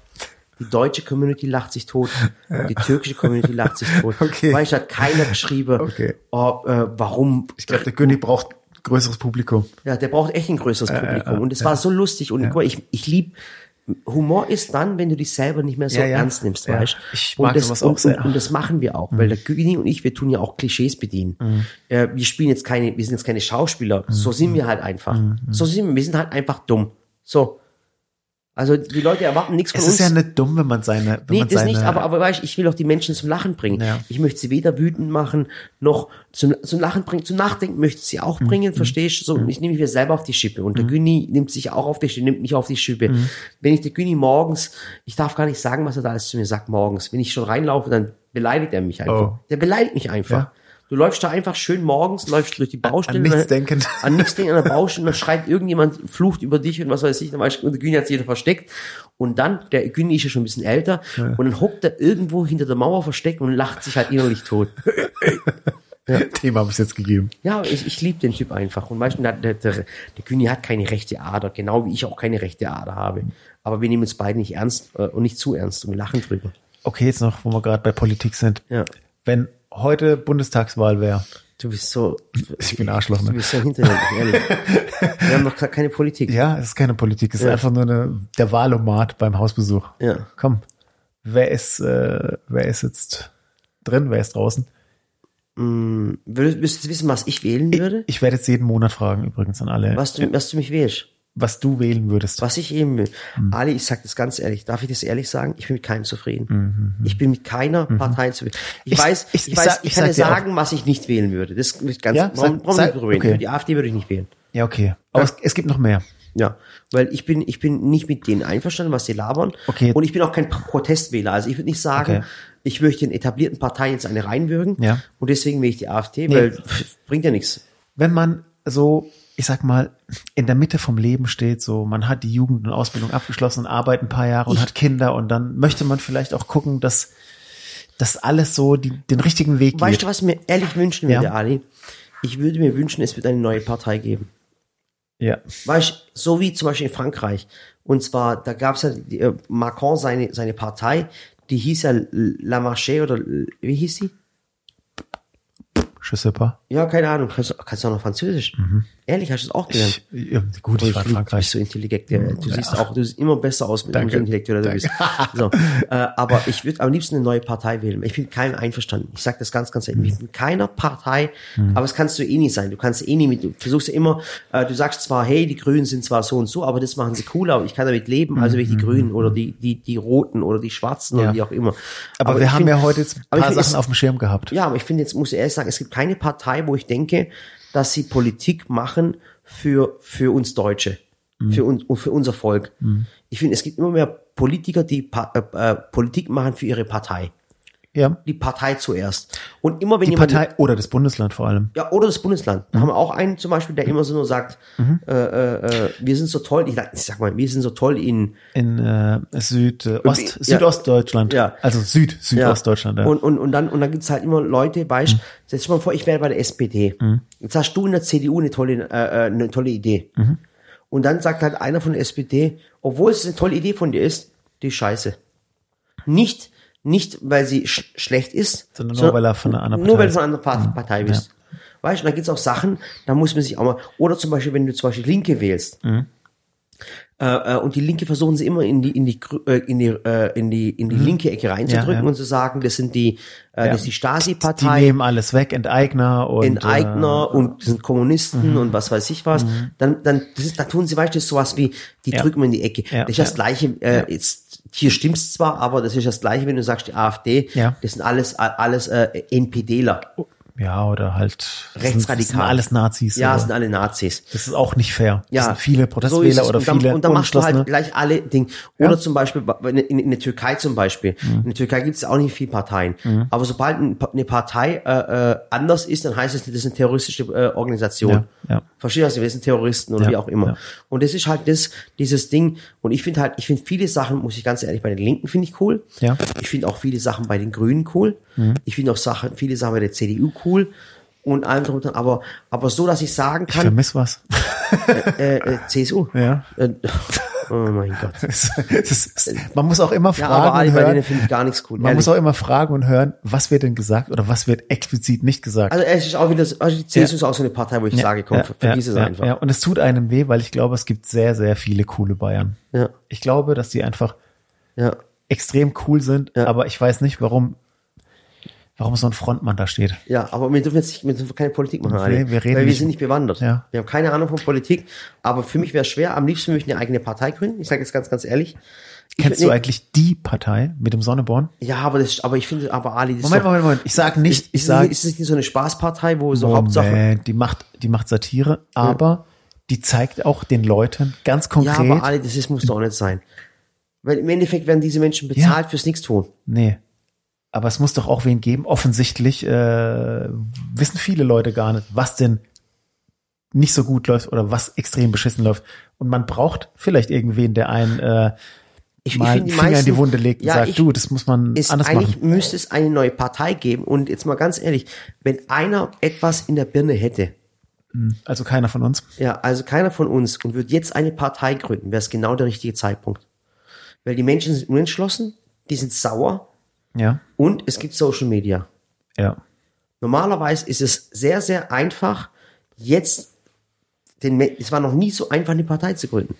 S1: die deutsche Community lacht sich tot, die türkische Community lacht sich tot.
S2: [laughs] Okay.
S1: Weil es hat keiner geschrieben,
S2: Okay.
S1: oh, äh, warum
S2: Ich glaube, der König braucht größeres Publikum.
S1: ja, der braucht echt ein größeres Publikum. Und es war so lustig. Und guck mal, ich, ich lieb, Humor ist dann, wenn du dich selber nicht mehr so
S2: Ja, ja.
S1: ernst nimmst,
S2: Ja.
S1: weißt du?
S2: Ich
S1: und
S2: mag
S1: das,
S2: sowas
S1: und,
S2: auch sehr. Mhm.
S1: Und, und das machen wir auch, weil der Güni und ich, wir tun ja auch Klischees bedienen. Äh, wir spielen jetzt keine, wir sind jetzt keine Schauspieler.
S2: Mhm.
S1: So sind wir halt einfach. So sind wir, wir sind halt einfach dumm. So. Also, die Leute erwarten nichts von
S2: Es
S1: uns.
S2: ist ja nicht dumm, wenn man seine, wenn
S1: Nee,
S2: man
S1: das
S2: seine
S1: nicht, aber, aber weißt, du, ich will auch die Menschen zum Lachen bringen.
S2: Ja.
S1: Ich möchte sie weder wütend machen, noch zum, zum Lachen bringen, zum Nachdenken möchte ich sie auch
S2: Mhm.
S1: bringen, verstehst du? So, ich nehme mich mir selber auf die Schippe und der Güni nimmt sich auch auf die Schippe, nimmt mich auf die Schippe.
S2: Mhm.
S1: Wenn ich der Güni morgens, ich darf gar nicht sagen, was er da alles zu mir sagt morgens, wenn ich schon reinlaufe, dann beleidigt er mich einfach.
S2: Oh.
S1: Der beleidigt mich einfach.
S2: Ja.
S1: Du läufst da einfach schön morgens, läufst durch die Baustelle.
S2: an nichts
S1: und dann-
S2: denkend.
S1: An nichts denken, an der Baustelle, und dann schreit irgendjemand, flucht über dich und was weiß ich, dann weißt du, der Güni hat sich jeder versteckt. Und dann, der Güni ist ja schon ein bisschen älter, und dann hockt er irgendwo hinter der Mauer versteckt und lacht sich halt innerlich tot.
S2: [laughs] Thema habe ich jetzt gegeben.
S1: Ja, ich, ich liebe den Typ einfach. Und weißt du, der, der, der, der Güni hat keine rechte Ader, genau wie ich auch keine rechte Ader habe. Aber wir nehmen uns beide nicht ernst äh, und nicht zu ernst und wir lachen drüber.
S2: Okay, jetzt noch, wo wir gerade bei Politik sind.
S1: Ja.
S2: Wenn heute Bundestagswahl wäre,
S1: Du bist so,
S2: ich bin Arschloch,
S1: du
S2: ne?
S1: bist so hinterhältig, ehrlich. Wir haben noch gar keine Politik.
S2: Ja, es ist keine Politik, es ist
S1: Ja.
S2: einfach nur eine, der Wahlomat beim Hausbesuch.
S1: Ja.
S2: Komm, wer ist, äh, wer ist jetzt drin, wer ist draußen?
S1: Würdest, würdest du wissen, was ich wählen würde?
S2: Ich werde jetzt jeden Monat fragen übrigens an alle, was,
S1: was, du, was du mich wählst?
S2: du wählen würdest.
S1: Was ich eben will.
S2: Mhm.
S1: Ali, ich sag das ganz ehrlich, darf ich das ehrlich sagen? Ich bin mit keinem zufrieden. Ich bin mit keiner Partei zufrieden. Ich,
S2: Mhm, Ich-
S1: weiß, ich,
S2: ich- ich
S1: weiß,
S2: sag-
S1: ich
S2: ich
S1: kann
S2: sag
S1: dir
S2: dir auch-
S1: sagen, was ich nicht wählen würde. Das ist ganz,
S2: Ja,
S1: warum,
S2: sag-
S1: warum
S2: sag-
S1: nicht drüber reden?
S2: okay.
S1: Die AfD würde ich nicht wählen.
S2: Ja, okay. Aber Es, es gibt noch mehr.
S1: Ja, weil ich bin, ich bin nicht mit denen einverstanden, was sie labern.
S2: Okay.
S1: Und ich bin auch kein Pro- Protestwähler. Also ich würde nicht sagen,
S2: Okay.
S1: ich möchte den etablierten Parteien jetzt eine reinwürgen.
S2: Ja.
S1: Und deswegen wähle ich die AfD, weil pff, bringt ja nichts.
S2: wenn man so, ich sag mal, in der Mitte vom Leben steht, so man hat die Jugend und Ausbildung abgeschlossen und arbeitet ein paar Jahre und hat Kinder und dann möchte man vielleicht auch gucken, dass das alles so die, den richtigen Weg
S1: Weißt du,
S2: geht.
S1: was ich mir ehrlich wünschen würde,
S2: Ja.
S1: Ali? Ich würde mir wünschen, es wird eine neue Partei geben.
S2: Ja.
S1: Weißt du, so wie zum Beispiel in Frankreich. Und zwar, da gab es ja die, äh, Macron, seine, seine Partei, die hieß ja La Marche oder L- wie hieß sie?
S2: Schüsselpa.
S1: Ja, keine Ahnung. Kannst, du- kannst du auch noch Französisch? Ehrlich, hast du es auch gelernt?
S2: Ich, ja, gut, ich war in
S1: Du bist
S2: Frankreich. Hm,
S1: so intelligent. Ja. Du siehst auch, du siehst immer besser aus, mit
S2: Danke.
S1: umso intellektueller du bist.
S2: [laughs]
S1: So. Äh, aber ich würde am liebsten eine neue Partei wählen. Ich bin mit keinem einverstanden. Ich sage das ganz, ganz ehrlich. Ich
S2: Hm.
S1: bin mit keiner Partei, aber es kannst du eh nicht sein. Du kannst eh nie mit, du versuchst ja immer, äh, du sagst zwar, hey, die Grünen sind zwar so und so, aber das machen sie cool, aber ich kann damit
S2: Hm,
S1: leben, also will ich die Grünen oder die, die, die Roten oder die Schwarzen
S2: Ja.
S1: oder wie auch immer.
S2: Aber,
S1: ich
S2: wir haben
S1: find-
S2: ja heute jetzt ein
S1: aber ich
S2: paar
S1: find, es-
S2: Sachen auf dem Schirm gehabt.
S1: ja, aber ich finde, jetzt muss ich ehrlich sagen, es gibt keine Partei, wo ich denke, dass sie Politik machen für, für uns Deutsche,
S2: Mhm.
S1: für, un, und für unser Volk. Ich finde, es gibt immer mehr Politiker, die pa äh, äh, Politik machen für ihre Partei.
S2: Ja.
S1: Die Partei zuerst. Und immer wenn
S2: Die
S1: jemand.
S2: Partei oder das Bundesland vor allem.
S1: ja, oder das Bundesland. Da haben wir auch einen zum Beispiel,
S2: Mhm.
S1: der immer so nur sagt, äh, äh, äh, wir sind so toll, ich, ich sag mal, wir sind so toll in,
S2: In äh, Südost,
S1: Ja.
S2: Südostdeutschland.
S1: Ja.
S2: Also Süd, Südostdeutschland. Ja. Mhm.
S1: Und, und, und dann, und dann gibt's halt immer Leute, weißt du, stell dir mal vor, ich wäre bei der SPD. Jetzt hast du in der CDU eine tolle, äh, äh, eine tolle Idee.
S2: Mhm.
S1: Und dann sagt halt einer von der SPD, obwohl es eine tolle Idee von dir ist, die ist scheiße. Nicht, nicht weil sie sch schlecht ist,
S2: Sondern nur, weil er von einer anderen
S1: nur
S2: Partei Mhm.
S1: weil du von einer anderen Pa- Partei bist. Weißt du, da gibt's auch Sachen, da muss man sich auch mal, oder zum Beispiel, wenn du zum Beispiel Linke wählst, äh, äh, und die Linke versuchen sie immer in die in die Grü- äh, in die äh, in die in die linke Ecke reinzudrücken
S2: Mhm. Ja, ja.
S1: und zu sagen, das sind die äh, das ist die
S2: Die
S1: Stasi-Partei,
S2: nehmen alles weg, Enteigner und äh, Mhm.
S1: Enteigner und das sind Kommunisten und was weiß ich was. Dann dann das ist, da tun sie weißt du das ist sowas wie die
S2: Ja.
S1: drücken wir in die Ecke.
S2: Ja,
S1: Das ist das
S2: ja.
S1: gleiche. Äh, Jetzt hier stimmt's zwar, aber das ist das gleiche, wenn du sagst die AfD,
S2: Ja.
S1: das sind alles alles äh, NPDler.
S2: Äh, ja, oder halt das
S1: Rechtsradikal.
S2: Sind, das sind alles Nazis.
S1: Ja,
S2: aber
S1: das sind alle Nazis.
S2: das ist auch nicht fair. Das
S1: Ja,
S2: sind viele
S1: so ist
S2: Protestwähler
S1: es.
S2: oder
S1: und dann,
S2: viele
S1: Und dann machst du halt
S2: Unentschlossene.
S1: gleich alle Dinge. Oder
S2: Ja. Mhm.
S1: zum Beispiel in, in, in der Türkei zum Beispiel. In der Türkei gibt es auch nicht viele Parteien. Aber sobald ein, Pa- eine Partei äh, äh, anders ist, dann heißt es, das ist eine terroristische äh, Organisation.
S2: Ja, ja.
S1: Verstehst du, also wir sind Terroristen oder
S2: Ja,
S1: wie auch immer.
S2: ja.
S1: Und das ist halt das, dieses Ding. Und ich finde halt, ich finde viele Sachen, muss ich ganz ehrlich, bei den Linken finde ich cool.
S2: Ja. Mhm.
S1: Ich finde auch viele Sachen bei den Grünen cool. Ich finde auch Sachen, viele Sachen bei der CDU cool. Und allem drum und dran. Aber, aber so, dass ich sagen
S2: Ich
S1: kann,
S2: vermisse was. [laughs]
S1: äh, äh, CSU.
S2: Ja.
S1: Äh, [laughs] oh mein Gott.
S2: Es ist- man muss auch immer
S1: Ja,
S2: fragen
S1: aber Ali,
S2: und
S1: bei denen
S2: hören.
S1: finde ich gar nichts cool.
S2: Man
S1: ehrlich.
S2: muss auch immer fragen und hören, was wird denn gesagt oder was wird explizit nicht gesagt.
S1: also es ist auch wieder, so- also die CSU ist auch so eine Partei, wo ich sage, komm, ver- vergiss es
S2: ja,
S1: einfach.
S2: Ja, und es tut einem weh, weil ich glaube, es gibt sehr, sehr viele coole Bayern.
S1: Ja.
S2: Ich glaube, dass die einfach
S1: Ja.
S2: extrem cool sind,
S1: Ja.
S2: aber ich weiß nicht, warum, warum so ein Frontmann da steht.
S1: ja, aber wir dürfen jetzt nicht, wir dürfen keine Politik machen, Ali.
S2: Nee, wir reden
S1: weil wir
S2: nicht-
S1: sind nicht bewandert.
S2: Ja.
S1: Wir haben keine Ahnung von Politik, aber für mich wäre es schwer, am liebsten möchte ich eine eigene Partei gründen. Ich sage jetzt ganz, ganz ehrlich. Ich
S2: Kennst
S1: würd-
S2: du eigentlich die Partei mit dem Sonneborn?
S1: Ja, aber das, aber ich finde, aber Ali, das
S2: Moment,
S1: ist doch,
S2: Moment, Moment. Ich sage nicht, ich
S1: ist, es
S2: sage,
S1: nicht- ist es nicht so eine Spaßpartei, wo so Hauptsache,
S2: Moment, die macht, die macht Satire, aber die zeigt auch den Leuten ganz
S1: ja,
S2: konkret.
S1: aber Ali, das ist, muss doch nicht sein. Weil im Endeffekt werden diese Menschen bezahlt fürs Nichtstun.
S2: nee. Aber es muss doch auch wen geben. Offensichtlich äh, wissen viele Leute gar nicht, was denn nicht so gut läuft oder was extrem beschissen läuft. Und man braucht vielleicht irgendwen, der einen äh,
S1: Ich,
S2: mal einen
S1: finde,
S2: Finger in die Wunde legt und sagt, du, das muss man
S1: ist
S2: anders
S1: eigentlich
S2: machen.
S1: müsste es eine neue Partei geben. Und jetzt mal ganz ehrlich, wenn einer etwas in der Birne hätte,
S2: Also keiner von uns.
S1: ja, also keiner von uns, und würde jetzt eine Partei gründen, wäre es genau der richtige Zeitpunkt. Weil die Menschen sind unentschlossen, die sind sauer
S2: Ja.
S1: und es gibt Social Media.
S2: Ja.
S1: Normalerweise ist es sehr, sehr einfach, jetzt den, Me- es war noch nie so einfach, eine Partei zu gründen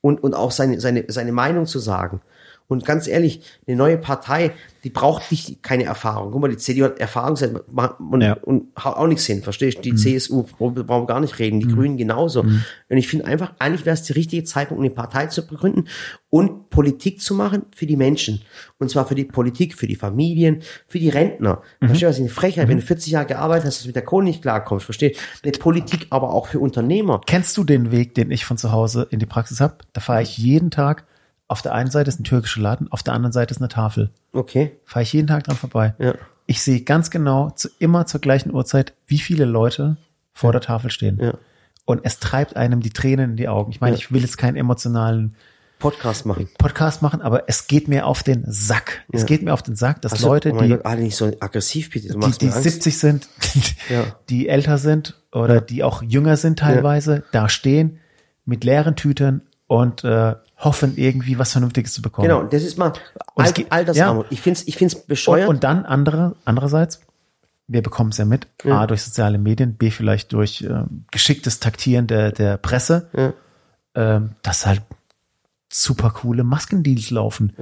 S1: und, und auch seine, seine, seine Meinung zu sagen. Und ganz ehrlich, eine neue Partei, die braucht nicht keine Erfahrung. Guck mal, die CDU hat Erfahrung seit- und,
S2: Ja.
S1: und haut auch nichts hin, verstehst du?
S2: Mhm.
S1: Die CSU, worüber brauchen wir gar nicht reden, die Grünen genauso. Und ich finde einfach, eigentlich wäre es der richtige Zeitpunkt, eine Partei zu begründen und Politik zu machen für die Menschen. Und zwar für die Politik, für die Familien, für die Rentner.
S2: Mhm.
S1: Verstehst du, was ich eine Frechheit, wenn du 40 Jahre gearbeitet hast, dass du mit der Kohle nicht klarkommst, verstehst du? Eine Politik aber auch für Unternehmer.
S2: Kennst du den Weg, den ich von zu Hause in die Praxis habe? Da fahre ich jeden Tag. Auf der einen Seite ist ein türkischer Laden, auf der anderen Seite ist eine Tafel.
S1: Okay.
S2: Fahre ich jeden Tag dran vorbei.
S1: Ja.
S2: Ich sehe ganz genau, zu, immer zur gleichen Uhrzeit, wie viele Leute vor der Tafel stehen.
S1: Ja.
S2: Und es treibt einem die Tränen in die Augen. Ich meine,
S1: Ja.
S2: ich will jetzt keinen emotionalen
S1: Podcast machen.
S2: Podcast machen, aber es geht mir auf den Sack. Es
S1: Ja.
S2: geht mir auf den Sack, dass
S1: Ach so,
S2: Leute,
S1: oh mein
S2: die
S1: Gott, alle nicht so aggressiv, bitte. Du
S2: die,
S1: machst
S2: die
S1: mir Angst.
S2: 70 sind, [laughs] die,
S1: Ja.
S2: die älter sind oder die auch jünger sind teilweise, da stehen mit leeren Tüten und äh, hoffen irgendwie was Vernünftiges zu bekommen.
S1: Genau, das ist mal
S2: Und es
S1: Al
S2: gibt-
S1: Altersarmut. Ich find's, ich find's
S2: Und,
S1: bescheuert.
S2: und dann andere, andererseits, wir bekommen es ja mit, A, durch soziale Medien, B, vielleicht durch ähm, geschicktes Taktieren der, der Presse, ähm, dass halt super coole Maskendeals laufen.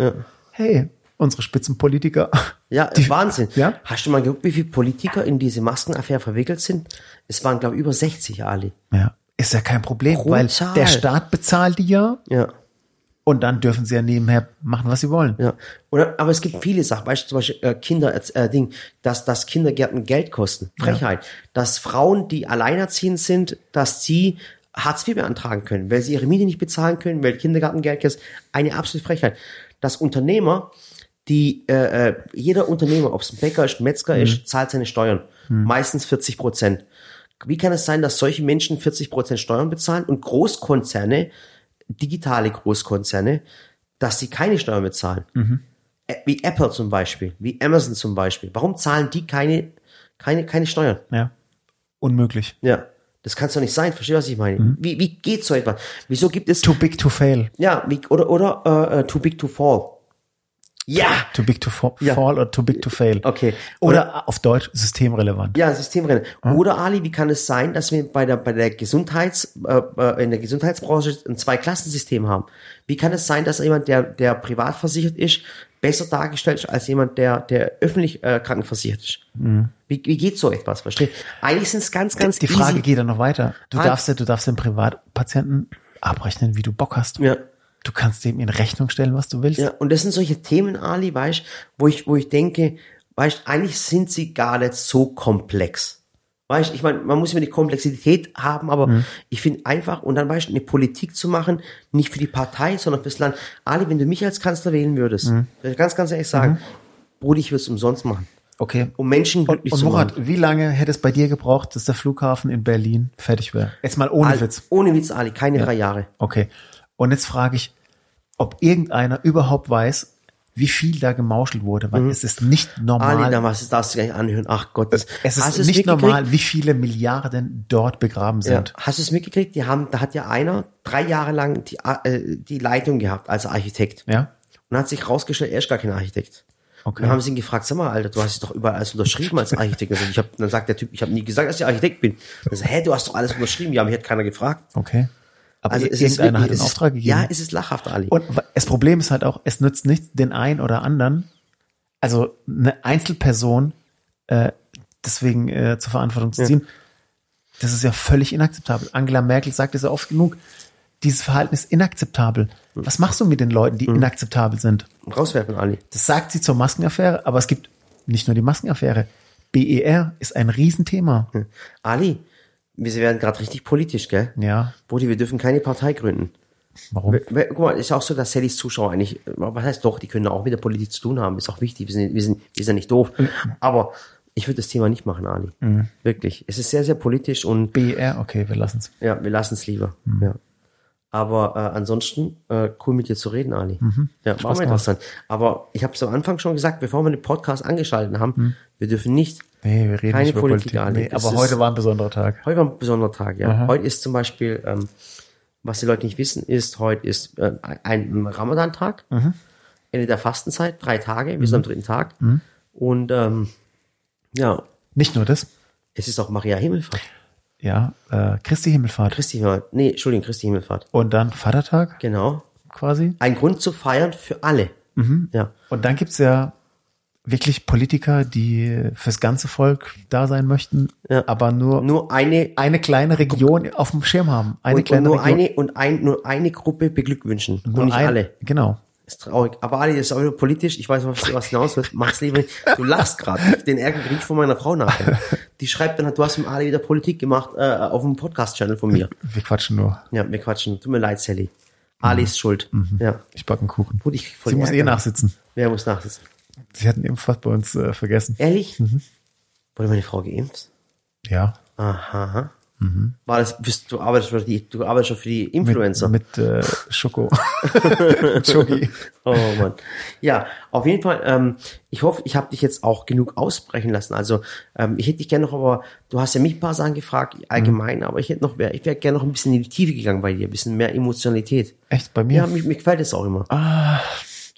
S2: Hey, unsere Spitzenpolitiker.
S1: ja,
S2: [laughs] die-
S1: Wahnsinn.
S2: Ja?
S1: Hast du mal geguckt, wie viele Politiker in diese Maskenaffäre verwickelt sind? Es waren, glaube ich, über 60, Ali.
S2: Ja, ist ja kein Problem,
S1: Brutal.
S2: weil der Staat bezahlt die ja
S1: Ja.
S2: Und dann dürfen sie ja nebenher machen, was sie wollen.
S1: Ja, oder, aber es gibt viele Sachen, weißt du, zum Beispiel äh, Kinder, äh, Ding, dass, dass Kindergärten Geld kosten, Frechheit, dass Frauen, die alleinerziehend sind, dass sie Hartz IV beantragen können, weil sie ihre Miete nicht bezahlen können, weil Kindergartengeld ist, eine absolute Frechheit. Dass Unternehmer, die, äh, äh, jeder Unternehmer, ob es ein Bäcker ist, ein Metzger ist, zahlt seine Steuern, meistens 40 Prozent. Wie kann es sein, dass solche Menschen 40 Prozent Steuern bezahlen und Großkonzerne, digitale Großkonzerne, dass sie keine Steuern bezahlen? Ä- Wie Apple zum Beispiel, wie Amazon zum Beispiel. Warum zahlen die keine, keine, keine Steuern?
S2: Ja. Unmöglich.
S1: Ja. Das kann es doch nicht sein. Verstehst du, was ich meine? Wie, wie geht so etwas? Wieso gibt es,
S2: Too big to fail.
S1: ja, wie, oder, oder, äh, äh, too big to fall. Ja!
S2: Too big to fa
S1: Ja.
S2: fall oder too big to fail.
S1: Okay.
S2: Oder, auf Deutsch systemrelevant.
S1: Ja, Systemrennen.
S2: Ah.
S1: Oder Ali, wie kann es sein, dass wir bei der bei der Gesundheits äh, äh, in der Gesundheitsbranche ein Zweiklassensystem haben? Wie kann es sein, dass jemand, der der privat versichert ist, besser dargestellt ist als jemand, der der öffentlich äh, krankenversichert ist? Wie, wie geht so etwas? Verstehe? Eigentlich sind es ganz ganz
S2: Mhm. Die Frage
S1: easy.
S2: geht dann noch weiter. Du
S1: Ah.
S2: darfst ja, du darfst den Privatpatienten abrechnen, wie du Bock hast.
S1: Ja.
S2: Du kannst dem in Rechnung stellen, was du willst.
S1: Ja, und das sind solche Themen, Ali, weißt, wo ich, wo ich denke, weißt, eigentlich sind sie gar nicht so komplex. Weißt, ich meine, man muss immer die Komplexität haben, aber
S2: Mhm.
S1: ich finde einfach, und dann weißt, eine Politik zu machen, nicht für die Partei, sondern fürs Land. Ali, wenn du mich als Kanzler wählen würdest,
S2: Mhm.
S1: will ich ganz, ganz ehrlich sagen, Brudi, ich würde es umsonst machen.
S2: Okay.
S1: Um Menschen
S2: Mhm. Und,
S1: glücklich
S2: und
S1: zu machen.
S2: Murat, wie lange hätte es bei dir gebraucht, dass der Flughafen in Berlin fertig wäre? Jetzt mal ohne
S1: Ali,
S2: Witz.
S1: ohne Witz, Ali, keine drei Jahre.
S2: Okay. Und jetzt frage ich, ob irgendeiner überhaupt weiß, wie viel da gemauschelt wurde, weil es ist nicht normal.
S1: Mhm. Ali, dann was darfst du gar nicht anhören. Ach Gott, das,
S2: Es ist
S1: Hast du
S2: nicht
S1: mitgekriegt?
S2: normal, wie viele Milliarden dort begraben
S1: Ja.
S2: sind.
S1: Hast du es mitgekriegt? Die haben, da hat ja einer drei Jahre lang die, äh, die Leitung gehabt als Architekt.
S2: Ja.
S1: Und hat sich rausgestellt, er ist gar kein Architekt.
S2: Okay.
S1: Dann haben sie ihn gefragt, sag mal, Alter, du hast es doch überall alles unterschrieben als Architekt. Also ich hab, dann sagt der Typ, ich habe nie gesagt, dass ich Architekt bin. Dann sagt, er, hä, du hast doch alles unterschrieben. Ja, mich hat keiner gefragt.
S2: Okay. Aber
S1: Also
S2: also
S1: es ist wirklich-
S2: irgendeiner hat
S1: es
S2: einen
S1: ist-
S2: Auftrag gegeben.
S1: Ja, es ist lachhaft, Ali.
S2: Und wa- das Problem ist halt auch, es nützt nichts, den einen oder anderen, also eine Einzelperson, äh, deswegen äh, zur Verantwortung zu ziehen. Das ist ja völlig inakzeptabel. Angela Merkel sagt es ja oft genug. Dieses Verhalten ist inakzeptabel.
S1: Hm.
S2: Was machst du mit den Leuten, die inakzeptabel sind?
S1: Rauswerfen, Ali.
S2: Das sagt sie zur Maskenaffäre, aber es gibt nicht nur die Maskenaffäre. BER ist ein Riesenthema.
S1: Hm. Ali, wir werden gerade richtig politisch, gell?
S2: Ja,
S1: Brudi, wir dürfen keine Partei gründen.
S2: warum?
S1: Weil- Guck mal, ist auch so, dass Sallys Zuschauer eigentlich, was heißt doch, die können auch mit der Politik zu tun haben, ist auch wichtig, wir sind, wir sind, wir sind ja nicht doof. Aber ich würde das Thema nicht machen, Ali. Wirklich. Es ist sehr, sehr politisch und
S2: BER, E okay, wir lassen es.
S1: ja, wir lassen es lieber. Ja. Aber äh, ansonsten, äh, cool mit dir zu reden, Ali. Ja, machen wir das dann. Aber ich habe es am Anfang schon gesagt, bevor wir den Podcast angeschaltet haben, wir dürfen nicht.
S2: Nee, wir reden
S1: Keine
S2: nicht über
S1: Politik,
S2: Politik.
S1: Ali.
S2: Nee,
S1: Das
S2: aber
S1: ist-
S2: heute war ein besonderer Tag.
S1: Heute war ein besonderer Tag, ja. Heute ist zum Beispiel, ähm, was die Leute nicht wissen, ist, heute ist äh, ein Ramadan-Tag, Ende der Fastenzeit, drei Tage, wir sind
S2: Mhm.
S1: am dritten Tag. Und ähm, ja,
S2: Nicht nur das.
S1: es ist auch Maria Himmelfahrt.
S2: Ja, äh, Christi Himmelfahrt.
S1: Christi Himmelfahrt, nee, Entschuldigung, Christi Himmelfahrt.
S2: Und dann Vatertag
S1: Genau.
S2: quasi.
S1: Ein Grund zu feiern für alle.
S2: Mhm.
S1: Ja.
S2: Und dann gibt's ja wirklich Politiker, die fürs ganze Volk da sein möchten,
S1: Ja.
S2: aber nur,
S1: Nur eine,
S2: eine kleine Region auf dem Schirm haben. Eine
S1: und, und
S2: kleine
S1: nur
S2: Region.
S1: eine und ein, nur eine Gruppe beglückwünschen. und nicht
S2: ein-
S1: alle.
S2: Genau.
S1: Ist traurig. Aber Ali, das ist auch wieder politisch. Ich weiß, was du was hinaus willst. Mach's lieber nicht. Du lachst gerade. Den Ärger krieg ich von meiner Frau nachher. Die schreibt dann, halt, du hast mit Ali wieder Politik gemacht äh, auf dem Podcast-Channel von mir.
S2: Wir quatschen nur.
S1: Ja, wir quatschen. Tut mir leid, Sally. Ali ist schuld. Ja.
S2: Ich backe einen Kuchen.
S1: Gut, ich krieg voll
S2: Mhm. Sie muss eh
S1: Ärger.
S2: nachsitzen.
S1: Wer muss nachsitzen?
S2: Sie hat einen Impfpass bei uns äh, vergessen.
S1: Ehrlich? Wurde meine Frau geimpft?
S2: Ja.
S1: Aha. War das, bist, du arbeitest für die, du arbeitest schon für die
S2: Mhm. Mit,
S1: Influencer.
S2: mit äh,
S1: [laughs]
S2: Schoko. Schoki.
S1: Oh Mann. Ja, auf jeden Fall, ähm, ich hoffe, ich habe dich jetzt auch genug ausbrechen lassen. Also ähm, ich hätte dich gerne noch, aber du hast ja mich ein paar Sachen gefragt,
S2: Mhm.
S1: allgemein, aber ich hätte noch mehr, ich wäre gerne noch ein bisschen in die Tiefe gegangen bei dir, ein bisschen mehr Emotionalität.
S2: Echt bei Äh, mir?
S1: Ja, mich, mir gefällt das auch immer.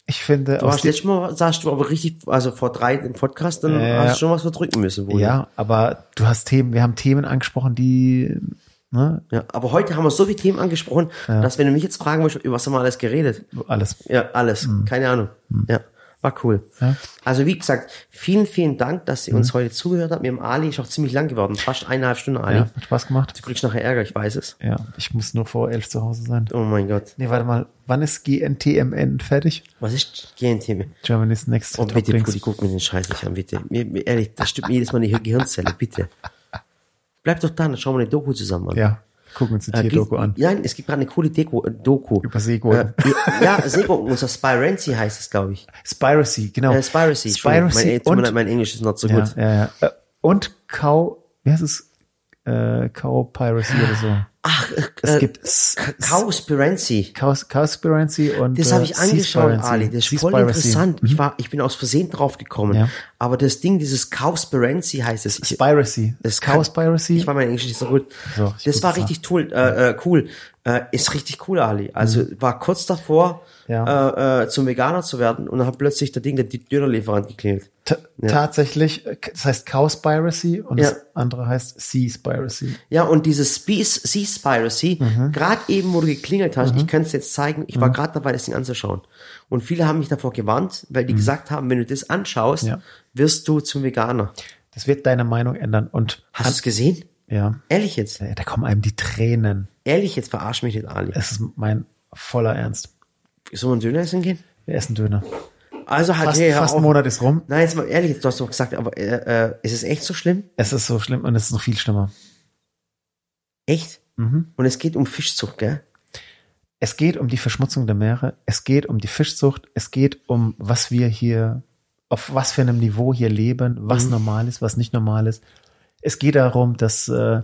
S2: ich finde,
S1: du
S2: aus
S1: hast
S2: die,
S1: letztes Mal, sagst du aber richtig, also vor drei im Podcast, dann
S2: Ja.
S1: hast du schon was verdrücken müssen. wohl.
S2: ja, aber du hast Themen, wir haben Themen angesprochen, die, ne,
S1: ja. Aber heute haben wir so viele Themen angesprochen, dass wenn du mich jetzt fragen möchtest, über was haben wir alles geredet,
S2: alles.
S1: Ja, alles. Keine Ahnung. Ja, war cool.
S2: Hm. Ja. Hm.
S1: Also wie gesagt, vielen, vielen Dank, dass ihr uns heute zugehört habt. Mit dem Ali ist auch ziemlich lang geworden. Fast eineinhalb Stunden, Ali.
S2: Ja, hat Spaß gemacht.
S1: Du kriegst nachher Ärger, ich weiß es.
S2: Ja, ich muss nur vor elf zu Hause sein.
S1: Oh mein Gott.
S2: Nee, warte mal, wann ist GNTMN fertig?
S1: Was ist GNTM?
S2: Germany's Next
S1: Oh,
S2: Top
S1: bitte,
S2: Drinks.
S1: Brudi, guck mir den Scheiß nicht an, bitte. Mir, mir, ehrlich, das stimmt mir jedes Mal in die Gehirnzelle, bitte. Bleib doch da, dann schauen wir eine Doku zusammen an.
S2: Ja, gucken wir uns die
S1: Äh,
S2: Tierdoku
S1: gibt-
S2: an.
S1: Nein, es gibt gerade eine coole Deko, äh, Doku.
S2: Über Seegurken.
S1: Äh, ja, Seegurken, unser Spyrency heißt es, glaube ich.
S2: Spiracy, genau.
S1: Äh, Spiracy, Entschuldigung.
S2: Spiracy
S1: mein, tut mir
S2: und,
S1: leid, mein Englisch ist not so
S2: ja,
S1: gut.
S2: ja, ja. Äh, und Cow, wie heißt es? Äh, Cow Piracy oder so.
S1: Ach, äh,
S2: Es
S1: äh,
S2: gibt S-
S1: Cowspiracy.
S2: Cows- Cowspiracy und
S1: Das
S2: äh,
S1: habe ich angeschaut,
S2: Seaspiracy.
S1: Ali. Das ist voll
S2: Seaspiracy.
S1: interessant. Ich war, ich bin aus Versehen drauf gekommen.
S2: Mhm. Ja.
S1: Aber das Ding, dieses Cowspiracy heißt es. Ich,
S2: Spiracy.
S1: Das kann-
S2: Cowspiracy.
S1: ich war mein Englisch nicht so gut.
S2: So, ich
S1: das
S2: guck
S1: war
S2: das
S1: richtig toll, äh, äh, cool. Äh, ist richtig cool, Ali. Also war kurz davor,
S2: Mhm. Ja.
S1: äh, äh, zum Veganer zu werden und dann hat plötzlich der Ding der die Dönerlieferant geklingelt.
S2: T Tatsächlich, äh, das heißt Cowspiracy und
S1: Ja.
S2: das andere heißt Seaspiracy.
S1: Ja, und dieses Spees- Sea Spiracy,
S2: Mhm.
S1: gerade eben, wo du geklingelt hast, ich kann es jetzt zeigen, ich war gerade dabei, das Ding anzuschauen. Und viele haben mich davor gewarnt, weil die gesagt haben, wenn du das anschaust,
S2: Mhm. Ja.
S1: wirst du zum Veganer.
S2: Das wird deine Meinung ändern und
S1: Hast du es gesehen?
S2: ja,
S1: Ehrlich jetzt?
S2: da da kommen einem die Tränen.
S1: Ehrlich jetzt, verarsch mich nicht, Ali.
S2: Es ist mein voller Ernst.
S1: Soll man Döner essen gehen?
S2: Wir essen Döner.
S1: Also halt,
S2: Fast,
S1: hey, hör
S2: fast ein
S1: auf.
S2: Monat ist rum.
S1: Nein, jetzt mal ehrlich, jetzt, du hast doch gesagt, aber äh, äh, ist es echt so schlimm?
S2: Es ist so schlimm und es ist noch viel schlimmer. Mhm.
S1: Echt? Und es geht um Fischzucht, gell?
S2: Es geht um die Verschmutzung der Meere, es geht um die Fischzucht, es geht um, was wir hier, auf was für einem Niveau hier leben,
S1: Mhm.
S2: was normal ist, was nicht normal ist. Es geht darum, dass äh,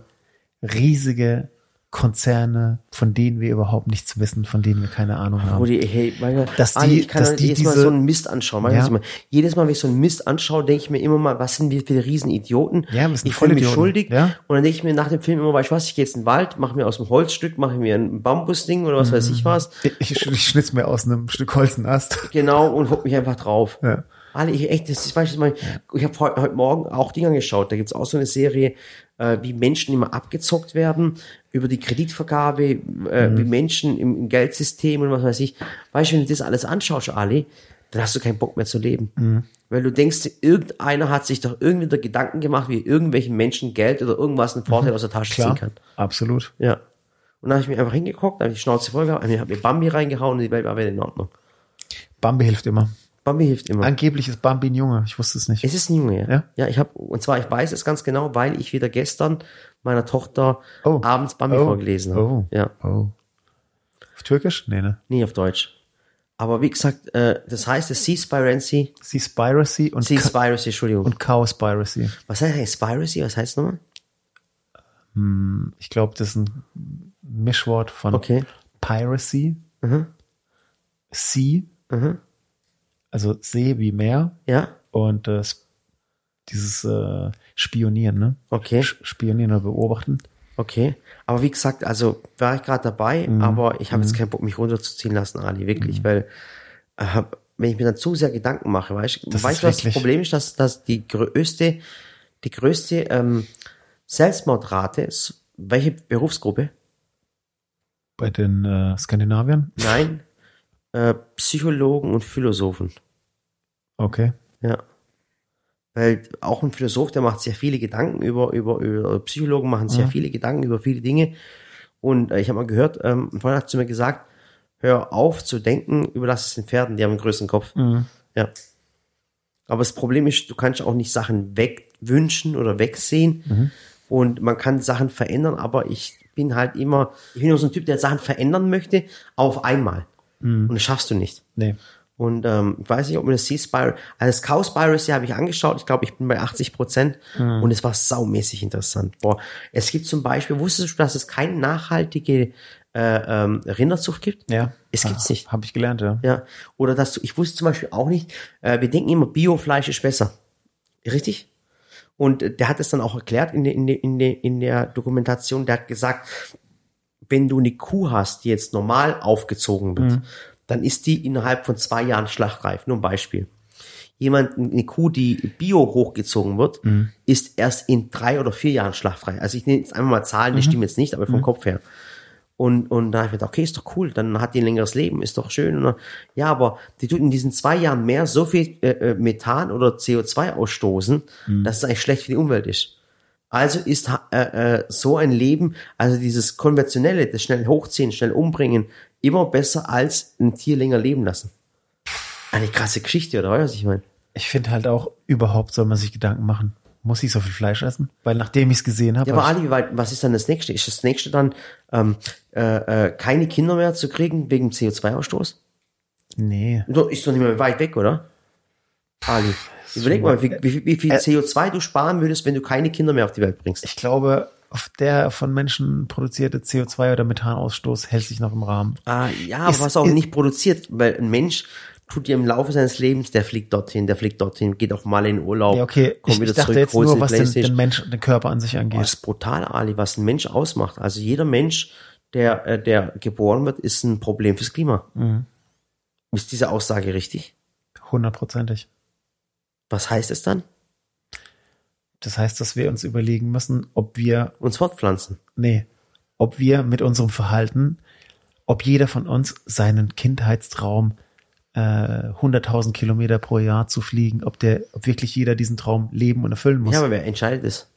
S2: riesige Konzerne, von denen wir überhaupt nichts wissen, von denen wir keine Ahnung haben.
S1: Rudi, hey, meine,
S2: Dass
S1: Ali,
S2: die-
S1: ich kann
S2: dass
S1: doch nicht
S2: die
S1: jedes Mal
S2: diese-
S1: so einen Mist anschauen. Weißt
S2: Ja.
S1: du, was ich meine? jedes Mal, wenn ich so einen Mist anschaue, denke ich mir immer mal, was sind wir für Riesenidioten?
S2: Ja, wir sind
S1: ich fühle mich
S2: Vollidioten,
S1: schuldig.
S2: ja.
S1: Und dann denke ich mir nach dem Film immer, weißt du was, ich gehe jetzt in den Wald, mache mir aus dem Holzstück, mache mir ein Bambusding oder was
S2: Mhm.
S1: weiß ich was.
S2: Ich, ich, ich schnitz mir aus einem Stück Holz einen Ast.
S1: Genau, und hock mich einfach drauf.
S2: [laughs] Ja.
S1: Ali, ich, echt, das ist, weißt du, ich, meine, ich habe heute, heute Morgen auch Dinger geschaut. Da gibt's auch so eine Serie, äh, wie Menschen immer abgezockt werden, über die Kreditvergabe, äh, wie Menschen im, im Geldsystem und was weiß ich. Weißt du, wenn du das alles anschaust, Ali, dann hast du keinen Bock mehr zu leben. Weil du denkst, irgendeiner hat sich doch irgendwie der Gedanken gemacht, wie er irgendwelchen Menschen Geld oder irgendwas einen Vorteil aus der Tasche ziehen kann.
S2: absolut.
S1: Ja. Und dann habe ich mir einfach hingeguckt, habe ich die Schnauze voll gehabt, habe mir Bambi reingehauen und die Welt war wieder in Ordnung.
S2: Bambi hilft immer.
S1: Bambi hilft immer.
S2: Angeblich ist Bambi ein Junge, ich wusste es nicht.
S1: Es ist ein Junge, ja.
S2: Ja?
S1: Ja, ich habe und zwar ich weiß es ganz genau, weil ich wieder gestern meiner Tochter
S2: Oh.
S1: abends Bambi
S2: Oh.
S1: vorgelesen habe.
S2: Oh.
S1: Ja,
S2: Oh. Auf Türkisch? Nee, ne?
S1: nie auf Deutsch. Aber wie gesagt, äh, das heißt es Sea Spiracy,
S2: Seaspiracy und,
S1: Sea
S2: Ca-
S1: Spiracy, Entschuldigung.
S2: und Cowspiracy.
S1: was heißt eigentlich Spiracy? Was heißt nochmal?
S2: Ich glaube, das ist ein Mischwort von
S1: Okay. Mhm.
S2: Piracy, Sea, also See wie Meer
S1: Ja,
S2: und äh, sp- dieses äh, Spionieren, ne?
S1: okay,
S2: Sch- Spionieren oder beobachten.
S1: okay. Aber wie gesagt, also war ich gerade dabei,
S2: Mhm.
S1: aber ich habe jetzt keinen Bock, mich runterzuziehen lassen, Ali, wirklich, weil äh, wenn ich mir dann zu sehr Gedanken mache, weißt du,
S2: Das
S1: weißt
S2: ist
S1: du, was das
S2: wirklich-
S1: Problem ist, dass, dass die größte, die größte ähm, Selbstmordrate ist, welche Berufsgruppe?
S2: [laughs] Bei den äh, Skandinaviern.
S1: Nein, äh, Psychologen und Philosophen.
S2: Okay.
S1: Ja. Weil auch ein Philosoph, der macht sehr viele Gedanken über, über, über Psychologen machen sehr viele Gedanken über viele Dinge. Und äh, ich habe mal gehört, ähm, ein Freund hat zu mir gesagt, hör auf zu denken, überlass es den Pferden, die haben einen größeren Kopf.
S2: Mhm.
S1: Ja. Aber das Problem ist, du kannst auch nicht Sachen wegwünschen oder wegsehen. Und man kann Sachen verändern, aber ich bin halt immer, ich bin nur so ein Typ, der Sachen verändern möchte, aber auf einmal. Und das schaffst du nicht.
S2: Nee.
S1: Und ähm, ich weiß nicht, ob mir das Sea Spiral, also das Cow Spirals hier habe ich angeschaut. Ich glaube, ich bin bei 80 Prozent und es war saumäßig interessant. Boah, es gibt zum Beispiel, wusstest du, dass es keine nachhaltige äh, ähm, Rinderzucht gibt?
S2: Ja. Ah.
S1: Es gibt's nicht.
S2: Habe ich gelernt, ja.
S1: Ja. Oder dass du, ich wusste zum Beispiel auch nicht, äh, wir denken immer, Biofleisch ist besser. Richtig? Und äh, der hat es dann auch erklärt in, der- in, der- in, der- in der Dokumentation. Der hat gesagt, wenn du eine Kuh hast, die jetzt normal aufgezogen wird, dann ist die innerhalb von zwei Jahren schlachtreif. Nur ein Beispiel. Jemand, eine Kuh, die bio hochgezogen wird, ist erst in drei oder vier Jahren schlachtreif. Also ich nehme jetzt einfach mal Zahlen, die stimmen jetzt nicht, aber vom Kopf her. Und, und da habe ich mir gedacht, okay, ist doch cool, dann hat die ein längeres Leben, ist doch schön. Und dann, ja, aber die tut in diesen zwei Jahren mehr so viel äh, äh, Methan oder CO2 ausstoßen, dass es eigentlich schlecht für die Umwelt ist. Also ist ha- äh, äh, so ein Leben, also dieses konventionelle, das schnell hochziehen, schnell umbringen, immer besser als ein Tier länger leben lassen. Eine krasse Geschichte, oder was ich meine?
S2: Ich finde halt auch, überhaupt soll man sich Gedanken machen. Muss ich so viel Fleisch essen? Weil nachdem ich es gesehen habe,
S1: Ja, aber Ali, wie weit- was ist dann das nächste? Ist das nächste dann, ähm, äh, äh, keine Kinder mehr zu kriegen wegen CO2-Ausstoß?
S2: nee.
S1: So, Ist doch nicht mehr weit weg, oder? Ali, überleg mal, wie, wie, wie viel CO2 du sparen würdest, wenn du keine Kinder mehr auf die Welt bringst.
S2: Äh, Ich glaube, auf der von Menschen produzierte CO2 oder Methanausstoß hält sich noch im Rahmen.
S1: Ah, ja, aber
S2: Ist-
S1: was auch
S2: ist-
S1: nicht produziert, weil ein Mensch tut dir im Laufe seines Lebens, der fliegt dorthin, der fliegt dorthin, geht auch mal in den Urlaub,
S2: Ja, okay.
S1: kommt
S2: ich,
S1: wieder
S2: ich dachte
S1: zurück,
S2: jetzt
S1: holt
S2: nur,
S1: sich
S2: was den,
S1: Playstation.
S2: den Menschen, den Körper an sich
S1: Boah,
S2: angeht.
S1: Das ist brutal, Ali, was ein Mensch ausmacht. Also jeder Mensch, der, äh, der geboren wird, ist ein Problem fürs Klima.
S2: Mhm.
S1: Ist diese Aussage richtig?
S2: Hundertprozentig.
S1: Was heißt es dann?
S2: Das heißt, dass wir uns überlegen müssen, ob wir,
S1: Uns fortpflanzen.
S2: nee, ob wir mit unserem Verhalten, ob jeder von uns seinen Kindheitstraum, äh, 100.000 Kilometer pro Jahr zu fliegen, ob der, ob wirklich jeder diesen Traum leben und erfüllen muss.
S1: Ja, aber wer entscheidet es?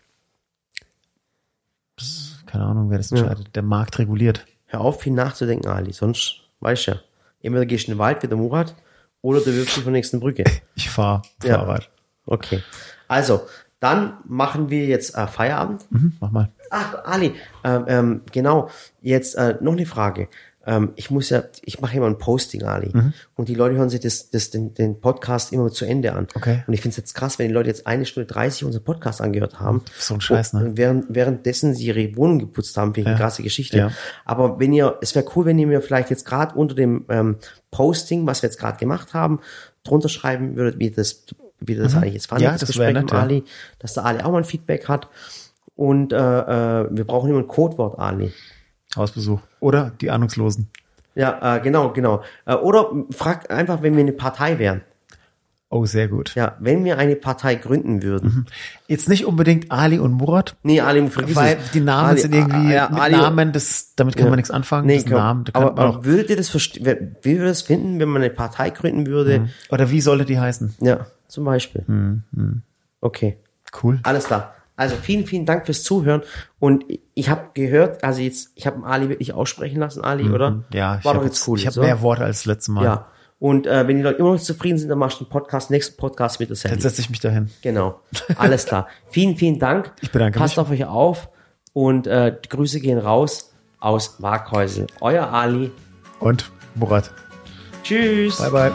S2: Keine Ahnung, wer das entscheidet. Der Markt reguliert.
S1: Hör auf, viel nachzudenken, Ali, sonst weißt du ja. Entweder gehst du in den Wald wie der Murat oder du wirfst dich von der nächsten Brücke.
S2: Ich fahre zur
S1: Ja.
S2: Arbeit.
S1: Okay. Also, dann machen wir jetzt äh, Feierabend.
S2: Mhm, mach mal.
S1: Ach, Ali, ähm, ähm, genau, jetzt äh, noch eine Frage. Ähm, ich muss ja, ich mache immer ein Posting, Ali.
S2: Mhm.
S1: Und die Leute hören sich das, das, den, den Podcast immer zu Ende an.
S2: Okay.
S1: Und ich finde es jetzt krass, wenn die Leute jetzt eine Stunde 30 unseren Podcast angehört haben.
S2: So ein Scheiß, ne?
S1: Und während, währenddessen sie ihre Wohnung geputzt haben, finde ich eine
S2: Ja.
S1: krasse Geschichte.
S2: Ja.
S1: Aber wenn ihr, es wäre cool, wenn ihr mir vielleicht jetzt gerade unter dem ähm, Posting, was wir jetzt gerade gemacht haben, drunter schreiben würdet, wie ihr das, wie ihr
S2: Mhm.
S1: das eigentlich jetzt fandet,
S2: Ja, das wär
S1: Gespräch
S2: nett,
S1: mit
S2: ja.
S1: Ali. Ali, dass der Ali auch mal ein Feedback hat. Und äh, äh, wir brauchen immer ein Codewort, Ali.
S2: Hausbesuch. Oder die Ahnungslosen.
S1: Ja, äh, genau, genau. Äh, oder fragt einfach, wenn wir eine Partei wären.
S2: Oh, sehr gut.
S1: Ja, wenn wir eine Partei gründen würden.
S2: Mhm. Jetzt nicht unbedingt Ali und Murat,
S1: Nee, Ali, vergiss
S2: weil
S1: es.
S2: die Namen
S1: Ali,
S2: sind irgendwie
S1: äh, ja,
S2: mit
S1: Ali-
S2: Namen, das, damit kann man nichts anfangen.
S1: Nee,
S2: das
S1: komm,
S2: Namen, da kann
S1: aber,
S2: man auch,
S1: aber würdet ihr das verstehen? Wer- Wie würde das finden, wenn man eine Partei gründen würde?
S2: oder wie sollte die heißen?
S1: Ja, zum Beispiel.
S2: Mhm,
S1: Okay.
S2: Cool.
S1: Alles klar. Also vielen, vielen Dank fürs Zuhören. Und ich habe gehört, also jetzt, ich habe Ali wirklich aussprechen lassen, Ali, oder?
S2: Mhm. Ja, ich
S1: War doch
S2: habe
S1: jetzt cool.
S2: ich hab
S1: jetzt, oder?
S2: mehr Worte als das letzte Mal.
S1: Ja. Und äh, wenn die Leute immer noch nicht zufrieden sind, dann machst du einen Podcast, nächsten Podcast mit das
S2: Jetzt
S1: Handy.
S2: setze ich mich dahin.
S1: Genau. Alles
S2: [laughs]
S1: klar. vielen, vielen Dank.
S2: Ich bedanke
S1: Passt
S2: mich.
S1: auf euch auf und äh, die Grüße gehen raus aus Markhäusel. Euer Ali.
S2: Und Murat.
S1: Tschüss.
S2: Bye, bye.